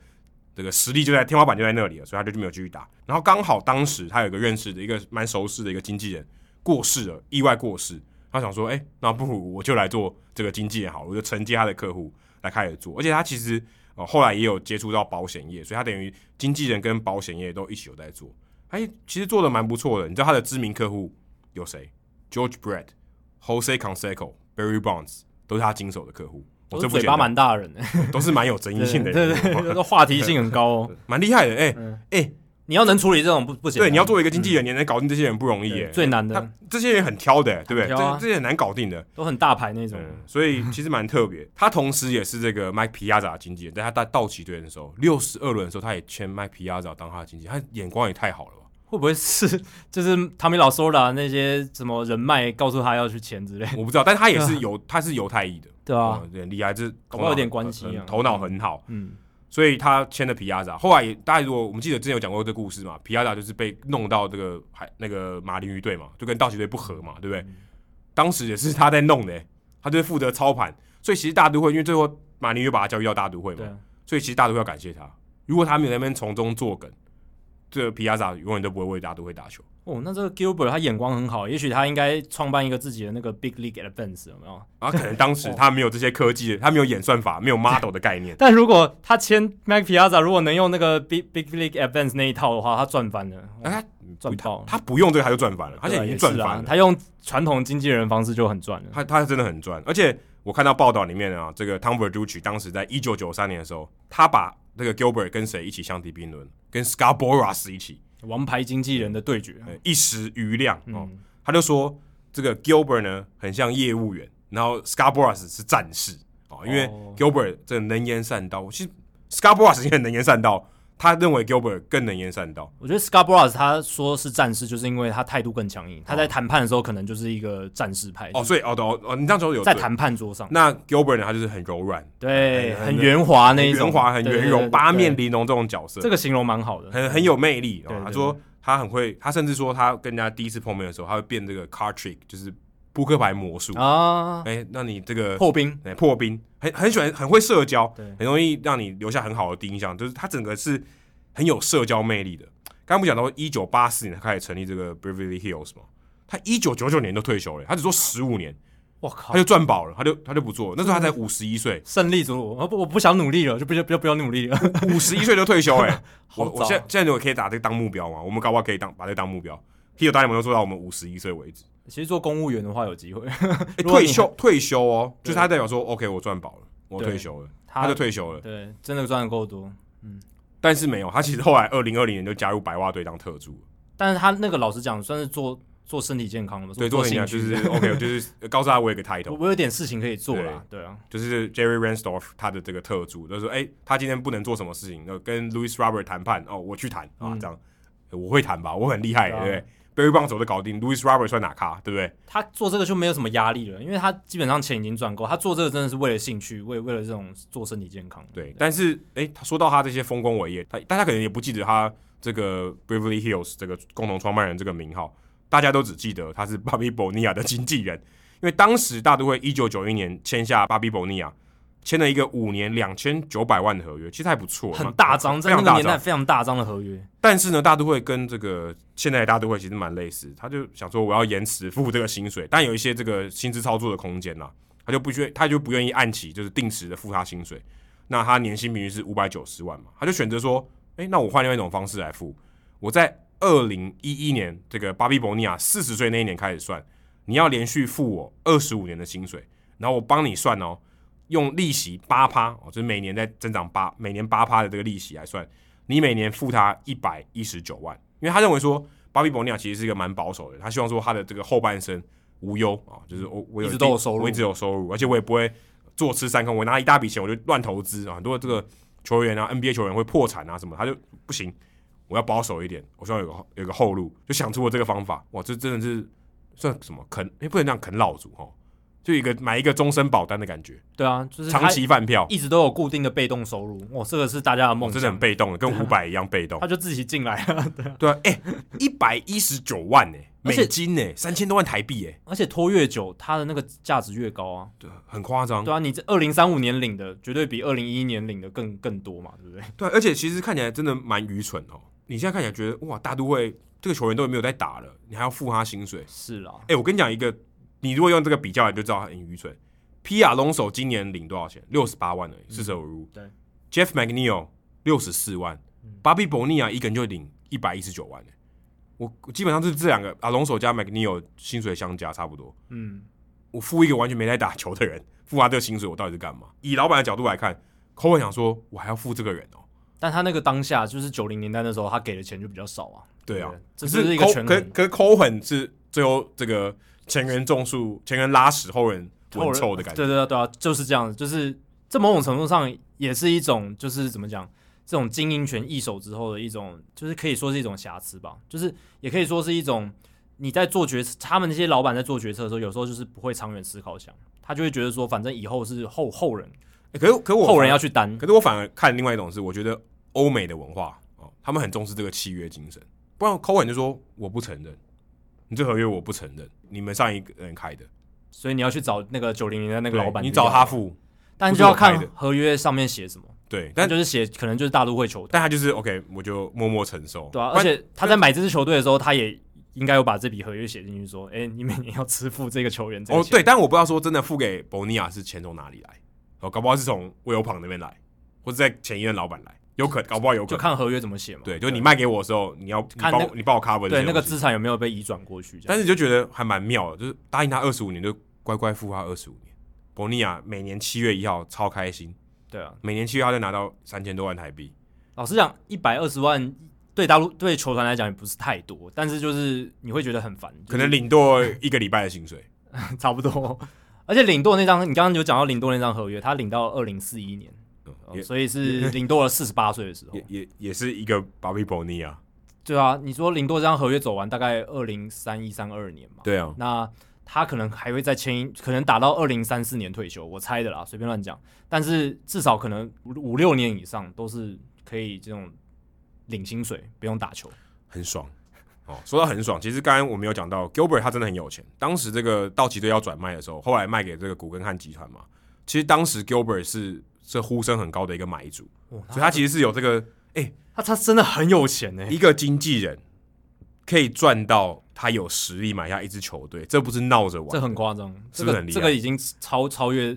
Speaker 1: 这个实力就在天花板就在那里了，所以他就没有继续打。然后刚好当时他有一个认识的一个蛮熟识的一个经纪人过世了，意外过世。他想说，哎、那不如我就来做这个经纪人好了，我就承接他的客户来开始做。而且他其实呃后来也有接触到保险业，所以他等于经纪人跟保险业都一起有在做。哎、其实做的蛮不错的。你知道他的知名客户有谁？George Brett、Jose Canseco、Barry Bonds 都是他经手的客户。
Speaker 2: 都
Speaker 1: 哦这
Speaker 2: 是
Speaker 1: 不
Speaker 2: 嘴
Speaker 1: 简
Speaker 2: 巴
Speaker 1: 单
Speaker 2: 蛮大的人，
Speaker 1: 都是蛮有争议性 的
Speaker 2: 对
Speaker 1: 人物，
Speaker 2: 对对， 这个话题性很高哦。
Speaker 1: 蛮厉害的。哎、
Speaker 2: 嗯
Speaker 1: 哎、
Speaker 2: 你要能处理这种不不简单，
Speaker 1: 对，你要作为一个经纪人，你能搞定这些人不容易耶、
Speaker 2: 对最难
Speaker 1: 他
Speaker 2: 的，
Speaker 1: 这些人很挑的、对不对？
Speaker 2: 很挑啊
Speaker 1: 这这些很难搞定的，
Speaker 2: 都很大牌那种，
Speaker 1: 嗯，所以其实蛮特别。他同时也是这个 Mike Piazza 的经纪人，在他到道奇队的时候，六十二轮的时候，他也签 Mike Piazza 当他的经纪人，他眼光也太好了吧？
Speaker 2: 会不会是就是汤米老说的啊那些什么人脉告诉他要去签之类，
Speaker 1: 我不知道，但他也是犹，他是犹太裔的，
Speaker 2: 对啊，
Speaker 1: 嗯，很厉害，这
Speaker 2: 搞不好有点关系啊
Speaker 1: 头脑很好，
Speaker 2: 嗯，
Speaker 1: 所以他签了皮亚扎。后来也大家如果我们记得之前有讲过这故事嘛，皮亚扎就是被弄到这个海那个马林鱼队嘛，就跟道奇队不合嘛，对不对？
Speaker 2: 嗯
Speaker 1: 当时也是他在弄的、他就是负责操盘。所以其实大都会，因为最后马林鱼把他交易到大都会
Speaker 2: 对
Speaker 1: 嘛，
Speaker 2: 啊，
Speaker 1: 所以其实大都会要感谢他。如果他没有在那边从中作梗，这个皮亚扎永远都不会为大都会打球。
Speaker 2: 哦，那这个 Gilbert 他眼光很好，也许他应该创办一个自己的那个 Big League Advance 有没有？
Speaker 1: 啊，可能当
Speaker 2: 哦
Speaker 1: 时他没有这些科技，他没有演算法，没有 model 的概念。
Speaker 2: 但如果他签 Mac Piazza，如果能用那个 Big Big League Advance 那一套的话，他赚翻了，
Speaker 1: 哎、
Speaker 2: 赚爆了。
Speaker 1: 他不用这个他就赚翻了，他现在已经赚
Speaker 2: 哦对啊也
Speaker 1: 翻
Speaker 2: 是啊
Speaker 1: 了。
Speaker 2: 他用传统经纪人方式就很赚了。
Speaker 1: 他他真的很赚，而且我看到报道里面啊，这个 Tom Verducci 当时在一九九三年的时候，他把这个 Gilbert 跟谁一起相提并论，跟 Scarboroughs 一起，
Speaker 2: 王牌经纪人的对决，
Speaker 1: 呃一时余亮哦，
Speaker 2: 嗯，
Speaker 1: 他就说这个 Gilbert 呢很像业务员，然后 Scarboroughs 是战士哦，因为
Speaker 2: 哦
Speaker 1: Gilbert 这能言善道，其实 Scarborough 其实也很能言善道，他认为 Gilbert 更能言善道。
Speaker 2: 我觉得 Scarborough 他说是战士，就是因为他态度更强硬。他在谈判的时候可能就是一个战士派，
Speaker 1: 哦哦，所以哦对哦哦，你这样说有
Speaker 2: 哎在
Speaker 1: 对
Speaker 2: 谈判桌上，
Speaker 1: 那 Gilbert 呢，他就是很柔软、
Speaker 2: 对，
Speaker 1: 很
Speaker 2: 很圆滑那一种，
Speaker 1: 圆滑、很
Speaker 2: 对对
Speaker 1: 圆
Speaker 2: 对
Speaker 1: 融、
Speaker 2: 对
Speaker 1: 八面
Speaker 2: 对
Speaker 1: 玲珑这种角色
Speaker 2: 这，个形容蛮好的，
Speaker 1: 很很有魅力。哦
Speaker 2: 对对
Speaker 1: 他说他很会，他甚至说他跟人家第一次碰面的时候，他会变这个 card trick，就是扑克牌魔术。
Speaker 2: 啊，
Speaker 1: 哎，那你这个
Speaker 2: 破冰，
Speaker 1: 哎破冰，很很喜欢，很会社交
Speaker 2: 对，
Speaker 1: 很容易让你留下很好的第一印象。就是他整个是很有社交魅力的。刚刚不讲到一九八四年他开始成立这个 Beverly Hills 嘛，他一九九九年都退休了，他只做十五年，
Speaker 2: 我
Speaker 1: 他
Speaker 2: 靠，
Speaker 1: 就赚饱了，他就他就不做了。那时候他才五十一岁，
Speaker 2: 胜利组，我不我不想努力了，就不就不要不要努力了，
Speaker 1: 五十一岁就退休哎、
Speaker 2: 好
Speaker 1: 我
Speaker 2: 早
Speaker 1: 我现在现在如果可以打这个当目标嘛，我们搞不好可以当把这个当目标。啤酒大联盟都做到我们五十一岁为止。
Speaker 2: 其实做公务员的话 有机会，
Speaker 1: 哎，
Speaker 2: 如果
Speaker 1: 退
Speaker 2: 你
Speaker 1: 休退休哦，就
Speaker 2: 对
Speaker 1: 是他代表说，OK，我赚饱了，我
Speaker 2: 对
Speaker 1: 退休了，他就退休了。
Speaker 2: 对，真的赚的够多。
Speaker 1: 但是没有，他其实后来二零二零年就加入白袜队当特助，
Speaker 2: 但是他那个老实讲，算是做做身体健康了嘛，
Speaker 1: 嗯对，做
Speaker 2: 做
Speaker 1: 人
Speaker 2: 兴
Speaker 1: 家
Speaker 2: 趣
Speaker 1: 就是 OK，就是 告诉他我有一个
Speaker 2: 我
Speaker 1: title，
Speaker 2: 我有点事情可以做啦，对啊，
Speaker 1: 就是 Jerry Ransdorf 他的这个特助，就是说，哎，他今天不能做什么事情，那跟 Louis Robert 谈判，哦，我去谈啊，
Speaker 2: 嗯
Speaker 1: 这样我会谈吧，我很厉害，
Speaker 2: 对
Speaker 1: 对
Speaker 2: 啊
Speaker 1: 不对？Barry 棒手都搞定，Louis Robert 算哪咖，对不对？
Speaker 2: 他做这个就没有什么压力了，因为他基本上钱已经赚够，他做这个真的是为了兴趣，为为了这种做身体健康。
Speaker 1: 对，但是哎，他说到他这些丰功伟业，他大家可能也不记得他这个 Beverly Hills 这个共同创办人这个名号，大家都只记得他是 Bobby Bonilla 的经纪人，因为当时大都会一九九一年签下 Bobby Bonilla，签了一个五年两千九百万的合约，其实还不错，
Speaker 2: 很大张，
Speaker 1: 非
Speaker 2: 在那
Speaker 1: 常
Speaker 2: 个
Speaker 1: 大
Speaker 2: 年代
Speaker 1: 张。
Speaker 2: 非常大张的合约，
Speaker 1: 但是呢，大都会跟这个现在的大都会其实蛮类似，他就想说我要延迟付这个薪水，但有一些这个薪资操作的空间啦、啊他就不愿他就不愿意按期就是定时的付他薪水。那他年薪平均是五百九十万嘛，他就选择说，诶，那我换另外一种方式来付。我在二零一一年这个巴比伯尼亚四十岁那一年开始算，你要连续付我二十五年的薪水，然后我帮你算哦，用利息八趴哦，就是每年在增长八，每年八趴的这个利息来算，你每年付他一百一十九万，因为他认为说巴比伯尼亚其实是一个蛮保守的人，他希望说他的这个后半生无忧啊、就是我我
Speaker 2: 一直
Speaker 1: 定
Speaker 2: 都有收入
Speaker 1: 我一直有收入，而且我也不会坐吃山空，我拿一大笔钱我就乱投资啊，很多这个球员啊 NBA 球员会破产啊什么，他就不行，我要保守一点，我希望有个后有个后路，就想出了这个方法，哇，这真的是算什么啃，也、不能这样啃老族哦。就一个买一个终身保单的感觉，
Speaker 2: 对啊，就是他
Speaker 1: 长期饭票，
Speaker 2: 一直都有固定的被动收入，哇，这个是大家的梦
Speaker 1: 哦
Speaker 2: 想，
Speaker 1: 真的很被动的，跟五百一样被动
Speaker 2: 他。就自己进来了， 对啊，
Speaker 1: 对啊，哎，一百一十九万呢、
Speaker 2: 而
Speaker 1: 美
Speaker 2: 且
Speaker 1: 金呢、三千多万台币哎、
Speaker 2: 而且拖越久，他的那个价值越高啊，
Speaker 1: 对，很夸张。
Speaker 2: 对啊，你这二零三五年领的绝对比二零一一年领的更更多嘛，对不对？
Speaker 1: 对，啊而且其实看起来真的蛮愚蠢哦。你现在看起来觉得哇，大都会这个球员都没有在打了，你还要付他薪水？
Speaker 2: 是啦，
Speaker 1: 哎、我跟你讲一个，你如果用这个比较，你就知道很愚蠢。皮亚龙手今年领多少钱？六十八万而
Speaker 2: 嗯
Speaker 1: 已，四舍五入。
Speaker 2: 对
Speaker 1: ，Jeff McNeil 六十四万，
Speaker 2: 嗯
Speaker 1: 巴比伯尼亚一个人就领一百一十九万、欸、我我基本上就是这两个啊，龙手加 McNeil 薪水相加差不多。
Speaker 2: 嗯，
Speaker 1: 我付一个完全没在打球的人，付他这个薪水，我到底是干嘛？以老板的角度来看，扣文想说，我还要付这个人哦、
Speaker 2: 但他那个当下就是九零年代那时候，他给的钱就比较少啊，
Speaker 1: 对啊，
Speaker 2: 这
Speaker 1: 可
Speaker 2: 就是一个
Speaker 1: Cole-
Speaker 2: 权
Speaker 1: 可
Speaker 2: 衡。
Speaker 1: 可是扣文是最后这个前人种树，前人拉屎，后人闻臭的感觉。
Speaker 2: 对对对对啊，就是这样，就是这某种程度上也是一种，就是怎么讲，这种经营权易手之后的一种，就是可以说是一种瑕疵吧，就是也可以说是一种你在做决策，他们那些老板在做决策的时候，有时候就是不会长远思考想，他就会觉得说，反正以后是后后人
Speaker 1: 欸可是可是我
Speaker 2: 后人
Speaker 1: 反而
Speaker 2: 要去担，
Speaker 1: 可是我反而看另外一种是，我觉得欧美的文化哦，他们很重视这个契约精神。不然 Cohen 就说我不承认，你这合约我不承认，你们上一个人开的，
Speaker 2: 所以你要去找那个九零年代那
Speaker 1: 那
Speaker 2: 个老板，
Speaker 1: 你找他，付，
Speaker 2: 但就要
Speaker 1: 不是
Speaker 2: 看
Speaker 1: 我
Speaker 2: 合约上面写什么，
Speaker 1: 对，
Speaker 2: 那
Speaker 1: 但
Speaker 2: 就是写可能就是大都会球队。
Speaker 1: 但他就是 OK，我就默默承受。
Speaker 2: 对啊，
Speaker 1: 不
Speaker 2: 而
Speaker 1: 然
Speaker 2: 且他在买这支球队的时候，他也应该有把这笔合约写进去，说，哎、你每年要支付这个球员这个
Speaker 1: 哦
Speaker 2: 钱。
Speaker 1: 对，但我不知道说真的付给博尼亚是钱从哪里来，哦，搞不好是从威尔庞那边来，或者在前一任老板来，有可搞不好有可
Speaker 2: 就
Speaker 1: 能。
Speaker 2: 看合约怎么写嘛。
Speaker 1: 对，就是你卖给我的时候，你要你
Speaker 2: 看
Speaker 1: 帮
Speaker 2: 那
Speaker 1: 我你帮我 cover
Speaker 2: 对
Speaker 1: 这些
Speaker 2: 那个
Speaker 1: 东西
Speaker 2: 资产有没有被移转过去这
Speaker 1: 但
Speaker 2: 样？
Speaker 1: 是你就觉得还蛮妙的，就是答应他二十五年，就乖乖付他二十五年。伯尼亚每年七月一号超开心，
Speaker 2: 对啊，
Speaker 1: 每年七月他就拿到三千多万台币，
Speaker 2: 老实讲，一百二十万对大陆对球团来讲也不是太多，但是就是你会觉得很烦，就是
Speaker 1: 可能领多一个礼拜的薪水。
Speaker 2: 差不多。 而且领舵那张，你刚刚有讲到领舵那张合约，他领到二零四一年、哦
Speaker 1: 嗯也
Speaker 2: 所以是哦领舵了四十八岁的时候
Speaker 1: 也。也也是一个 Bobby Bonilla 啊，
Speaker 2: 对啊，你说领舵这张合约走完大概二零三一三二年嘛，
Speaker 1: 对啊，
Speaker 2: 那他可能还会再签一，可能打到二零三四年退休，我猜的啦，随便乱讲。但是至少可能五五六年以上都是可以这种领薪水，不用打球。
Speaker 1: 很爽。哦，说到很爽，其实刚刚我们有讲到 Gilbert 他真的很有钱。当时这个道奇队要转卖的时候，后来卖给这个古根汉集团嘛。其实当时 Gilbert 是这呼声很高的一个买主，
Speaker 2: 哇
Speaker 1: 所以他其实是有这个
Speaker 2: 他他真的很有钱 呢、
Speaker 1: 一个经纪人可以赚到他有实力买下一支球队，这不是闹着
Speaker 2: 这
Speaker 1: 玩。
Speaker 2: 很夸张，
Speaker 1: 是
Speaker 2: 这
Speaker 1: 不是
Speaker 2: 个
Speaker 1: 很厉害
Speaker 2: 这个已经超超越，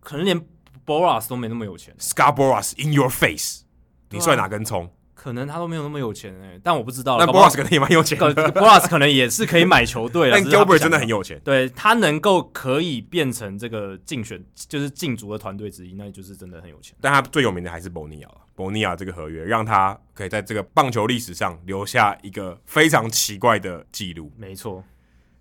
Speaker 2: 可能连 Boras 都没那么有钱，
Speaker 1: Scarborough's in your face，
Speaker 2: 对啊
Speaker 1: 你算哪根葱？
Speaker 2: 可能他都没有那么有钱哎、但我不知道啦。
Speaker 1: 那 Boras 可能也蛮 有钱
Speaker 2: 可
Speaker 1: 的，
Speaker 2: Boras 可能也是可以买球队 啦，
Speaker 1: 但
Speaker 2: 只是他不
Speaker 1: Gilbert
Speaker 2: 想
Speaker 1: 真的很有钱。
Speaker 2: 对他能够可以变成这个竞选就是竞逐的团队之一，那就是真的很有钱。
Speaker 1: 但他最有名的还是博尼亚了。博尼亚这个合约让他可以在这个棒球历史上留下一个非常奇怪的记录。
Speaker 2: 没错，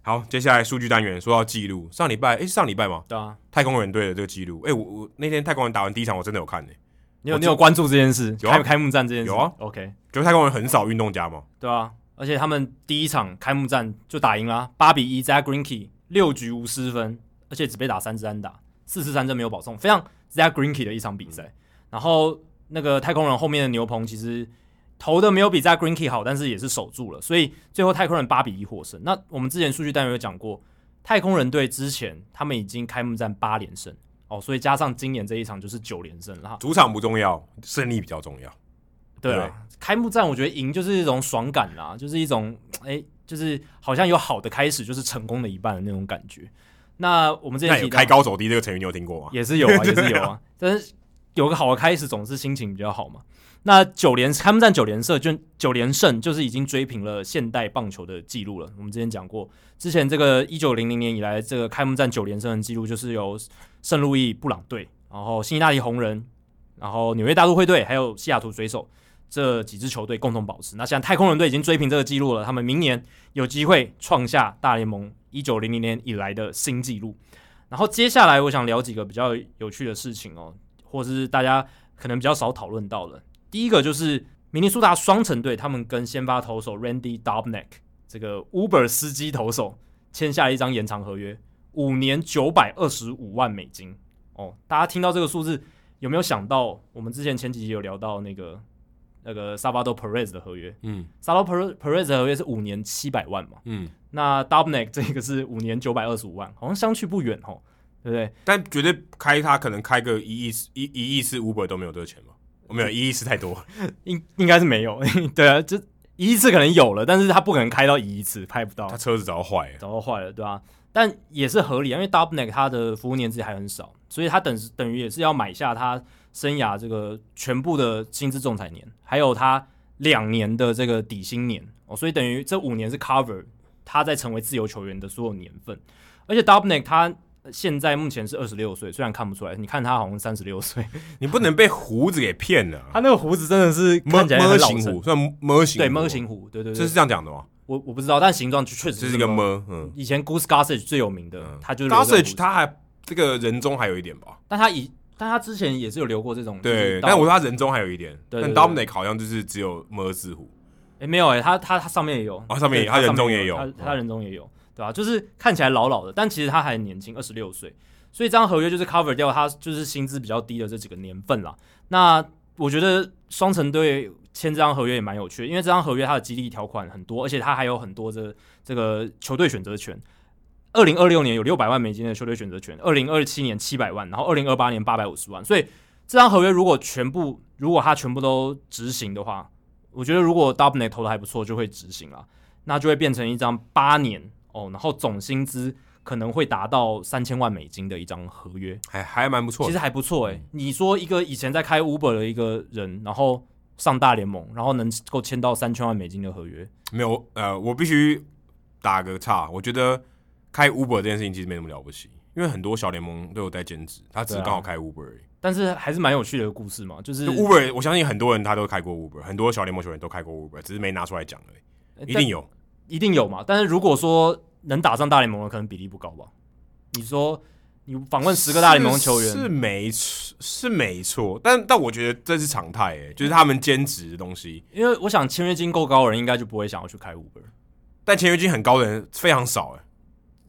Speaker 1: 好，接下来数据单元说到记录，上礼拜诶，是上礼拜吗？
Speaker 2: 对啊，
Speaker 1: 太空人队的这个记录，诶，我我那天太空人打完第一场，我真的有看诶、
Speaker 2: 你有
Speaker 1: 我
Speaker 2: 你有关注这件事，
Speaker 1: 哦有啊
Speaker 2: 开开幕战这件事
Speaker 1: 有啊
Speaker 2: ，OK，
Speaker 1: 就是太空人很少运动家嘛，
Speaker 2: 对啊，而且他们第一场开幕战就打赢啦，八比一，Zach Greinke 六局无失分，而且只被打三支安打，四次三振没有保送，非常 Zach Greinke 的一场比赛。然后那个太空人后面的牛棚其实投的没有比 Zach Greinke 好，但是也是守住了，所以最后太空人八比一获胜。那我们之前数据单元有讲过，太空人队之前他们已经开幕战八连胜哦，所以加上今年这一场就是九连胜了哈。
Speaker 1: 主场不重要，胜利比较重要。
Speaker 2: 对啊，开幕战我觉得赢就是一种爽感啦，就是一种哎、就是好像有好的开始，就是成功的一半的那种感觉。那我们之前
Speaker 1: 那
Speaker 2: 提
Speaker 1: 有
Speaker 2: 到
Speaker 1: 开高走低这个成语你有听过吗？
Speaker 2: 也是啊有 啊，也是有啊，但是有个好的开始，总是心情比较好嘛。那九连开幕战九连胜，就九连胜就是已经追平了现代棒球的记录了。我们之前讲过，之前这个一九零零年以来这个开幕战九连胜的记录，就是由圣路易布朗队，然后辛辛那提红人，然后纽约大都会队，还有西雅图水手这几支球队共同保持。那现在太空人队已经追平这个记录了，他们明年有机会创下大联盟一九零零年以来的新纪录。然后接下来我想聊几个比较有趣的事情哦，或是大家可能比较少讨论到的。第一个就是明尼苏达双城队，他们跟先发投手 Randy Dobnik 这个 Uber 司机投手签下了一张延长合约，五年九百二十五万美金。哦，大家听到这个数字有没有想到？我们之前前几集有聊到那个那个 s a b a d o Perez 的合约
Speaker 1: 嗯
Speaker 2: s a b a d o Perez 的合约是五年七百万嘛？
Speaker 1: 嗯，
Speaker 2: 那 Dobnik 这个是五年九百二十五万，好像相去不远哦，对不对？
Speaker 1: 但绝对开他可能开个一亿一一亿是 Uber 都没有这个钱吧？我没有一亿是太多，
Speaker 2: 嗯应应该是没有， 对啊，这一亿次可能有了，但是他不可能开到一亿次，拍不到
Speaker 1: 他，车子早就坏了。
Speaker 2: 早就坏了，对吧、啊但也是合理啊，因为 Dubnik 他的服务年资还很少，所以他等等于也是要买下他生涯这个全部的薪资仲裁年，还有他两年的这个底薪年哦，所以等于这五年是 cover 他在成为自由球员的所有年份。而且 Dubnik 他现在目前是二十六岁，虽然看不出来，你看他好像三十六岁，
Speaker 1: 你不能被胡子给骗了啊。
Speaker 2: 他那个胡子真的是
Speaker 1: 摸
Speaker 2: 嗯 看起来
Speaker 1: 摸
Speaker 2: 很老
Speaker 1: 型
Speaker 2: 成
Speaker 1: 胡，算摸型
Speaker 2: 对，
Speaker 1: 胡
Speaker 2: 摸
Speaker 1: 哦
Speaker 2: 型胡，对对对，
Speaker 1: 这是这样讲的吗？
Speaker 2: 我我不知道，但形状确实
Speaker 1: 这是一个。么，嗯
Speaker 2: 以前 Goose Gossage 最有名的，
Speaker 1: 嗯
Speaker 2: 他就是留这个胡
Speaker 1: ，Gossage
Speaker 2: 子
Speaker 1: 他还这个人中还有一点吧，
Speaker 2: 但他以但他之前也是有留过这种，就是
Speaker 1: 对，
Speaker 2: 到
Speaker 1: 但我说他人中还有一点，
Speaker 2: 嗯对
Speaker 1: 但
Speaker 2: 对
Speaker 1: Dominic 好像就是只有么字胡，
Speaker 2: 诶没有哎、他他他上面也有，
Speaker 1: 哦上面也
Speaker 2: 对
Speaker 1: 他人中
Speaker 2: 上面
Speaker 1: 也有
Speaker 2: 他他
Speaker 1: 嗯
Speaker 2: 人中也有，对吧、就是看起来老老的，但其实他还很年轻，二十六岁，所以这张合约就是 cover 掉他就是薪资比较低的这几个年份啦。那我觉得双城队签这张合约也蛮有趣的，因为这张合约它的激励条款很多，而且它还有很多这这个球队选择权。二零二六年有六百万美金的球队选择权，二零二七年七百万，然后二零二八年八百五十万。所以这张合约如果全部如果他全部都执行的话，我觉得如果 d o b n e 投的还不错，就会执行了，那就会变成一张八年哦，然后总薪资可能会达到三千万美金的一张合约，
Speaker 1: 还还蛮不错
Speaker 2: 其实
Speaker 1: 的。
Speaker 2: 还不错
Speaker 1: 嗯
Speaker 2: 诶、你说一个以前在开 Uber 的一个人，然后上大联盟，然后能够签到三千万美金的合约，
Speaker 1: 没有，呃，我必须打个岔，我觉得开 Uber 这件事情其实没什么了不起，因为很多小联盟都有在兼职，他只是
Speaker 2: 对啊
Speaker 1: 刚好开 Uber 而已。
Speaker 2: 但是还是蛮有趣的故事嘛，就是
Speaker 1: 就 Uber，我相信很多人他都开过 Uber，很多小联盟球员都开过 Uber，只是没拿出来讲而已，一定有。
Speaker 2: 一定有嘛。但是如果说能打上大联盟的，可能比例不高吧？你说，你访问十个大联盟球员，
Speaker 1: 是是没错，是没错，但但我觉得这是常态，哎，就是他们兼职的东西。
Speaker 2: 因为我想签约金够高的人应该就不会想要去开 Uber，
Speaker 1: 但签约金很高的人非常少，哎，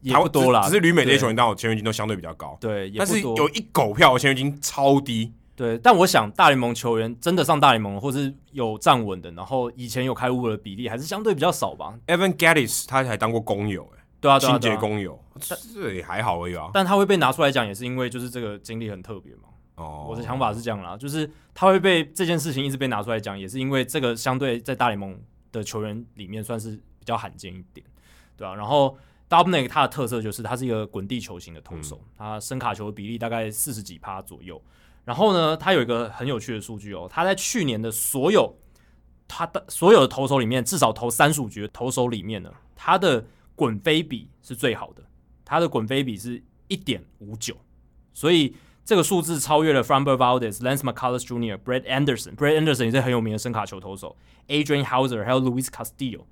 Speaker 2: 也不多啦。
Speaker 1: 只只是旅美这些球
Speaker 2: 对
Speaker 1: 员，当我签约金都相对比较高，
Speaker 2: 对，也
Speaker 1: 但是
Speaker 2: 不多
Speaker 1: 有。一狗票的签约金超低，
Speaker 2: 对，但我想大联盟球员真的上大联盟或是有站稳的，然后以前有开 Uber 的比例还是相对比较少吧。
Speaker 1: Evan Gaddis 他还当过工友，哎，
Speaker 2: 对啊，对啊
Speaker 1: 清
Speaker 2: 对
Speaker 1: 洁
Speaker 2: 啊
Speaker 1: 工友，这也还好而已啊。
Speaker 2: 但他会被拿出来讲，也是因为就是这个经历很特别嘛。
Speaker 1: 哦，
Speaker 2: 我的想法是这样啦，就是他会被这件事情一直被拿出来讲，也是因为这个相对在大联盟的球员里面算是比较罕见一点，对啊。然后 d o b n i c 他的特色就是他是一个滚地球型的投手，他深卡球的比例大概四十几趴左右。然后呢，他有一个很有趣的数据哦，他在去年的所有他的所有的投手里面，至少投三十五局的投手里面呢，他的滚飞比是最好的，他的滚飞比是一点五九，所以这个数字超越了 Framber Valdez、Lance McCullers Jr.、Brad Anderson、Brad Anderson 也是很有名的声卡球投手，Adrian Hauser 还有 Luis Castillo，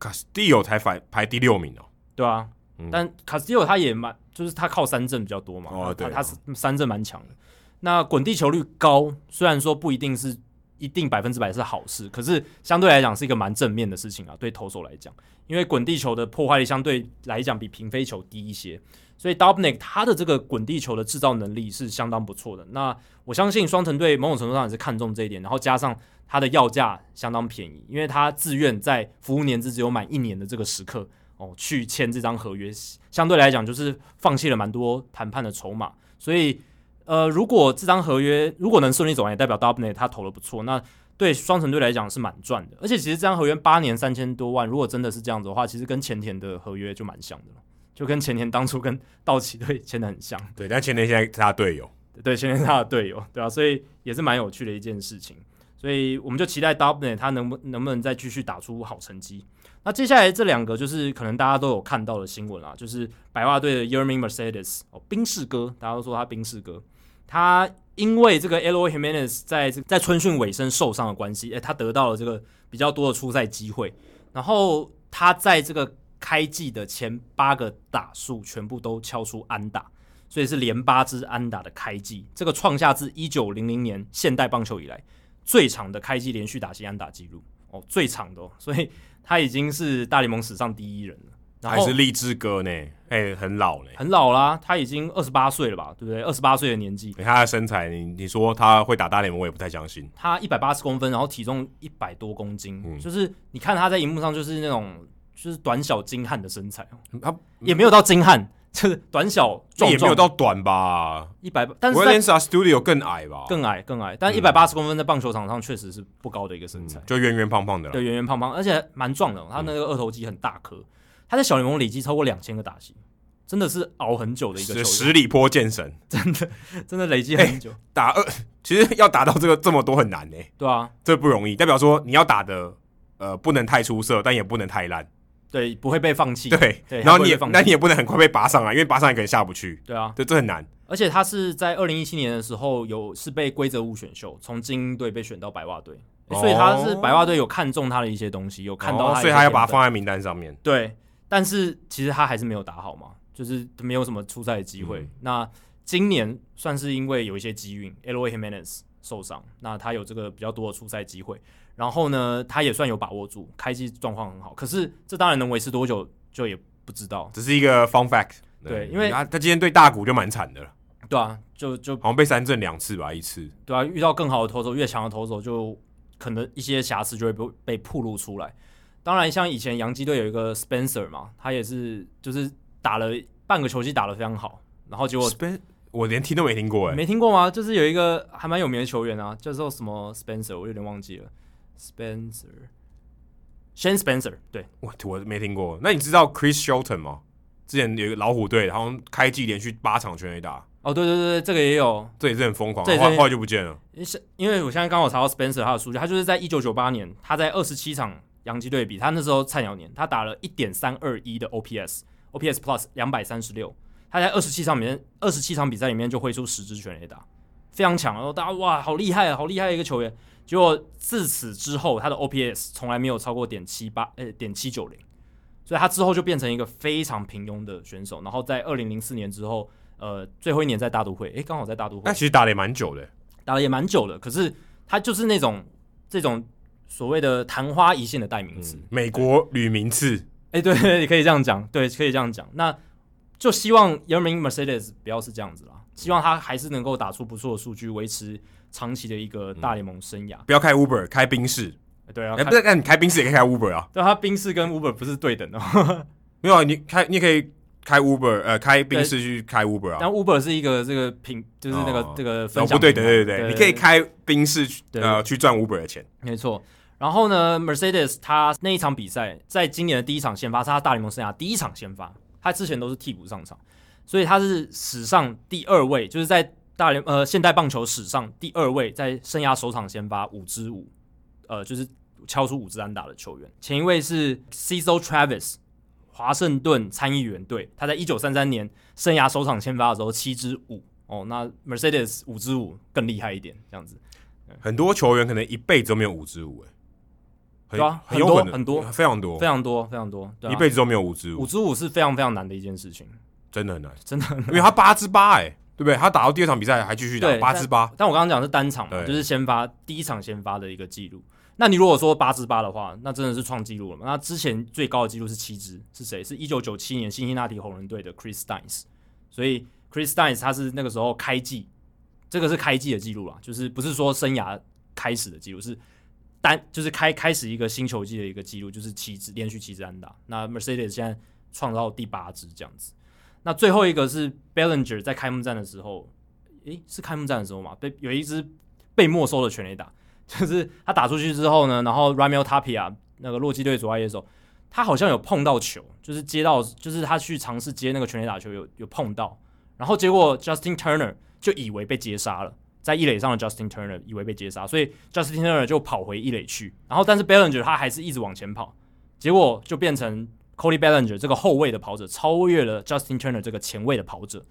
Speaker 1: Castillo 才排排第六名哦。
Speaker 2: 对啊，但 Castillo 他也蛮，就是他靠三振比较多嘛，
Speaker 1: 哦对
Speaker 2: 他
Speaker 1: 啊
Speaker 2: 他是三振蛮强的。那滚地球率高，虽然说不一定是一定百分之百是好事，可是相对来讲是一个蛮正面的事情啊，对投手来讲，因为滚地球的破坏力相对来讲比平飞球低一些，所以 Dobnik 他的这个滚地球的制造能力是相当不错的。那我相信双城队某种程度上也是看中这一点，然后加上他的要价相当便宜，因为他自愿在服务年资只有满一年的这个时刻哦去签这张合约，相对来讲就是放弃了蛮多谈判的筹码，所以呃，如果这张合约如果能顺利走完，也代表 d o b n e 他投的不错，那对双城队来讲是蛮赚的。而且其实这张合约八年三千多万，如果真的是这样子的话，其实跟前田的合约就蛮像的了，就跟前田当初跟道奇队签的很像。
Speaker 1: 对，但前天现在是他队友，
Speaker 2: 对，前天是他的队友，对啊，所以也是蛮有趣的一件事情。所以我们就期待 d o b n e 他能不能不能再继续打出好成绩。那接下来这两个就是可能大家都有看到的新闻啦，啊就是白袜队的 Yermin Mercedes 哦，宾士哥，大家都说他宾士哥，他因为这个 Eloy Jimenez 在这在春训尾声受伤的关系，诶、他得到了这个比较多的出赛机会，然后他在这个开季的前八个打数全部都敲出安打，所以是连八支安打的开季，这个创下自一九零零年现代棒球以来最长的开季连续打击安打记录哦，最长的、哦，所以他已经是大联盟史上第一人了。然
Speaker 1: 还
Speaker 2: 后
Speaker 1: 是励志哥呢？哎、很老呢。
Speaker 2: 很老啦，他已经二十八岁了吧，对不对？二十八岁的年纪，
Speaker 1: 哎他的身材，你你说他会打大联盟，我也不太相信。
Speaker 2: 他一百八十公分，然后体重一百多公斤，
Speaker 1: 嗯
Speaker 2: 就是你看他在荧幕上就是那种就是短小精悍的身材哦，
Speaker 1: 他
Speaker 2: 也没有到精悍，就是短小壮
Speaker 1: 嗯
Speaker 2: 壮，
Speaker 1: 也没有到短吧？
Speaker 2: 一百，但是
Speaker 1: 我
Speaker 2: 在
Speaker 1: Williams Studio 更矮吧？
Speaker 2: 更矮更矮，
Speaker 1: 嗯
Speaker 2: 但一百八十公分在棒球场上确实是不高的一个身材，
Speaker 1: 就圆圆胖胖的了。
Speaker 2: 对，圆圆胖胖，而且蛮壮的哦，他
Speaker 1: 嗯
Speaker 2: 那个二头肌很大颗，他在小联盟累积超过两千个打席，真的是熬很久的一个
Speaker 1: 十哎
Speaker 2: 球
Speaker 1: 十里坡剑神
Speaker 2: 员，真的累积很久，
Speaker 1: 打二，其实要打到这个这么多很难呢、
Speaker 2: 对啊，
Speaker 1: 这不容易。代表说你要打的呃不能太出色，但也不能太烂。
Speaker 2: 对，不会被放弃，
Speaker 1: 对，
Speaker 2: 对
Speaker 1: 然
Speaker 2: 他
Speaker 1: 后
Speaker 2: 不会
Speaker 1: 你也
Speaker 2: 被放弃
Speaker 1: 那你也不能很快被拔上来，因为拔上来可能下不去，
Speaker 2: 对啊，
Speaker 1: 对，这很难。
Speaker 2: 而且他是在二零一七年的时候有是被规则五选秀，从精英队被选到白袜队，
Speaker 1: 哦
Speaker 2: 所以他是白袜队有看中他的一些东西，有看到
Speaker 1: 哦
Speaker 2: 他的一些
Speaker 1: 所以
Speaker 2: 天分、
Speaker 1: 他要把它放在名单上面。
Speaker 2: 对，但是其实他还是没有打好嘛，就是没有什么出赛的机会。
Speaker 1: 嗯
Speaker 2: 那今年算是因为有一些机运，Eloy Jimenez 受伤，那他有这个比较多的出赛机会，然后呢，他也算有把握住，开季状况很好，可是这当然能维持多久就也不知道，
Speaker 1: 只是一个 fun fact。
Speaker 2: 对因为
Speaker 1: 他他今天对大股就蛮惨的了，
Speaker 2: 对啊，就就
Speaker 1: 好像被三振两次吧，一次。
Speaker 2: 对啊，遇到更好的投手，越强的投手，就可能一些瑕疵就会被被暴露出来。当然，像以前洋基队有一个 Spencer 嘛，他也是就是打了半个球季打得非常好，然后结果
Speaker 1: Spen- 我连听都没听过哎、
Speaker 2: 没听过吗？就是有一个还蛮有名的球员啊，叫做什么 Spencer，我有点忘记了，Spencer，Shane Spencer，对，
Speaker 1: 我我没听过。那你知道 Chris Shelton 吗？之前有一个老虎队，好像开季连续八场全垒打，
Speaker 2: 哦，对对对，对这个也有，
Speaker 1: 这也是很疯狂，
Speaker 2: 这也
Speaker 1: 后
Speaker 2: 是
Speaker 1: 来后来就不见了。
Speaker 2: 是因为我现在刚好查到 Spencer 他的数据，他就是在一九九八年，他在二十七场洋基队比，他那时候菜鸟年，他打了一点三二一的 OPS，OPS Plus 两百三十六，他在二十七场里面，二十七场比赛里面就挥出十支全垒打，非常强。然后大家哇，好厉害，啊，好厉害的一个球员。结果自此之后，他的 OPS 从来没有超过点七八，呃，点七九零，所以他之后就变成一个非常平庸的选手。然后在二零零四年之后，呃最后一年在大都会，诶，刚好在大都会
Speaker 1: 那其实打的也蛮久的，
Speaker 2: 打了也蛮久了，可是他就是那种这种所谓的昙花一现的代名词，
Speaker 1: 美国吕明次，
Speaker 2: 嗯哎、对， 也可以这样讲，对，可以这样讲。那就希望 y e r m i n Mercedes 不要是这样子啦，希望他还是能够打出不错的数据，维持长期的一个大联盟生涯。
Speaker 1: 不要开 Uber，开宾士。
Speaker 2: 对啊，
Speaker 1: 哎、
Speaker 2: 看
Speaker 1: 不是，那你开宾士也可以开 Uber 啊？
Speaker 2: 对他宾士跟 Uber 不是对等 的，
Speaker 1: 没有啊，你开你也可以开 Uber，呃，开宾士去开 Uber
Speaker 2: 但
Speaker 1: 啊。
Speaker 2: Uber 是一个这个品，就是那个、
Speaker 1: 哦
Speaker 2: 这个分
Speaker 1: 哦，
Speaker 2: 享
Speaker 1: 不
Speaker 2: 平台。
Speaker 1: 对，对对对，你可以开宾士去
Speaker 2: 对
Speaker 1: 呃去赚 Uber 的钱。
Speaker 2: 没错。然后呢，Mercedes 他那一场比赛，在今年的第一场先发，是他大联盟生涯第一场先发，他之前都是替补上场，所以他是史上第二位，就是在大联呃现代棒球史上第二位在生涯首场先发五支五，呃，就是敲出五支安打的球员。前一位是 c e s o Travis，华盛顿参议员队，他在一九三三年生涯首场先发的时候七支五，哦，那 Mercedes 五支五更厉害一点，这样子。
Speaker 1: 很多球员可能一辈子都没有五支五，哎，很
Speaker 2: 对啊
Speaker 1: 很有可能
Speaker 2: 很多很多
Speaker 1: 非常多
Speaker 2: 非，常多，非常多，对啊、
Speaker 1: 一辈子都没有五支
Speaker 2: 五
Speaker 1: 五，
Speaker 2: 支五是非常非常难的一件事情，
Speaker 1: 真的很难，
Speaker 2: 真的很难。
Speaker 1: 因为他八支八，哎，对不对？他打到第二场比赛还继续打
Speaker 2: 对
Speaker 1: 八支八，
Speaker 2: 但我刚刚讲的是单场嘛，
Speaker 1: 对
Speaker 2: 就是先发第一场先发的一个记录。那你如果说八支八的话，那真的是创纪录了嘛？那之前最高的记录是七支，是谁？是一九九七年辛辛那提红人队的 Chris Steins。所以 Chris Steins 他是那个时候开季，这个是开季的记录啦，就是不是说生涯开始的记录，是单就是开开始一个新球季的一个记录，就是七支连续七支安打。那 Mercedes 现在创造第八支这样子。那最后一个是 Bellinger 在开幕战的时候，诶，是开幕战的时候嘛，被有一支被没收的全垒打，就是他打出去之后呢，然后 Ramil Tapia 那个洛基队左外野手，他好像有碰到球，就是接到，就是他去尝试接那个全垒打球有有碰到，然后结果 Justin Turner 就以为被接杀了。在一垒上的 Justin Turner 以为被接杀，所以 Justin Turner 就跑回一垒去，然后但是 Bellinger 他还是一直往前跑，结果就变成 Cody Bellinger 这个后卫的跑者超越了 Justin Turner 这个前卫的跑者，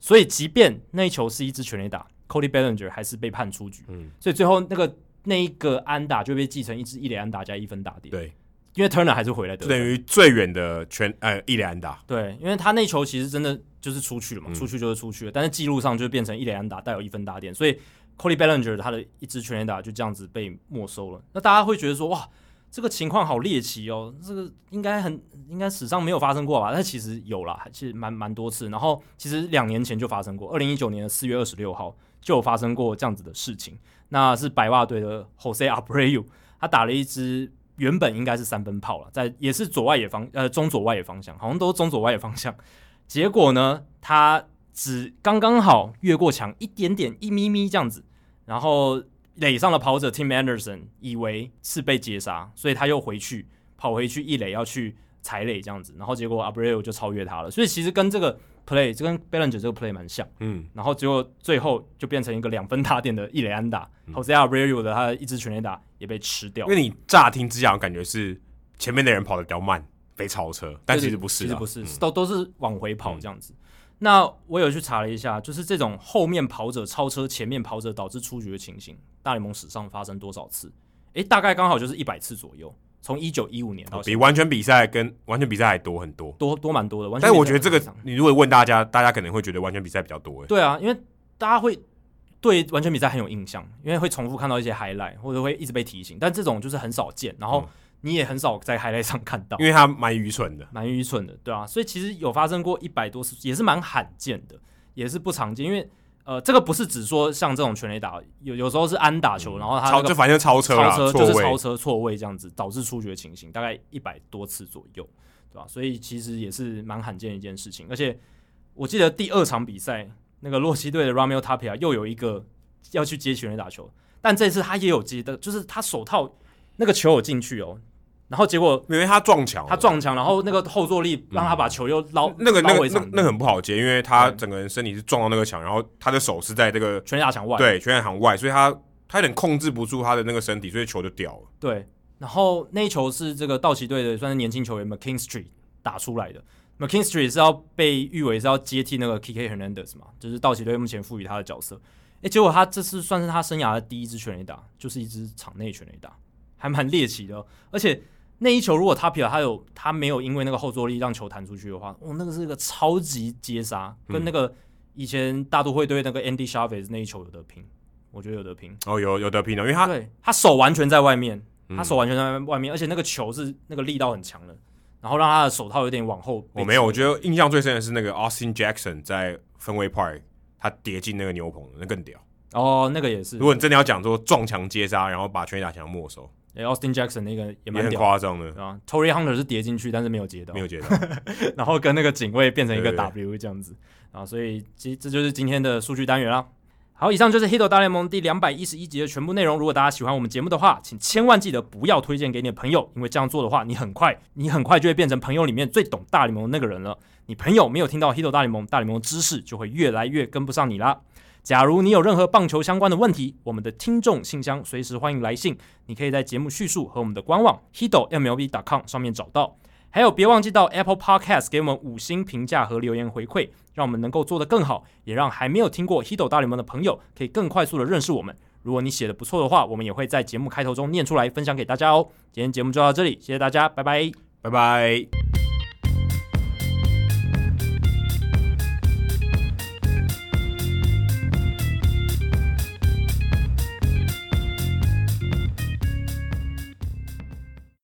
Speaker 2: 所以即便那一球是一支全垒打，Cody Bellinger 还是被判出局。
Speaker 1: 嗯
Speaker 2: 所以最后那个那一个安打就被继成一支一垒安打加一分打点。，
Speaker 1: 对，
Speaker 2: 因为 Turner 还是回来
Speaker 1: 就
Speaker 2: 得
Speaker 1: 等
Speaker 2: 分。
Speaker 1: 于最远的全呃一连打，
Speaker 2: 对，因为他那球其实真的就是出去了嘛，出去就是出去了，但是记录上就变成一垒安打带有一分打点，所以 Cody Bellinger 他的一支全垒打就这样子被没收了。那大家会觉得说，哇，这个情况好猎奇哦，这个应该很应该史上没有发生过吧？但其实有啦，其实蛮蛮多次。然后其实两年前就发生过，二零一九年的四月二十六号就有发生过这样子的事情。那是白袜队的 Jose Abreu，他打了一支原本应该是三分炮了，在也是左外野方呃中左外野方向，好像都是中左外野方向。结果呢，他只刚刚好越过墙一点点一咪咪这样子，然后垒上的跑者 Tim Anderson 以为是被截杀，所以他又回去跑回去一垒要去踩垒这样子，然后结果 Abreu 就超越他了，所以其实跟这个 play 就跟 Bellinger 这个 play 蛮像。
Speaker 1: 嗯，
Speaker 2: 然后结果最后就变成一个两分打点的一垒安打、h o s e Abreu 的他的一支全垒打也被吃掉
Speaker 1: 因，为你乍听之下感觉是前面的人跑得比较慢被超车，但其实不是啊，
Speaker 2: 其实不是，
Speaker 1: 嗯
Speaker 2: 都都是往回跑这样子。那我有去查了一下，就是这种后面跑者超车前面跑者导致出局的情形，大联盟史上发生多少次？诶，大概刚好就是一百次左右，从一九一五年到现
Speaker 1: 比
Speaker 2: 在，
Speaker 1: 完全比赛跟完全比赛还多很多。
Speaker 2: 多多蛮多的。完全
Speaker 1: 但
Speaker 2: 没
Speaker 1: 我觉得这个
Speaker 2: 想到场，
Speaker 1: 你如果问大家，大家可能会觉得完全比赛比较多。哎，
Speaker 2: 对啊，因为大家会对完全比赛很有印象，因为会重复看到一些 highlight，或者会一直被提醒。但这种就是很少见，
Speaker 1: 嗯
Speaker 2: 然后你也很少在 highlight 上看到
Speaker 1: 因，为他蛮愚蠢的。
Speaker 2: 蛮愚蠢的，对啊。所以其实有发生过一百多次，也是蛮罕见的，也是不常见。因为呃，这个不是只说像这种全垒打，有有时候是安打球，然后他
Speaker 1: 超
Speaker 2: 那
Speaker 1: 就
Speaker 2: 个
Speaker 1: 反正嗯超车啦，
Speaker 2: 超车
Speaker 1: 错
Speaker 2: 就是
Speaker 1: 位
Speaker 2: 超车错位这样子导致出局的情形，大概一百多次左右，对吧、所以其实也是蛮罕见的一件事情。而且我记得第二场比赛，那个洛西队的 Ramil Tapia 又有一个要去接全垒打球，但这次他也有接的，就是他手套那个球有进去哦，然后结果
Speaker 1: 因为他撞墙了，
Speaker 2: 他撞墙，然后那个后坐力让他把球又捞、
Speaker 1: 那个那
Speaker 2: 捞
Speaker 1: 个
Speaker 2: 回
Speaker 1: 那
Speaker 2: 场
Speaker 1: 那个很不好接，因为他
Speaker 2: 对
Speaker 1: 整个人身体是撞到那个墙，然后他的手是在这个
Speaker 2: 全垒打墙外，
Speaker 1: 对全垒场外，所以他他有点控制不住他的那个身体，所以球就掉了。
Speaker 2: 对，然后那一球是这个道奇队的算是年轻球员 McKinstry 打出来的。McKinstry 是要被誉为是要接替那个 KK Hernandez 嘛，就是道奇队目前赋予他的角色。诶，结果他这次算是他生涯的第一支全垒打，就是一支场内全垒打，还蛮猎奇的哦、而且那一球如果他皮尔他有他没有因为那个后坐力让球弹出去的话，哦，那个是一个超级接杀，跟那个以前大都会队那个 Andy Chavez 那一球有得拼，我觉得有得拼。
Speaker 1: 哦，有有得拼的，因为他
Speaker 2: 对他手完全在外面，
Speaker 1: 嗯
Speaker 2: 他手完全在外面，而且那个球是那个力道很强的，然后让他的手套有点往后。
Speaker 1: 哦我没有，我觉得印象最深的是那个 Austin Jackson 在分位 Park，他跌进那个牛棚的，那更屌。
Speaker 2: 得哦，那个也是
Speaker 1: 如。果你真的要讲说撞墙接杀，然后把全垒打墙没收，
Speaker 2: 诶 Austin Jackson 那个也
Speaker 1: 也
Speaker 2: 蛮
Speaker 1: 很
Speaker 2: 屌
Speaker 1: 夸张的
Speaker 2: 的，，对啊 Tory Hunter 是跌进去，但是没有接到
Speaker 1: 没，有接到。
Speaker 2: 然后跟那个警卫变成一个
Speaker 1: 对对
Speaker 2: W 这样子啊，所以这这就是今天的数据单元啦。好，以上就是《Hit 大联盟》第两百一十一集的全部内容。如果大家喜欢我们节目的话，请千万记得不要推荐给你的朋友，因为这样做的话，你很快你很快就会变成朋友里面最懂大联盟的那个人了。你朋友没有听到《Hit 大联盟》，大联盟的知识就会越来越跟不上你啦。假如你有任何棒球相关的问题，我们的听众信箱随时欢迎来信，你可以在节目叙述和我们的官网 hito mlb.com 上面找到。还有，别忘记到 Apple Podcast 给我们五星评价和留言回馈，让我们能够做得更好，也让还没有听过《Hito 大联盟》的朋友可以更快速的认识我们。如果你写的不错的话，我们也会在节目开头中念出来，分享给大家哦。今天节目就到这里，谢谢大家，拜拜。
Speaker 1: 拜拜。